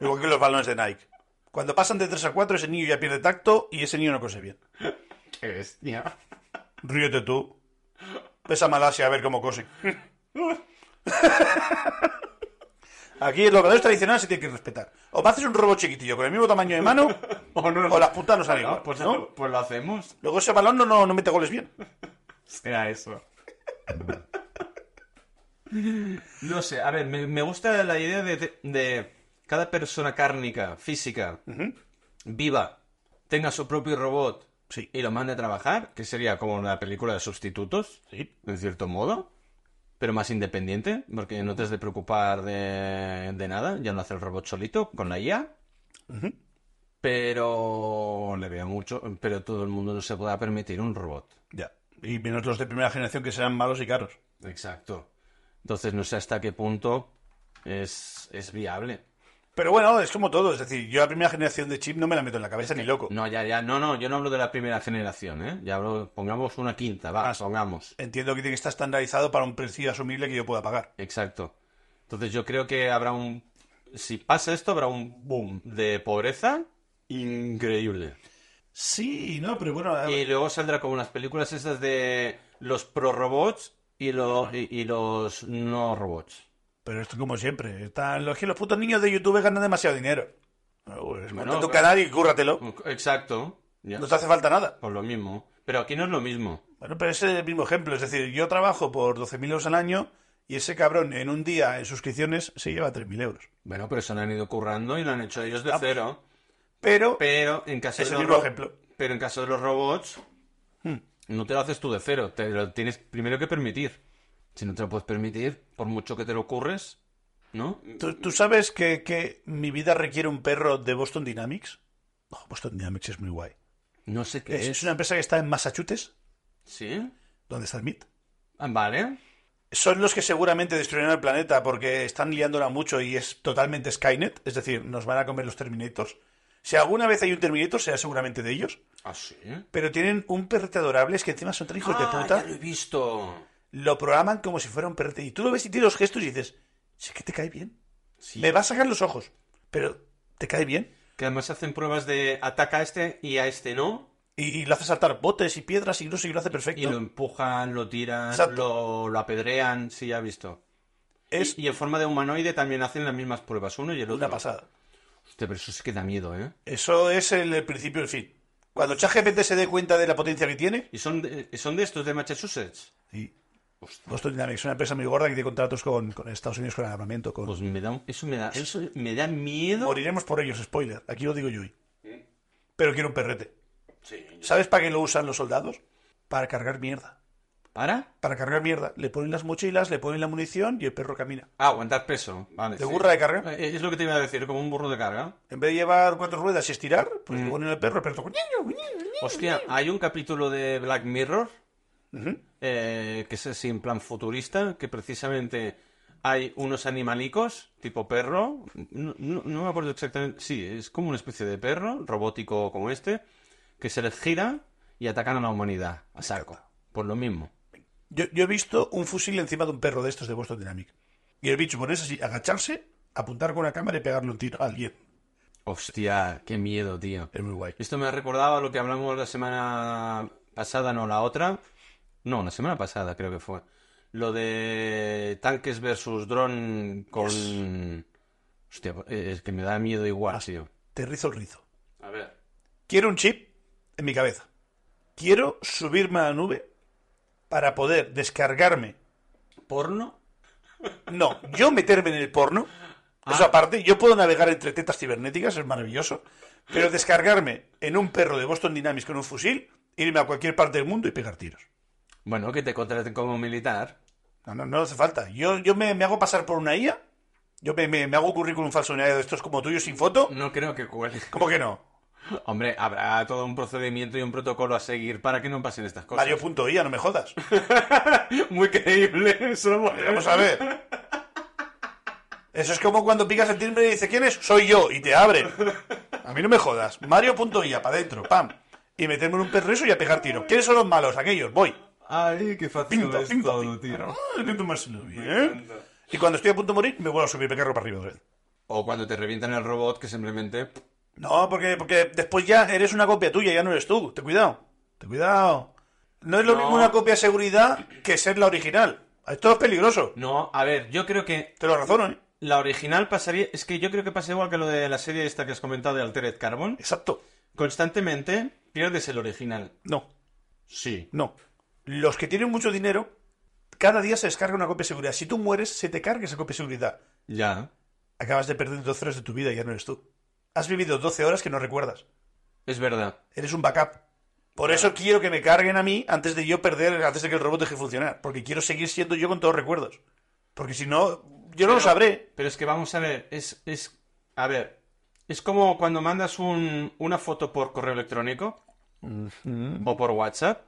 Speaker 1: Igual que los balones de Nike. Cuando pasan de 3 a 4 ese niño ya pierde tacto y ese niño no cose bien.
Speaker 2: Qué bestia.
Speaker 1: Ríete tú. Ves a Malasia a ver cómo cose. Aquí los valores tradicionales se tienen que respetar. O me haces un robot chiquitillo con el mismo tamaño de mano,
Speaker 2: O no.
Speaker 1: o las putas Oh, no salen igual,
Speaker 2: pues,
Speaker 1: ¿no?
Speaker 2: pues lo hacemos.
Speaker 1: Luego ese balón no, no, no mete goles bien.
Speaker 2: Será eso. No sé, a ver, me, me gusta la idea de, de- de cada persona cárnica, física, viva, tenga su propio robot
Speaker 1: Sí.
Speaker 2: y lo mande a trabajar, que sería como una película de sustitutos,
Speaker 1: Sí.
Speaker 2: en cierto modo, pero más independiente, porque no te has de preocupar de, de nada, ya lo hace el robot solito con la IA. Pero le veo mucho, pero todo el mundo no se pueda permitir un robot.
Speaker 1: Ya. Y menos los de primera generación que serán malos y caros.
Speaker 2: Exacto. Entonces no sé hasta qué punto es, es viable.
Speaker 1: Pero bueno, es como todo. Es decir, yo la primera generación de chip no me la meto en la cabeza ni loco.
Speaker 2: No, ya, ya, no, no, yo no hablo de la primera generación, ¿eh? Ya hablo, pongamos una quinta, va,
Speaker 1: Ah, sí.
Speaker 2: pongamos.
Speaker 1: Entiendo que tiene que estar estandarizado para un precio asumible que yo pueda pagar.
Speaker 2: Exacto. Entonces yo creo que habrá un... Si pasa esto, habrá un boom de pobreza increíble.
Speaker 1: Sí, no, pero bueno. a-
Speaker 2: Y luego saldrá como unas películas esas de los pro-robots y, lo- y- y los no-robots.
Speaker 1: Pero esto como siempre. Están los que los putos niños de YouTube ganan demasiado dinero. Bueno, pues,
Speaker 2: Bueno,
Speaker 1: monta tu
Speaker 2: claro.
Speaker 1: canal y cúrratelo.
Speaker 2: Exacto. Ya.
Speaker 1: No te hace falta nada.
Speaker 2: Por lo mismo. Pero aquí no es lo mismo.
Speaker 1: Bueno, pero es el mismo ejemplo. Es decir, yo trabajo por 12.000 euros al año y ese cabrón en un día en suscripciones se lleva 3.000 euros.
Speaker 2: Bueno, pero se lo han ido currando y lo han hecho ellos de
Speaker 1: Ah,
Speaker 2: cero.
Speaker 1: Pero
Speaker 2: Pero en caso
Speaker 1: es
Speaker 2: de
Speaker 1: el
Speaker 2: los
Speaker 1: mismo
Speaker 2: ro-
Speaker 1: ejemplo. Hmm.
Speaker 2: Pero en caso de los robots, no te lo haces tú de cero. Te lo tienes primero que permitir. Si no te lo puedes permitir, por mucho que te lo ocurres, ¿no?
Speaker 1: ¿Tú, tú sabes que, que mi vida requiere un perro de Boston Dynamics? Oh, Boston Dynamics es muy guay.
Speaker 2: No sé qué
Speaker 1: Es,
Speaker 2: es.
Speaker 1: una empresa que está en Massachusetts,
Speaker 2: ¿Sí?
Speaker 1: donde está el MIT.
Speaker 2: Ah, vale.
Speaker 1: Son los que seguramente destruirán el planeta porque están liándola mucho y es totalmente Skynet. Es decir, nos van a comer los Terminators. Si alguna vez hay un Terminator, será seguramente de ellos.
Speaker 2: Ah, sí.
Speaker 1: Pero tienen un perrete adorable, es que encima son tan hijos de
Speaker 2: Ah,
Speaker 1: puta.
Speaker 2: ya lo he visto.
Speaker 1: Lo programan como si fuera un perrete. Y tú lo ves y tiene los gestos y dices, sí que te cae bien.
Speaker 2: Sí.
Speaker 1: Me va a sacar los ojos, pero te cae bien.
Speaker 2: Que además hacen pruebas de ataca a este y a este no.
Speaker 1: Y, y lo hace saltar botes y piedras y no sé, y lo hace perfecto.
Speaker 2: Y lo empujan, lo tiran,
Speaker 1: Exacto.
Speaker 2: lo, lo apedrean. Sí, ya he visto.
Speaker 1: Es
Speaker 2: Y, y en forma de humanoide también hacen las mismas pruebas, uno y el otro.
Speaker 1: una pasada.
Speaker 2: Hostia, pero eso sí que da miedo, ¿eh?
Speaker 1: Eso es el, el principio y el fin. Cuando ChatGPT se dé cuenta de la potencia que tiene,
Speaker 2: ¿Y son de, eh, son de estos de Massachusetts?
Speaker 1: y Boston Dynamics, una empresa muy gorda que tiene contratos con, con Estados Unidos con el armamento. Con...
Speaker 2: Pues me da, un- eso me da, eso me da miedo.
Speaker 1: Moriremos por ellos, spoiler. Aquí lo digo yo. hoy. Pero quiero un perrete.
Speaker 2: Sí.
Speaker 1: ¿Sabes para qué lo usan los soldados? Para cargar mierda.
Speaker 2: ¿Para?
Speaker 1: Para cargar mierda. Le ponen las mochilas, le ponen la munición y el perro camina.
Speaker 2: Ah, aguantar peso. Vale,
Speaker 1: ¿De
Speaker 2: sí.
Speaker 1: burra de carga?
Speaker 2: Eh, Es lo que te iba a decir, como un burro de carga.
Speaker 1: En vez de llevar cuatro ruedas y estirar, pues le ponen al perro, el perro...
Speaker 2: Hostia, hay un capítulo de Black Mirror eh, que es así en plan futurista, que precisamente hay unos animalicos, tipo perro, no, no- no me acuerdo exactamente, sí, es como una especie de perro, robótico como este, que se les gira y atacan a la humanidad, a saco, por lo mismo.
Speaker 1: Yo, yo he visto un fusil encima de un perro de estos de Boston Dynamics. Y el bicho pones así, agacharse, apuntar con la cámara y pegarle un tiro a alguien.
Speaker 2: Hostia, qué miedo, tío.
Speaker 1: Es muy guay.
Speaker 2: Esto me ha recordado a lo que hablamos la semana pasada, no la otra. No, la semana pasada creo que fue. Lo de tanques versus dron con... Hostia, eh, es que me da miedo igual, tío.
Speaker 1: Te rizo el rizo.
Speaker 2: A ver.
Speaker 1: Quiero un chip en mi cabeza. Quiero subirme a la nube para poder descargarme.
Speaker 2: ¿Porno?
Speaker 1: No, yo meterme en el porno. Eso aparte, yo puedo navegar entre tetas cibernéticas, es maravilloso. Pero descargarme en un perro de Boston Dynamics con un fusil, irme a cualquier parte del mundo y pegar tiros.
Speaker 2: Bueno, que te contraten como militar.
Speaker 1: No, no, no hace falta. Yo, yo me, me hago pasar por una IA. Yo me, me, me hago currículum falso de una IA de estos como tuyo sin foto.
Speaker 2: No creo que cuele.
Speaker 1: ¿Cómo que no?
Speaker 2: Hombre, habrá todo un procedimiento y un protocolo a seguir para que no pasen estas cosas.
Speaker 1: Mario.ia, no me jodas.
Speaker 2: Muy creíble eso.
Speaker 1: Vamos a ver. Eso es como cuando picas el timbre y dices, ¿quién es? Soy yo, y te abren. A mí no me jodas. Mario.ia, para adentro, pam. Y meterme en un perro eso y a pegar tiros. ¿Quiénes son los malos? Aquellos, voy.
Speaker 2: Ay, qué fácil
Speaker 1: Pinta,
Speaker 2: es
Speaker 1: pinta.
Speaker 2: todo, tío.
Speaker 1: Ah, intento más, ¿eh? Y cuando estoy a punto de morir, me vuelvo a subir, me carro para arriba otra vez.
Speaker 2: O cuando te revientan el robot que simplemente...
Speaker 1: No, porque, porque después ya eres una copia tuya, ya no eres tú. Te cuidado. Te cuidado. No es lo
Speaker 2: No.
Speaker 1: mismo una copia de seguridad que ser la original. Esto es peligroso.
Speaker 2: No, a ver, yo creo que
Speaker 1: Te lo razono, ¿eh?
Speaker 2: la original pasaría. Es que yo creo que pasa igual que lo de la serie esta que has comentado de Altered Carbon.
Speaker 1: Exacto.
Speaker 2: Constantemente pierdes el original.
Speaker 1: No,
Speaker 2: Sí.
Speaker 1: no. Los que tienen mucho dinero, cada día se descarga una copia de seguridad. Si tú mueres, se te carga esa copia de seguridad.
Speaker 2: Ya.
Speaker 1: Acabas de perder 12 horas de tu vida, ya no eres tú. Has vivido 12 horas que no recuerdas.
Speaker 2: Es verdad.
Speaker 1: Eres un backup. Por eso quiero que me carguen a mí antes de yo perder, antes de que el robot deje de funcionar. Porque quiero seguir siendo yo con todos los recuerdos. Porque si no, yo no lo sabré.
Speaker 2: Pero es que vamos a ver, es. es a ver. Es como cuando mandas un- una foto por correo electrónico o por WhatsApp.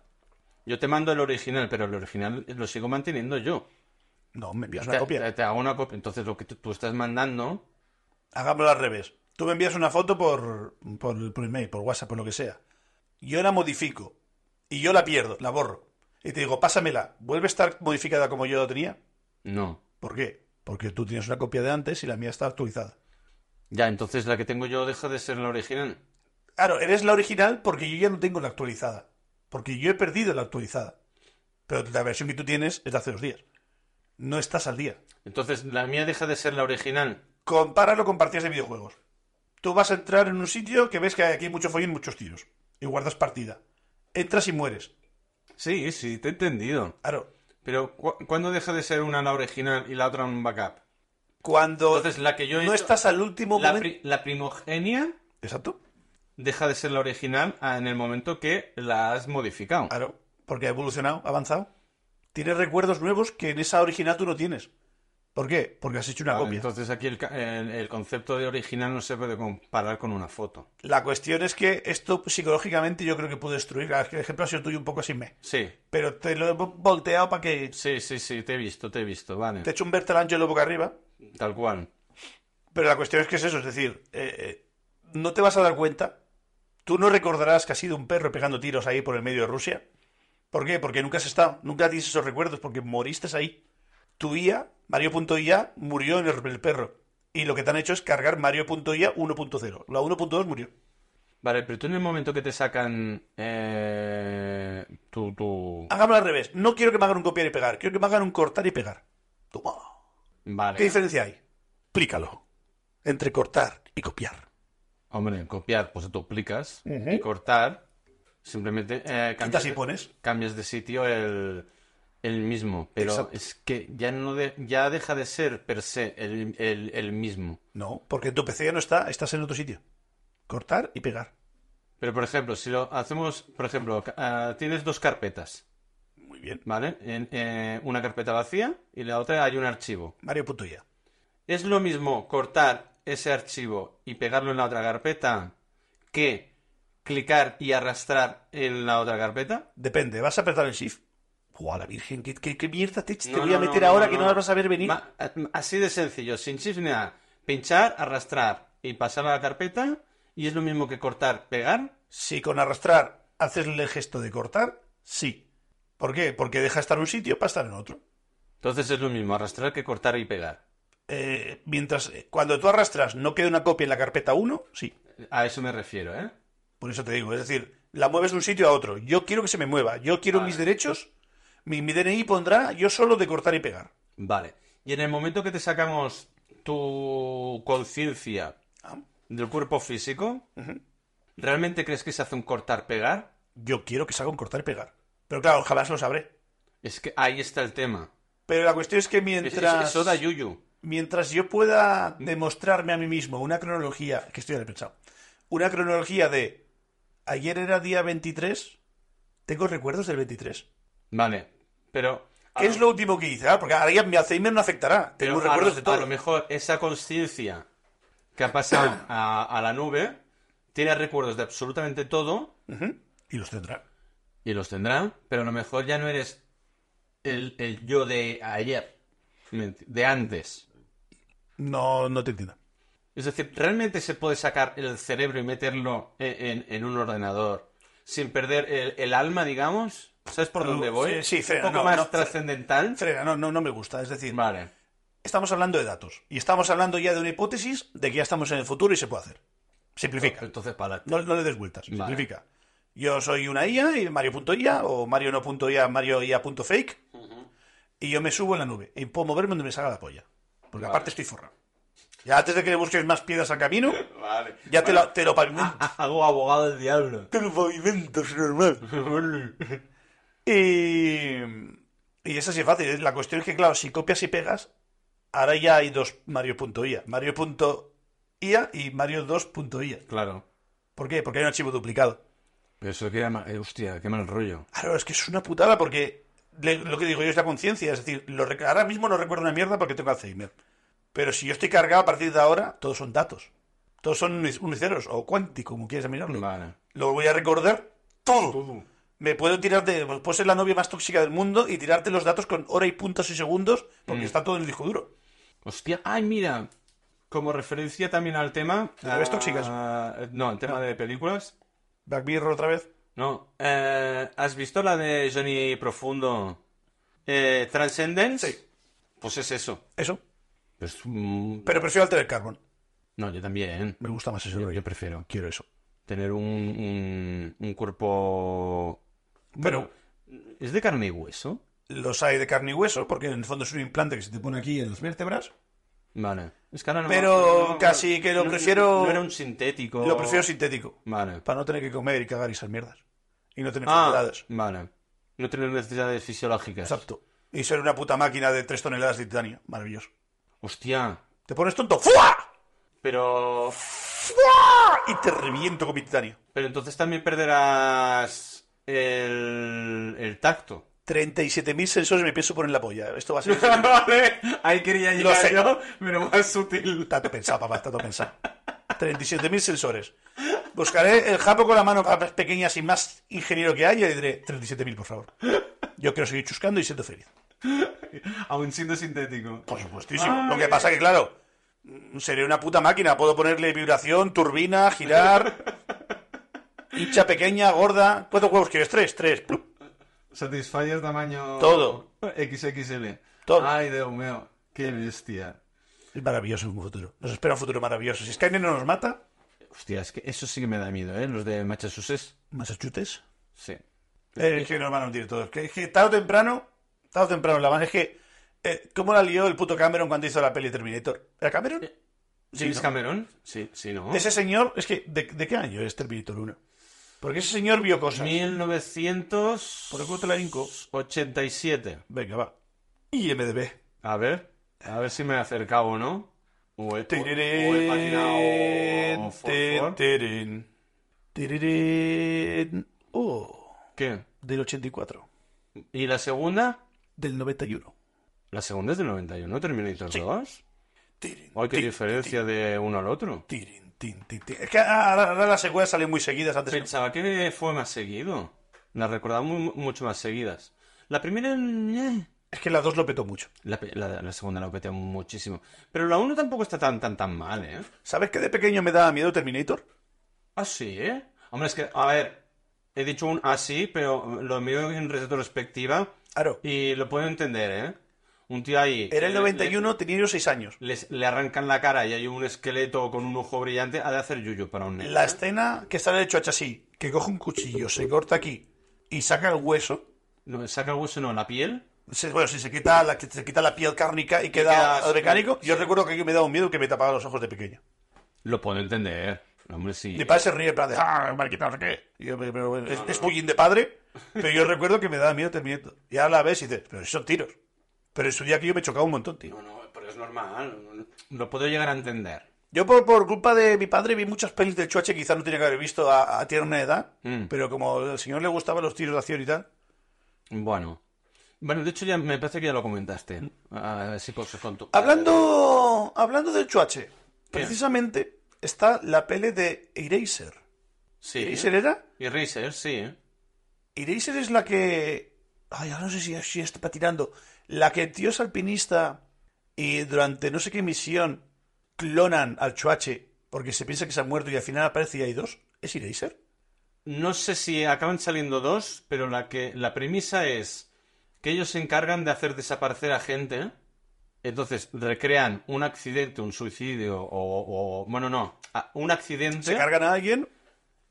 Speaker 2: Yo te mando el original, pero el original lo sigo manteniendo yo.
Speaker 1: No, me envías
Speaker 2: Te-
Speaker 1: una
Speaker 2: Te,
Speaker 1: copia.
Speaker 2: te hago una copia. Entonces lo que tú, tú estás mandando.
Speaker 1: Hagámoslo al revés. Tú me envías una foto por, por, por email, por WhatsApp, por lo que sea. Yo la modifico. Y yo la pierdo, la borro. Y te digo, pásamela. ¿Vuelve a estar modificada como yo la tenía?
Speaker 2: No.
Speaker 1: ¿Por qué? Porque tú tienes una copia de antes y la mía está actualizada.
Speaker 2: Ya, entonces la que tengo yo deja de ser la original.
Speaker 1: Claro, eres la original porque yo ya no tengo la actualizada. Porque yo he perdido la actualizada. Pero la versión que tú tienes es de hace dos días. No estás al día.
Speaker 2: Entonces la mía deja de ser la original.
Speaker 1: Compáralo con partidas de videojuegos. Tú vas a entrar en un sitio que ves que aquí hay mucho follón y muchos tiros. Y guardas partida. Entras y mueres.
Speaker 2: Sí, sí, te he entendido.
Speaker 1: Claro,
Speaker 2: Pero cu- ¿cuándo deja de ser una la original y la otra un backup?
Speaker 1: cuando
Speaker 2: Entonces la que yo he
Speaker 1: no
Speaker 2: hecho-
Speaker 1: estás al último
Speaker 2: La,
Speaker 1: momento...
Speaker 2: pri- la primogenia
Speaker 1: Exacto.
Speaker 2: deja de ser la original ah, en el momento que la has modificado.
Speaker 1: Claro, porque ha evolucionado, ha avanzado. Tienes recuerdos nuevos que en esa original tú no tienes. ¿Por qué? Porque has hecho una
Speaker 2: Ah,
Speaker 1: copia.
Speaker 2: Entonces aquí el, ca- el- el concepto de original no se puede comparar con una foto.
Speaker 1: La cuestión es que esto psicológicamente yo creo que puede destruir. Claro, es que El ejemplo ha sido tuyo un poco sin me.
Speaker 2: Sí,
Speaker 1: Pero te lo he vo- volteado para que
Speaker 2: sí, sí, sí, te he visto, te he visto, vale.
Speaker 1: te eche un Bertalangello boca arriba.
Speaker 2: Tal cual.
Speaker 1: Pero la cuestión es que es eso. Es decir, eh, eh, no te vas a dar cuenta. Tú no recordarás que ha sido un perro pegando tiros ahí por el medio de Rusia. ¿Por qué? Porque nunca has estado. Nunca tienes esos recuerdos porque moriste ahí. Tu IA, Mario.ia, murió en el, el perro. Y lo que te han hecho es cargar Mario.ia 1.0. La 1.2 murió.
Speaker 2: Vale, pero tú en el momento que te sacan eh, tu, tu...
Speaker 1: Hagámoslo al revés. No quiero que me hagan un copiar y pegar. Quiero que me hagan un cortar y pegar. Toma.
Speaker 2: Vale.
Speaker 1: ¿Qué diferencia hay? Explícalo. Entre cortar y copiar.
Speaker 2: Hombre, copiar, pues duplicas y cortar. Simplemente eh, cambias,
Speaker 1: Quitas y pones.
Speaker 2: cambias de sitio el, el mismo. Pero
Speaker 1: Exacto.
Speaker 2: es que ya no de- ya deja de ser per se el, el- el mismo.
Speaker 1: No, porque en tu PC ya no está, estás en otro sitio. Cortar y pegar.
Speaker 2: Pero por ejemplo, si lo hacemos, por ejemplo, ca- ah, tienes dos carpetas,
Speaker 1: Muy bien.
Speaker 2: ¿vale? En- eh, una carpeta vacía y la otra hay un archivo.
Speaker 1: Mario.ia.
Speaker 2: ¿Es lo mismo cortar ese archivo y pegarlo en la otra carpeta que clicar y arrastrar en la otra carpeta?
Speaker 1: Depende, ¿vas a apretar el shift? ¡Buah, la virgen! ¿Qué, qué- qué mierda te, te
Speaker 2: No,
Speaker 1: voy a
Speaker 2: no,
Speaker 1: meter
Speaker 2: no,
Speaker 1: ahora
Speaker 2: no,
Speaker 1: que no
Speaker 2: no.
Speaker 1: las vas a ver venir?
Speaker 2: Ma- a- así de sencillo, sin shift ni nada. Pinchar, arrastrar y pasar a la carpeta. Y es lo mismo que cortar, pegar.
Speaker 1: Si con arrastrar haces el gesto de cortar, sí. ¿Por qué? Porque deja estar en un sitio para estar en otro.
Speaker 2: Entonces es lo mismo arrastrar que cortar y pegar.
Speaker 1: Eh, mientras, eh, cuando tú arrastras no queda una copia en la carpeta 1, sí.
Speaker 2: A eso me refiero, ¿eh?
Speaker 1: Por eso te digo, es decir, la mueves de un sitio a otro. Yo quiero que se me mueva, yo quiero
Speaker 2: Vale.
Speaker 1: mis derechos, mi, mi DNI pondrá yo solo de cortar y pegar.
Speaker 2: Vale. Y en el momento que te sacamos tu conciencia
Speaker 1: Ah,
Speaker 2: del cuerpo físico, ¿realmente crees que se hace un cortar-pegar?
Speaker 1: Yo quiero que se haga un cortar y pegar. Pero claro, jamás lo sabré.
Speaker 2: Es que ahí está el tema.
Speaker 1: Pero la cuestión es que
Speaker 2: Es,
Speaker 1: mientras,
Speaker 2: es- es Oda Yuyu.
Speaker 1: mientras yo pueda demostrarme a mí mismo una cronología, que estoy pensado, una cronología de ayer era día 23, tengo recuerdos del 23.
Speaker 2: Vale. Pero.
Speaker 1: ¿Qué es lo último que hice? Ah, porque ahora ya mi Alzheimer no afectará. Tengo
Speaker 2: Pero ah, a
Speaker 1: recuerdos
Speaker 2: lo-
Speaker 1: de todo.
Speaker 2: A lo mejor esa conciencia que ha pasado a, a la nube tiene recuerdos de absolutamente todo
Speaker 1: Ujú. Y los tendrá.
Speaker 2: y los tendrá, pero a lo mejor ya no eres el, el yo de ayer, ¿me enti- de antes.
Speaker 1: No, no te entiendo.
Speaker 2: Es decir, ¿realmente se puede sacar el cerebro y meterlo en, en- en un ordenador sin perder el, el alma, digamos? ¿Sabes por dónde voy?
Speaker 1: Sí, sí, frena,
Speaker 2: Un poco
Speaker 1: no,
Speaker 2: más
Speaker 1: no, frena.
Speaker 2: trascendental.
Speaker 1: Frena, no, no, no me gusta. Es decir,
Speaker 2: Vale.
Speaker 1: estamos hablando de datos. Y estamos hablando ya de una hipótesis de que ya estamos en el futuro y se puede hacer. Simplifica.
Speaker 2: Entonces, para.
Speaker 1: No, no le des vueltas.
Speaker 2: Vale.
Speaker 1: Simplifica. Yo soy una IA y Mario.ia o Mario no.ia, Mario IA.fake. y yo me subo en la nube y puedo moverme donde me salga la polla. Porque aparte estoy forrado. Ya antes de que le busques más piedras al camino,
Speaker 2: Vale. ah,
Speaker 1: ya te, la- te lo pavimento.
Speaker 2: Hago abogado del diablo.
Speaker 1: Te lo pavimento, es normal. Y, y eso sí es fácil. La cuestión es que, claro, si copias y pegas, ahora ya hay dos Mario.ia. Mario.ia y Mario 2.ia.
Speaker 2: claro.
Speaker 1: ¿Por qué? Porque hay un archivo duplicado.
Speaker 2: Pero eso queda ma- eh, hostia, qué mal rollo.
Speaker 1: Claro, es que es una putada porque le- lo que digo yo es la conciencia. Es decir, lo rec- ahora mismo no recuerdo una mierda porque tengo Alzheimer. Pero si yo estoy cargado a partir de ahora, todos son datos. Todos son unis- uniceros o cuántico, como quieras mirarlo.
Speaker 2: Vale.
Speaker 1: Lo voy a recordar todo. Me puedo tirar de. pues, Puedo ser la novia más tóxica del mundo y tirarte los datos con hora y puntos y segundos porque está todo en el disco duro.
Speaker 2: Hostia, ay, mira. Como referencia también al tema.
Speaker 1: ¿De bebés
Speaker 2: ah,
Speaker 1: tóxicas? Ah.
Speaker 2: No, el tema de películas.
Speaker 1: Black Mirror otra vez.
Speaker 2: No. Eh, ¿Has visto la de Johnny Profundo? Eh, Transcendence.
Speaker 1: Sí.
Speaker 2: Pues es eso.
Speaker 1: Eso.
Speaker 2: Es un-
Speaker 1: Pero prefiero Altered Carbon.
Speaker 2: No, yo también.
Speaker 1: Me gusta más ese
Speaker 2: Yo,
Speaker 1: rollo.
Speaker 2: yo prefiero
Speaker 1: Quiero eso.
Speaker 2: tener un, un, un cuerpo.
Speaker 1: Pero
Speaker 2: ¿Es de carne y hueso?
Speaker 1: los hay de carne y hueso porque en el fondo es un implante que se te pone aquí en las vértebras.
Speaker 2: Vale. Es que ahora no
Speaker 1: Pero
Speaker 2: no-
Speaker 1: casi que lo
Speaker 2: no-
Speaker 1: prefiero-
Speaker 2: No era un sintético.
Speaker 1: Lo prefiero sintético.
Speaker 2: Vale.
Speaker 1: Para no tener que comer y cagar y esas mierdas. Y no tener
Speaker 2: Ah,
Speaker 1: enfermedades.
Speaker 2: vale. No tener necesidades fisiológicas.
Speaker 1: Exacto. Y ser una puta máquina de 3 toneladas de titanio. Maravilloso.
Speaker 2: Hostia.
Speaker 1: Te pones tonto. ¡Fua!
Speaker 2: Pero.
Speaker 1: ¡Fua! Y te reviento con mi titanio.
Speaker 2: Pero entonces también perderás. El. El tacto.
Speaker 1: 37.000 sensores me pienso poner en la polla. Esto va a ser...
Speaker 2: vale. Ahí quería
Speaker 1: Lo sé.
Speaker 2: yo, pero más sutil.
Speaker 1: Tanto pensado, papá, tanto pensado. 37.000 sensores. Buscaré el japo con la mano más pequeña, sin más ingeniero que haya, y diré 37.000, por favor. Yo quiero seguir chuscando y siendo feliz.
Speaker 2: Aún siendo sintético.
Speaker 1: Por supuestísimo. Lo que pasa que, claro, mm, seré una puta máquina. Puedo ponerle vibración, turbina, girar. Hincha pequeña, gorda. ¿Cuántos huevos quieres? Tres, tres. Plup.
Speaker 2: Satisfyer tamaño.
Speaker 1: Todo.
Speaker 2: XXL.
Speaker 1: Todo.
Speaker 2: Ay, Dios mío. Qué bestia.
Speaker 1: Es maravilloso un futuro. Nos espera un futuro maravilloso. Si Skynet no nos mata,
Speaker 2: Hostia, es que eso sí que me da miedo, ¿eh? Los de Massachusetts.
Speaker 1: Massachusetts.
Speaker 2: Sí.
Speaker 1: Eh, es que nos van a hundir todos. Que, es que tarde o temprano, tarde o temprano la van. Es que, eh, ¿cómo la lió el puto Cameron cuando hizo la peli Terminator? ¿Era Cameron? Sí,
Speaker 2: ¿James
Speaker 1: ¿no?
Speaker 2: Cameron? Sí, sí, ¿no?
Speaker 1: Ese señor, es que, ¿de, de qué año es Terminator 1? Porque ese señor vio cosas.
Speaker 2: 1900...
Speaker 1: Por el culo te la hinco.
Speaker 2: 87.
Speaker 1: Venga, va. IMDB.
Speaker 2: A ver, a ver si me he acercado o no. O he, o- o he patinado
Speaker 1: Tirirín,
Speaker 2: for- for.
Speaker 1: tirirín, tirirín. Oh,
Speaker 2: ¿Qué?
Speaker 1: del 84,
Speaker 2: ¿Y la segunda?
Speaker 1: del 91.
Speaker 2: La segunda es del 91, Terminator 2.
Speaker 1: Tirin,
Speaker 2: Ay, qué
Speaker 1: tin,
Speaker 2: diferencia de uno al otro.
Speaker 1: tin, tirin, tin, tin, tin. Es que ahora, ahora las secuelas salen muy seguidas antes. no.
Speaker 2: Pensaba que fue más seguido. Las recordaba mu- mucho más seguidas. La primera... eh.
Speaker 1: Es que la 2 lo petó mucho.
Speaker 2: La, pe- la- la segunda la peteo muchísimo. Pero la 1 tampoco está tan, tan, tan mal, ¿eh?
Speaker 1: ¿Sabes que de pequeño me daba miedo Terminator?
Speaker 2: Ah, sí, ¿eh? Hombre, es que, a ver, he dicho un así, pero lo mío en retrospectiva
Speaker 1: Claro.
Speaker 2: y lo puedo entender, ¿eh? Un tío ahí...
Speaker 1: Era el
Speaker 2: le-
Speaker 1: 91, tenía yo 6 años.
Speaker 2: Le, les- le arrancan la cara y hay un esqueleto con un ojo brillante, ha de hacer yuyu para un nene.
Speaker 1: La escena que sale hecho hecha así, que coge un cuchillo, se corta aquí y saca el hueso.
Speaker 2: No, saca el hueso, no, la piel.
Speaker 1: Se- bueno, si se quita la, que se quita la piel cárnica y queda
Speaker 2: quedas-
Speaker 1: el mecánico, yo recuerdo que me daba un miedo que me tapaba los ojos de pequeño.
Speaker 2: Lo puedo entender. Hombre, sí.
Speaker 1: Mi padre se ríe en plan de, ah, mariquita, no sé qué. Y yo, pero, pero, bueno, es, es bullying de padre, pero yo recuerdo que me daba miedo Terminator. Y ahora la ves y dices, pero si son tiros. Pero en su día que yo me chocaba un montón, tío.
Speaker 2: No, no, pero es normal. Lo puedo llegar a entender.
Speaker 1: Yo por, por culpa de mi padre vi muchas pelis de Chuache, quizá no tenía que haber visto a, a tierna edad,
Speaker 2: Mm.
Speaker 1: pero como al señor le gustaban los tiros de acción y tal,
Speaker 2: Bueno. Bueno, de hecho ya me parece que ya lo comentaste. A ver si por su conto-
Speaker 1: Hablando, hablando del chuache, precisamente está la pele de Eraser.
Speaker 2: Sí.
Speaker 1: ¿Eraser era?
Speaker 2: Y Razer, sí.
Speaker 1: Eraser es la que... Ay, ahora no sé si, si está patinando. La que el tío es alpinista y durante no sé qué misión clonan al chuache porque se piensa que se ha muerto y al final aparece y hay dos. ¿Es Eraser?
Speaker 2: No sé si acaban saliendo dos, pero la que la premisa es que ellos se encargan de hacer desaparecer a gente. Entonces recrean un accidente, un suicidio o, o- bueno no, a- un
Speaker 1: Se
Speaker 2: accidente
Speaker 1: cargan a alguien.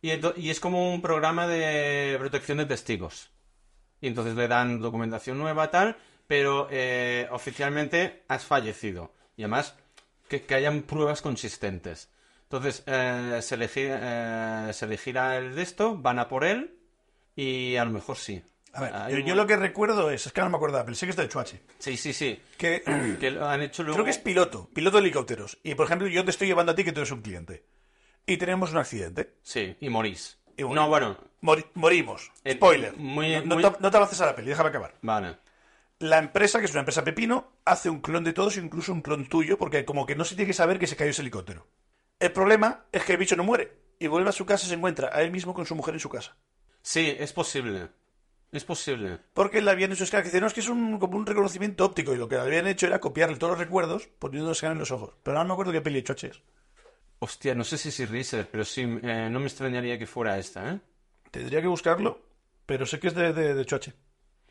Speaker 2: y, ento- y es como un programa de protección de testigos. Y entonces le dan documentación nueva tal, pero eh, oficialmente has fallecido. Y además, que, que hayan pruebas consistentes. Entonces, eh, se, le gira, eh, se le gira el de esto, van a por él, y a lo mejor sí.
Speaker 1: A ver,
Speaker 2: Hay
Speaker 1: yo,
Speaker 2: un-
Speaker 1: yo lo que recuerdo es, es que no me acordaba, pero sé que está de Chuachi.
Speaker 2: Sí, sí, sí.
Speaker 1: Que
Speaker 2: Que lo han hecho luego...
Speaker 1: creo que es piloto, piloto de helicópteros. Y por ejemplo, yo te estoy llevando a ti que tú eres un cliente. Y tenemos un accidente.
Speaker 2: Sí, y morís.
Speaker 1: Y bueno.
Speaker 2: No, bueno,
Speaker 1: Mori- morimos.
Speaker 2: Eh,
Speaker 1: Spoiler.
Speaker 2: muy-
Speaker 1: no, no
Speaker 2: muy-
Speaker 1: te, no te avances a la peli, déjame acabar.
Speaker 2: vale.
Speaker 1: La empresa, que es una empresa pepino, hace un clon de todos, incluso un clon tuyo, porque como que no se tiene que saber que se cayó ese helicóptero. El problema es que el bicho no muere. Y vuelve a su casa y se encuentra a él mismo con su mujer en su casa.
Speaker 2: Sí, es posible. Es posible.
Speaker 1: Porque le habían hecho escala. que Dice, no, es que es un, como un reconocimiento óptico. Y lo que le habían hecho era copiarle todos los recuerdos poniendo escala en los ojos. Pero ahora no me acuerdo qué peli he hecho, che.
Speaker 2: Hostia, no sé si es Razer, pero sí, eh, no me extrañaría que fuera esta, ¿eh?
Speaker 1: Tendría que buscarlo, pero sé que es de, de, de Choche.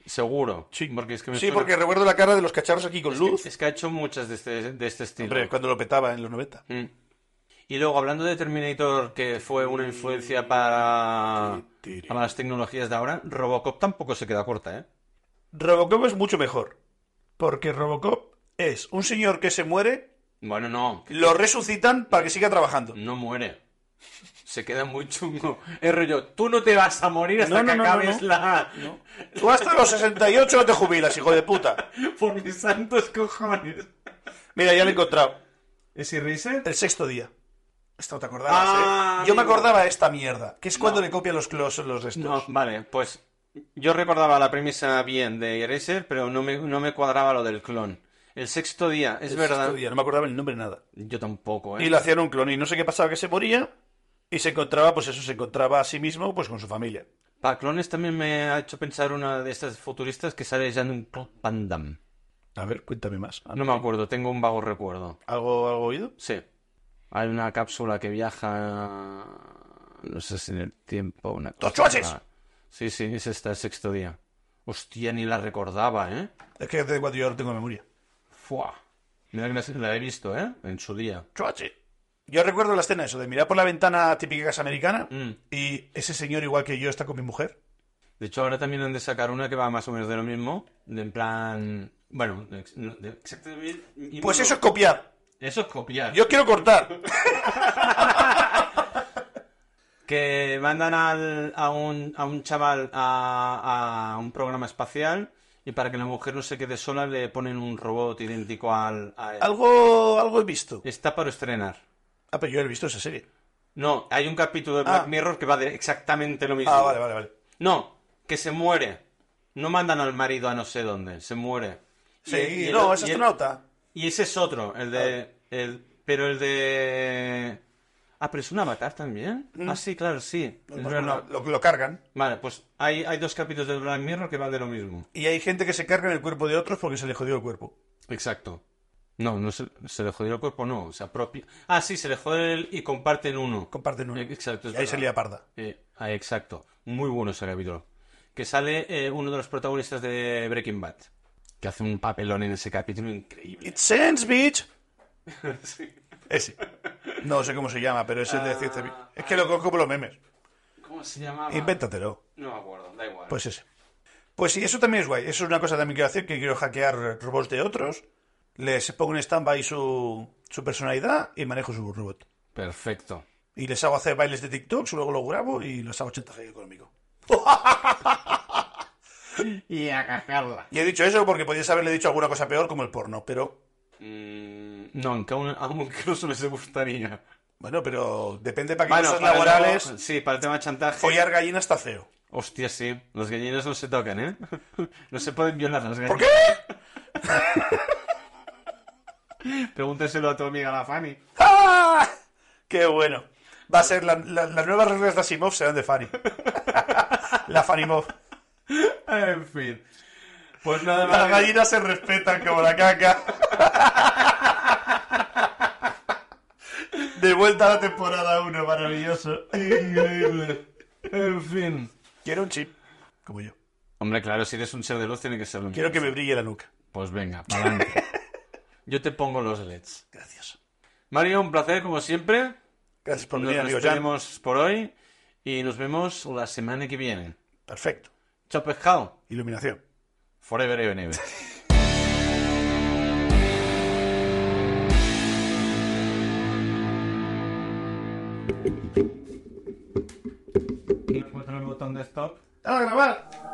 Speaker 2: Seguro.
Speaker 1: Sí,
Speaker 2: porque es que me
Speaker 1: Sí,
Speaker 2: suena-
Speaker 1: porque recuerdo la cara de los cacharros aquí con
Speaker 2: Es que-
Speaker 1: luz.
Speaker 2: Es que, ha hecho muchas de este, de este estilo.
Speaker 1: Hombre, cuando lo petaba en los 90.
Speaker 2: Mm. Y luego, hablando de Terminator, que fue una influencia para,
Speaker 1: Tiri, tiri.
Speaker 2: para las tecnologías de ahora, Robocop tampoco se queda corta, ¿eh?
Speaker 1: Robocop es mucho mejor. Porque Robocop es un señor que se muere,
Speaker 2: Bueno, no,
Speaker 1: lo resucitan para que siga trabajando.
Speaker 2: no muere. Se queda muy chungo. Es rollo, tú no te vas a morir hasta
Speaker 1: No, no,
Speaker 2: que
Speaker 1: no, no,
Speaker 2: acabes
Speaker 1: no.
Speaker 2: la...
Speaker 1: Tú hasta los 68 no te jubilas, hijo de puta.
Speaker 2: Por mis santos cojones.
Speaker 1: Mira, ya lo he encontrado.
Speaker 2: ¿Es Razer?
Speaker 1: El sexto día. Esta no te acordabas,
Speaker 2: Ah,
Speaker 1: ¿eh? Yo me
Speaker 2: amigo.
Speaker 1: acordaba de esta mierda, que es cuando le copian los clos los restos.
Speaker 2: No, vale, pues yo recordaba la premisa bien de Eraser, pero no me, no me cuadraba lo del clon. El sexto día, es
Speaker 1: El
Speaker 2: verdad.
Speaker 1: sexto día, no me acordaba el nombre nada.
Speaker 2: Yo tampoco, ¿eh?
Speaker 1: Y le hacían un clon y no sé qué pasaba, que se moría y se encontraba, pues eso, se encontraba a sí mismo, pues con su familia.
Speaker 2: Para clones también me ha hecho pensar una de estas futuristas que sale Jean-Claude Van Damme.
Speaker 1: A ver, cuéntame más.
Speaker 2: No me acuerdo, tengo un vago recuerdo.
Speaker 1: ¿Algo, algo oído?
Speaker 2: Sí. Hay una cápsula que viaja... No sé si en el tiempo... Una
Speaker 1: ¡Los
Speaker 2: cosa
Speaker 1: chuaches!
Speaker 2: rara. Sí, sí, es esta, el sexto día. Hostia, ni la recordaba, ¿eh?
Speaker 1: Es que desde cuando yo no tengo memoria.
Speaker 2: Fua. Mira que la- la he visto, ¿eh? En su día.
Speaker 1: Chuache. Yo recuerdo la escena eso, de mirar por la ventana típica casa americana
Speaker 2: Mm.
Speaker 1: y ese señor igual que yo está con mi mujer.
Speaker 2: De hecho, ahora también han de sacar una que va más o menos de lo mismo. De en plan. Bueno, de ex- no, de exactamente. y-
Speaker 1: Pues
Speaker 2: no.
Speaker 1: eso es copiar.
Speaker 2: Eso es copiar.
Speaker 1: Yo quiero cortar.
Speaker 2: Que mandan al- a, un, a un chaval a, a un programa espacial y para que la mujer no se quede sola le ponen un robot idéntico al. a él.
Speaker 1: algo, algo he visto.
Speaker 2: Está para estrenar.
Speaker 1: Ah, pero yo he visto esa serie.
Speaker 2: No, hay un capítulo de Black
Speaker 1: Ah.
Speaker 2: Mirror que va de exactamente lo mismo.
Speaker 1: Ah, vale, vale, vale.
Speaker 2: No, que se muere. No mandan al marido a no sé dónde, se muere.
Speaker 1: Sí,
Speaker 2: Y- y el-
Speaker 1: no, es
Speaker 2: y el-
Speaker 1: astronauta.
Speaker 2: Y ese es otro, el de. El, pero el de. Ah, pero es un avatar también. Ah, sí, claro, sí. es verdad.
Speaker 1: Lo, lo cargan.
Speaker 2: Vale, pues hay, hay dos capítulos de Black Mirror que van de lo mismo.
Speaker 1: Y hay gente que se carga en el cuerpo de otros porque se le jodió el cuerpo.
Speaker 2: Exacto. No, no se, se le jodió el cuerpo, no, se apropia. Ah, sí, se le jode el y comparten uno.
Speaker 1: Comparten uno.
Speaker 2: Eh, Exacto, es
Speaker 1: Y ahí
Speaker 2: verdad.
Speaker 1: salía parda.
Speaker 2: Eh, ah, exacto. Muy bueno ese capítulo. Que sale eh, uno de los protagonistas de Breaking Bad. Que hace un papelón en ese capítulo increíble.
Speaker 1: It sends, bitch. Ese. No sé cómo se llama, pero es el de ciencia fi- Es que lo cojo por los memes.
Speaker 2: ¿Cómo se llamaba?
Speaker 1: Invéntatelo.
Speaker 2: No me acuerdo, da igual.
Speaker 1: Pues ese. Pues sí, eso también es guay. Eso es una cosa también que quiero hacer, que quiero hackear robots de otros. Les pongo un stand-by su, su personalidad y manejo su robot.
Speaker 2: Perfecto.
Speaker 1: Y les hago hacer bailes de TikTok, luego lo grabo y los hago 80 G económico.
Speaker 2: Y a cagarla.
Speaker 1: Y he dicho eso porque podías haberle dicho alguna cosa peor como el porno, pero...
Speaker 2: Mm, no, aunque aún, aún incluso les gustaría.
Speaker 1: Bueno, pero depende para qué
Speaker 2: Bueno,
Speaker 1: cosas
Speaker 2: para el-
Speaker 1: laborales...
Speaker 2: sí, para el tema de chantaje.
Speaker 1: Follar gallina está feo.
Speaker 2: Hostia, sí. Los gallinas no se tocan, ¿eh? No se pueden violar las gallinas.
Speaker 1: ¿Por qué?
Speaker 2: Pregúnteselo a tu amiga la Fanny.
Speaker 1: ¡Ah! ¡Qué bueno! Va a ser la- la- las nuevas reglas de Asimov serán de Fanny. la Fanimov.
Speaker 2: En fin. Pues nada
Speaker 1: Las
Speaker 2: más.
Speaker 1: gallinas se respetan como la caca. De vuelta a la temporada 1, maravilloso.
Speaker 2: Increíble. En fin.
Speaker 1: Quiero un chip. Como yo.
Speaker 2: Hombre, claro, si eres un ser de luz tiene que ser un...
Speaker 1: Quiero que me brille la nuca.
Speaker 2: Pues venga, pa'lante. Yo te pongo los LEDs.
Speaker 1: Gracias.
Speaker 2: Mario, un placer como siempre.
Speaker 1: Gracias por
Speaker 2: Nos
Speaker 1: venir, Pues amigo Jan.
Speaker 2: despedimos por hoy y nos vemos la semana que viene.
Speaker 1: Perfecto.
Speaker 2: Chao pescado.
Speaker 1: Iluminación.
Speaker 2: Forever and ever.
Speaker 6: No encuentro el botón de stop.
Speaker 2: ¡A grabar!